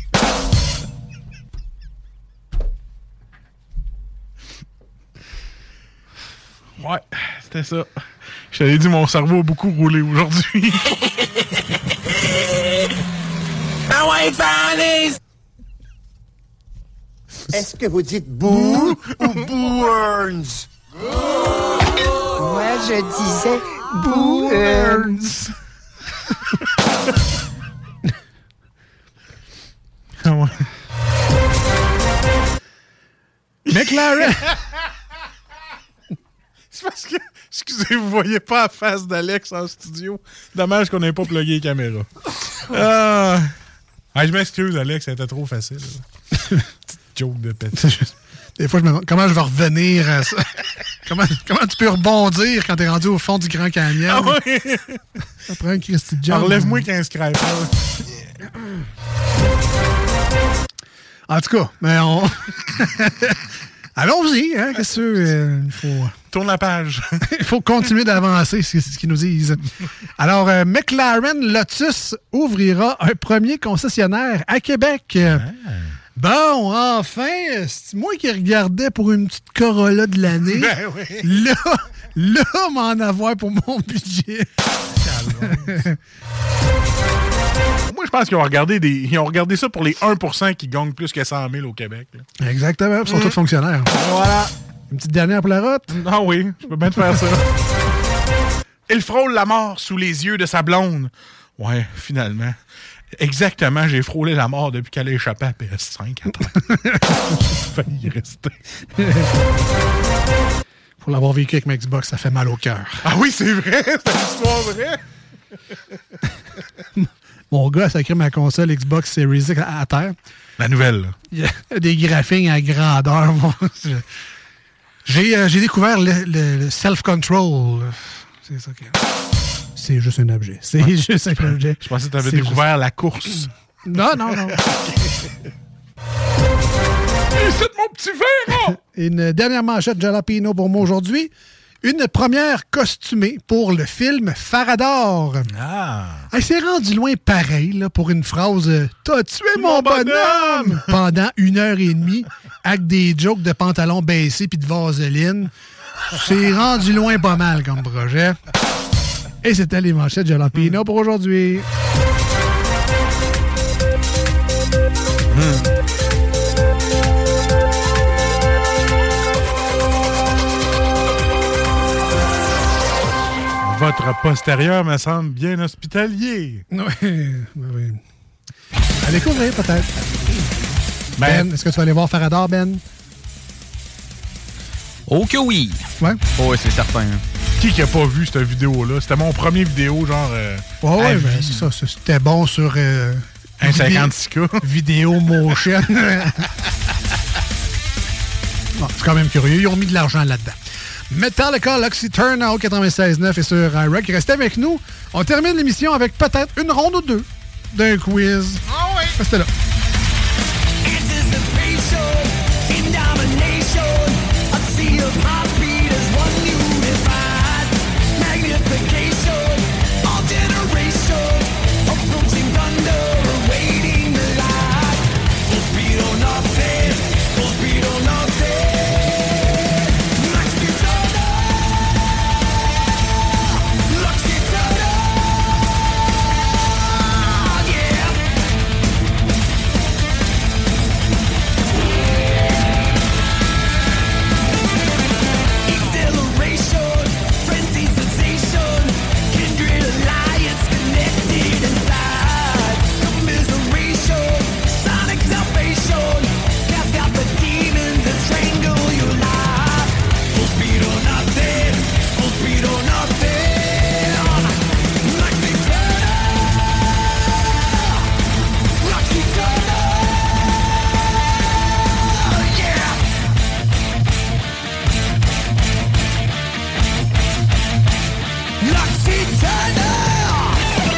Ouais, c'était ça. Je t'avais dit, mon cerveau a beaucoup roulé aujourd'hui.
Ah ouais, Paris! Est-ce que vous dites boo ou burns? Moi, je disais burns.
Ah McLaren!
C'est parce que, excusez, vous voyez pas la face d'Alex en studio. Dommage qu'on n'ait pas plugué les caméras. Ah. Ah, je m'excuse, Alex, c'était trop facile. Petite joke de pète.
Des fois, je me demande comment je vais revenir à ça. comment, comment tu peux rebondir quand t'es rendu au fond du Grand Canyon?
Ah ouais!
Après un Christy John.
Enlève-moi 15 crêpes.
En tout cas, mais on. Allons-y, hein? Qu'est-ce que euh, il faut.
Tourne la page.
il faut continuer d'avancer, c'est ce qu'ils nous disent. Alors, euh, McLaren Lotus ouvrira un premier concessionnaire à Québec.
Ah.
Bon, enfin, c'est moi qui regardais pour une petite Corolla de l'année.
Ben oui.
Là, là, m'en avoir pour mon budget.
Moi, je pense qu'ils ont regardé des, ils ont regardé ça pour les 1% qui gagnent plus que 100 000 au Québec. là.
Exactement, ils sont tous fonctionnaires.
Mmh. Voilà.
Une petite dernière pour la route?
Ah oui, je peux bien te faire ça. Il frôle la mort sous les yeux de sa blonde. Ouais, finalement. Exactement, j'ai frôlé la mort depuis qu'elle a échappé à PS5 à terre. J'ai failli y rester.
Pour l'avoir vécu avec ma Xbox, ça fait mal au cœur.
Ah oui, c'est vrai, c'est une histoire vraie.
Mon gars a sacré ma console Xbox Series X à à terre.
La nouvelle, là.
Il y a des graphiques à grandeur. mon- je- J'ai euh, j'ai découvert le, le- le self-control. C'est ça que- C'est juste un objet. C'est juste un objet.
Je pensais que tu avais
C'est
découvert la course.
Non, non, non.
c'est mon petit verre!
Une dernière manchette Jalapino pour moi aujourd'hui. Une première costumée pour le film Farador.
Ah!
Elle s'est rendue loin pareil là, pour une phrase euh, T'as tué mon, bonhomme! pendant une heure et demie avec des jokes de pantalon baissé puis de vaseline. C'est rendu loin pas mal comme projet. Et c'était les manchettes Jalapino
Hmm.
pour aujourd'hui.
Votre postérieur me semble bien hospitalier.
Oui, oui. À découvrir peut-être. Ben, est-ce que tu vas aller voir Farador, Ben?
Oh que oui! Oh,
Ouais.
Ouais, c'est certain. hein.
Qui qui a pas vu cette vidéo-là? C'était mon premier vidéo, genre. euh,
Ouais, ouais,
à
ben,
vie.
c'est ça. ça, C'était bon sur. euh,
Un
vidé-
56K.
Vidéo motion. Bon, c'est ah, quand même curieux. Ils ont mis de l'argent là-dedans. Metallica, L'Oxyturn au 96.9 et sur iRock. Restez avec nous. On termine l'émission avec peut-être une ronde ou deux d'un quiz. Restez là.
Anticipation in domination. A sea of heartbeat is one unified. Magnification of generation. Approaching thunder, awaiting the light. Full speed or nothing. Full speed or nothing. Luxitana. Luxitana. Yeah. Exhilaration, frenzy sensation, kindred alliance connected inside. Commiseration, sonic salvation, cast out the demons that strangle your life. Full speed or nothing, full speed or nothing. Lexington, Lexington, yeah. L'Occitanie!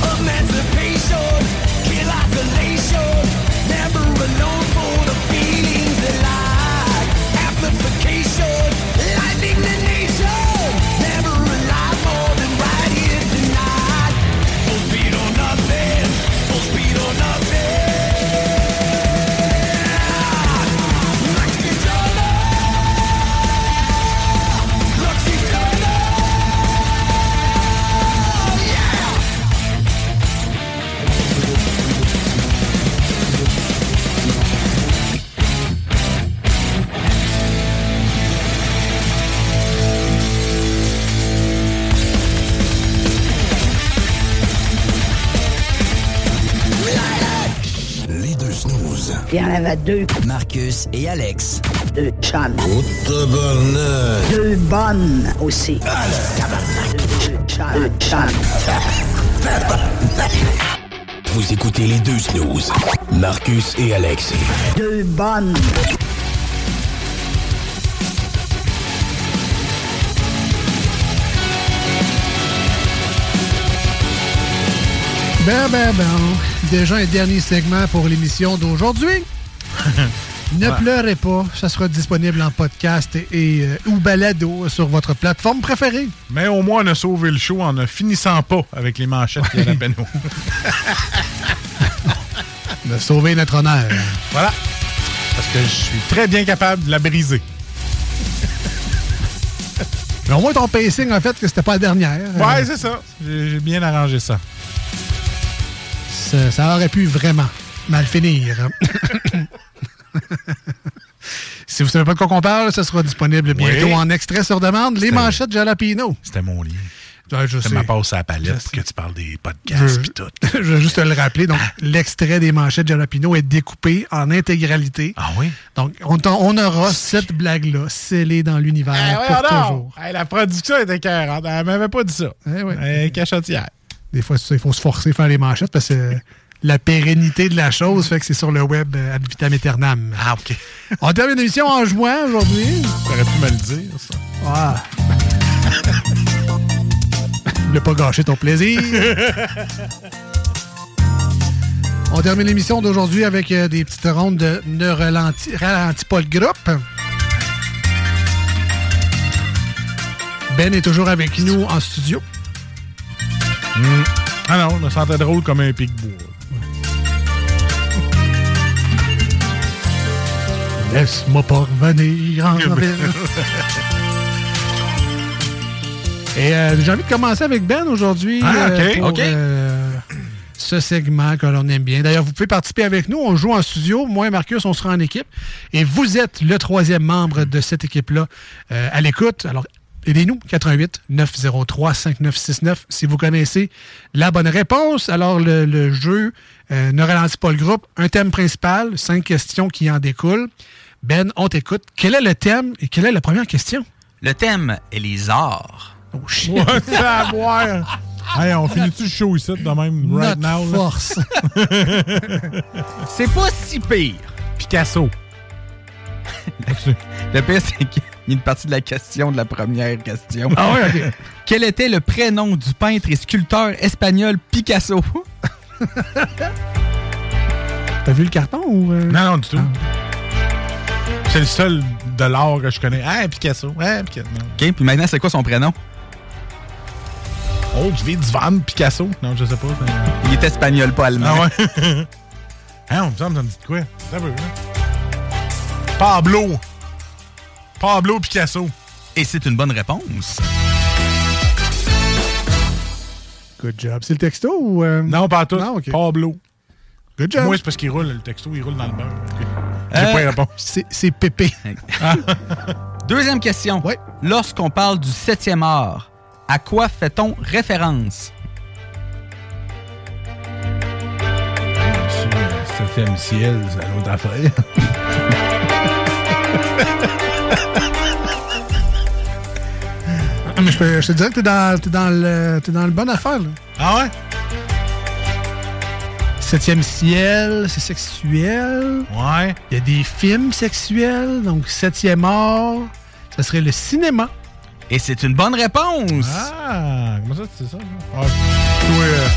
Emancipation, kill isolation, never alone for the feelings that lie. Amplification, lightning the nation, never alive more than right here tonight. Full speed or nothing, full speed or nothing. Lexington, Lexington, yeah.
Les deux snooze.
Il y en avait deux. Marcus et Alex. Deux chans.
Tabarnak.
Deux bonnes aussi. Ah, tabarnak. Deux
Vous écoutez les deux snooze, Marcus et Alex.
Deux bonnes.
Ben, ben, ben. Déjà un dernier segment pour l'émission d'aujourd'hui. Ne
Ouais.
pleurez pas, ça sera disponible en podcast et, et, euh, ou balado sur votre plateforme préférée.
Mais au moins, on a sauvé le show en ne finissant pas avec les manchettes de la Benoît.
De sauver notre honneur.
Voilà. Parce que je suis très bien capable de la briser.
Mais au moins ton pacing a fait que c'était pas la dernière.
Ouais,
Euh,
c'est ça. J'ai j'ai bien arrangé ça.
ça, ça aurait pu vraiment mal finir. si vous savez pas de quoi qu'on parle, ça sera disponible bientôt
Oui.
en extrait sur demande. Les manchettes Jalapino.
C'était mon lien.
je
C'était
sais.
ma passe à la palette pour que tu parles des podcasts pis tout.
Je vais juste te le rappeler. Donc,
Ah.
l'extrait des manchettes Jalapino est découpé en intégralité.
Ah oui?
Donc, on, t'en- on aura cette blague-là scellée dans l'univers
Ben Eh,
pour toujours. Eh
la production était carrante. Elle m'avait pas dit ça. Elle est cachotière.
Des fois, c'est- il faut se forcer à faire les manchettes parce que euh, la pérennité de la chose fait que c'est sur le web euh, ad vitam aeternam.
Ah, OK.
On termine l'émission en jouant aujourd'hui.
T'aurais pu me le dire, ça.
Ah. ne pas gâcher ton plaisir. On termine l'émission d'aujourd'hui avec euh, des petites rondes de Ne ralentis, ralentis pas le groupe. Ben est toujours avec nous en studio.
Hmm. Ah non, je me sentais drôle comme un pigbois.
Laisse-moi pas revenir en ville. Et euh, j'ai envie de commencer avec Ben aujourd'hui.
Ah, ok.
pour,
Ok.
euh, ce segment que l'on aime bien. D'ailleurs, vous pouvez participer avec nous. On joue en studio. Moi et Marcus, on sera en équipe. Et vous êtes le troisième membre de cette équipe-là euh, à l'écoute. Alors, aidez-nous. 88 903 5969 si vous connaissez la bonne réponse. Alors, le, le jeu euh, ne ralentit pas le groupe. Un thème principal, cinq questions qui en découlent. Ben, on t'écoute. Quel est le thème et quelle est la première question?
Le thème est les arts.
Oh shit!
Ouais, ça à boire. Hey, on finit-tu le show ici de même, right
Notre
now? là?
force.
C'est pas si pire.
Picasso.
Le pire, c'est qu'il y a une partie de la question de la première question.
Ah ouais, ok.
Quel était le prénom du peintre et sculpteur espagnol Picasso?
T'as vu le carton ou. euh? Ah.
Non, non, du tout. C'est le seul de l'art que je connais. Ah, Picasso. Ah, Picasso.
OK, puis maintenant, c'est quoi son prénom?
Oh, tu vis Van Picasso? Non, je sais pas.
Il est espagnol, pas allemand.
Ah ouais? hein, on me semble, ça me dit de quoi? Ça veut, hein? Pablo. Pablo Picasso.
Et c'est une bonne réponse.
Good job. C'est le texto ou. euh?
Non, pas à tout.
Non, ok.
Pablo.
Good job.
Moi, c'est parce qu'il roule, le texto, il roule dans le beurre.
Euh.
J'ai pas répondu.
C'est c'est Pépé.
Deuxième question. Lorsqu'on parle du septième art, à quoi fait-on référence?
Septième ciel, c'est l'autre affaire.
Ah, mais je, peux- je te dirais que t'es dans, t'es dans le t'es dans le bonne affaire. Là.
Ah ouais?
Septième ciel, c'est sexuel.
Ouais.
Il y a des films sexuels, donc septième art, ça serait le cinéma.
Et c'est une bonne réponse.
Ah, comment ça, c'est ça? là? Ah, toi, euh,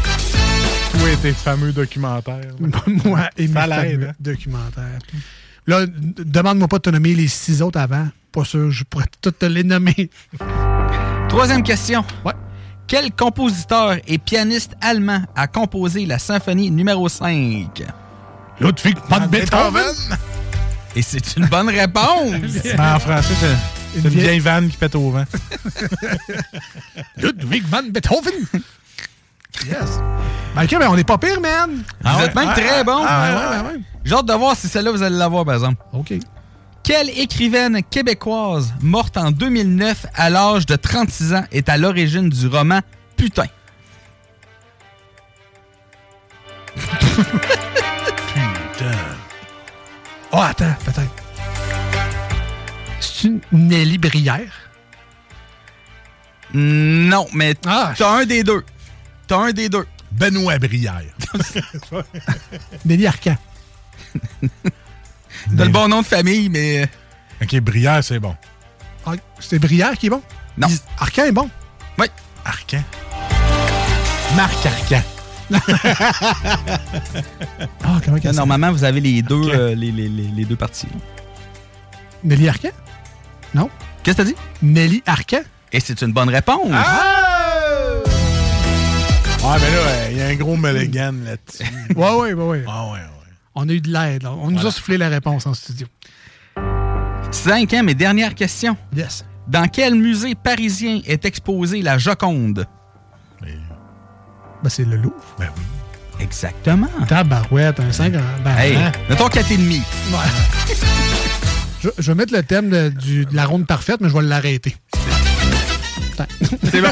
toi et tes fameux documentaires.
Moi et mes
Ça l'aide,
fameux
hein?
documentaires. Là, n- demande-moi pas de te nommer les six autres avant. Pas sûr, je pourrais toutes te les nommer.
Troisième question. Quel compositeur et pianiste allemand a composé la symphonie numéro 5?
Ludwig van Beethoven.
Et c'est une bonne réponse.
Ah, en français, c'est c'est une vieille vanne qui pète au vent.
Ludwig van Beethoven. yes. Ben, OK, ben, on est pas pire, man.
vous êtes même très bon.
Ah, ouais, ouais, ouais.
J'ai hâte de voir si celle-là, vous allez l'avoir, par exemple.
OK.
Quelle écrivaine québécoise, morte en 2009 à l'âge de 36 ans, est à l'origine du roman Putain?
Putain.
Oh,
Ah,
attends, peut-être. C'est une Nelly Brière.
Non, mais
Ah,
t'as un des deux. T'as un des deux.
Benoît Brière.
Denis Arcan.
T'as le bon nom de famille, mais. euh,
Ok, Brière, c'est bon.
Ah, C'est Brière qui est bon?
Non.
Arcan est bon?
Oui.
Arcan.
Marc Arcan. Ah, comment
Là, normalement, vous avez les deux, euh, les, les- les- les deux parties.
Nelly Arcan? Non.
Qu'est-ce que t'as dit?
Nelly Arcan?
Et c'est une bonne réponse.
Ouais, mais là, il y a un gros mulligan là-dessus.
Ouais, ouais, ouais, ouais.
ouais,
On a eu de l'aide. là. On nous a soufflé la réponse en studio.
Cinquième et dernière question.
Yes.
Dans quel musée parisien est exposée la Joconde?
Ben, c'est le Louvre.
Ben oui.
Exactement.
Tabarouette, un 5. Ben,
Hey,
hein.
mettons 4,5.
Je, je vais mettre le thème de, du- de la ronde parfaite, mais je vais l'arrêter.
C'est bon.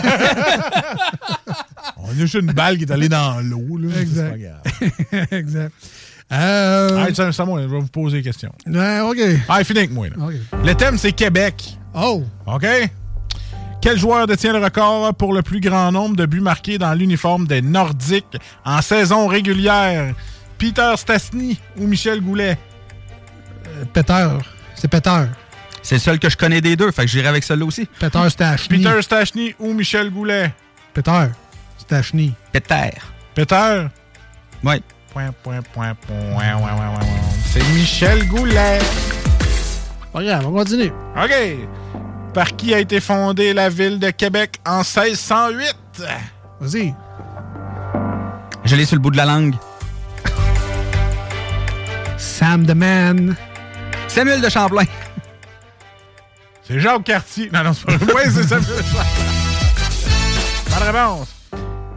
On a juste une balle qui est allée dans l'eau, là.
Exact.
C'est pas grave.
exact. Euh...
Hey, Sam- Samuel, je vais vous poser des questions.
Ouais, OK.
Ah, finis avec moi, là.
OK.
Le thème, c'est Québec.
Oh!
OK? Quel joueur détient le record pour le plus grand nombre de buts marqués dans l'uniforme des Nordiques en saison régulière? Peter Stasny ou Michel Goulet?
Euh, Peter. C'est Peter.
C'est le seul que je connais des deux, fait que j'irai avec celui-là aussi.
Peter Stachny.
Peter Stachny ou Michel Goulet?
Peter. Stachny.
Peter.
Peter?
Oui.
Point, point, point, point, ouais, ouais, ouais, ouais, ouais. C'est Michel Goulet.
Pas grave, on continue.
OK. Par qui a été fondée la ville de Québec en 1608?
Vas-y.
Je l'ai sur le bout de la langue.
Sam the Man.
Samuel de Champlain.
C'est Jacques Cartier. Non, non, c'est pas vrai. Ouais, c'est ça. Bonne réponse.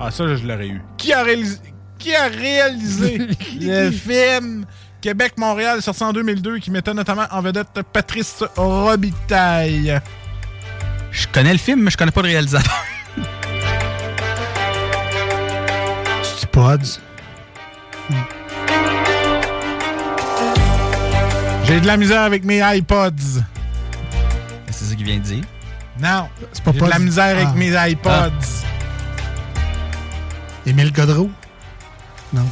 Ah, ça, je l'aurais eu. Qui a réalisé, qui a réalisé le film Québec-Montréal sorti en 2002 qui mettait notamment en vedette Patrice Robitaille?
Je connais le film, mais je connais pas le réalisateur.
C'est Pods.
Hmm. J'ai de la misère avec mes iPods.
C'est ça qu'il vient de dire.
Non.
C'est pas
J'ai de la
Pods.
misère avec
Ah.
mes iPods.
Ah. Émile Godreau. Non.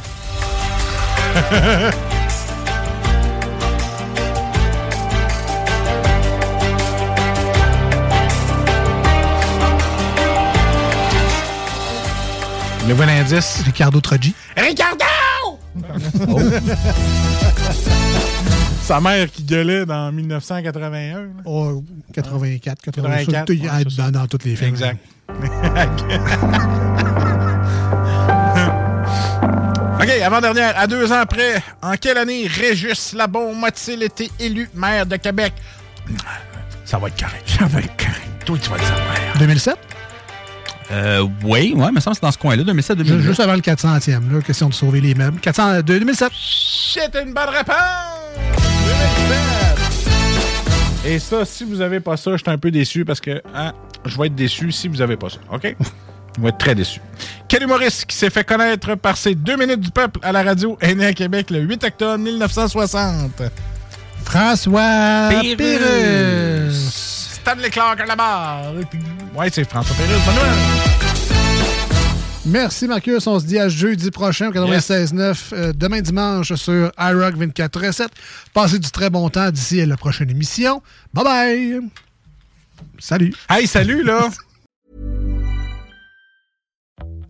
Le bon indice.
Ricardo Trogi.
Ricardo!
Oh.
Sa mère qui gueulait dans 1981. là.
Oh, 84, 84.
84,
surtout, il-
ouais,
ah,
c'est ça.
dans, dans toutes les films.
Exact. OK, avant-dernière, à deux ans après, en quelle année Régis Labaume a-t-il été élu maire de Québec? Ça va être correct.
Ah,
Ça
ben,
va être correct. Toi, tu vas le savoir.
2007?
Euh, oui, ouais, me semble que c'est dans ce coin-là, 2007
Ju-
2008
Juste avant le 400e, là, question de sauver les meubles. 400, 2007.
Shit, une bonne réponse! Et ça, si vous avez pas ça, je suis un peu déçu parce que hein, je vais être déçu si vous avez pas ça. OK? Je vais être très déçu. Quel humoriste qui s'est fait connaître par ses deux minutes du peuple à la radio est né à Québec le 8 octobre 1960?
François
Pérus.
Pérus.
Stanley Clark à la barre. Ouais, c'est François Pérez. Bonne nouvelle.
Merci Marcus, on se dit à jeudi prochain au 96.9, euh, demain dimanche sur iRock 24.7. Passez du très bon temps d'ici à la prochaine émission. Bye bye! Salut!
Hey, salut là!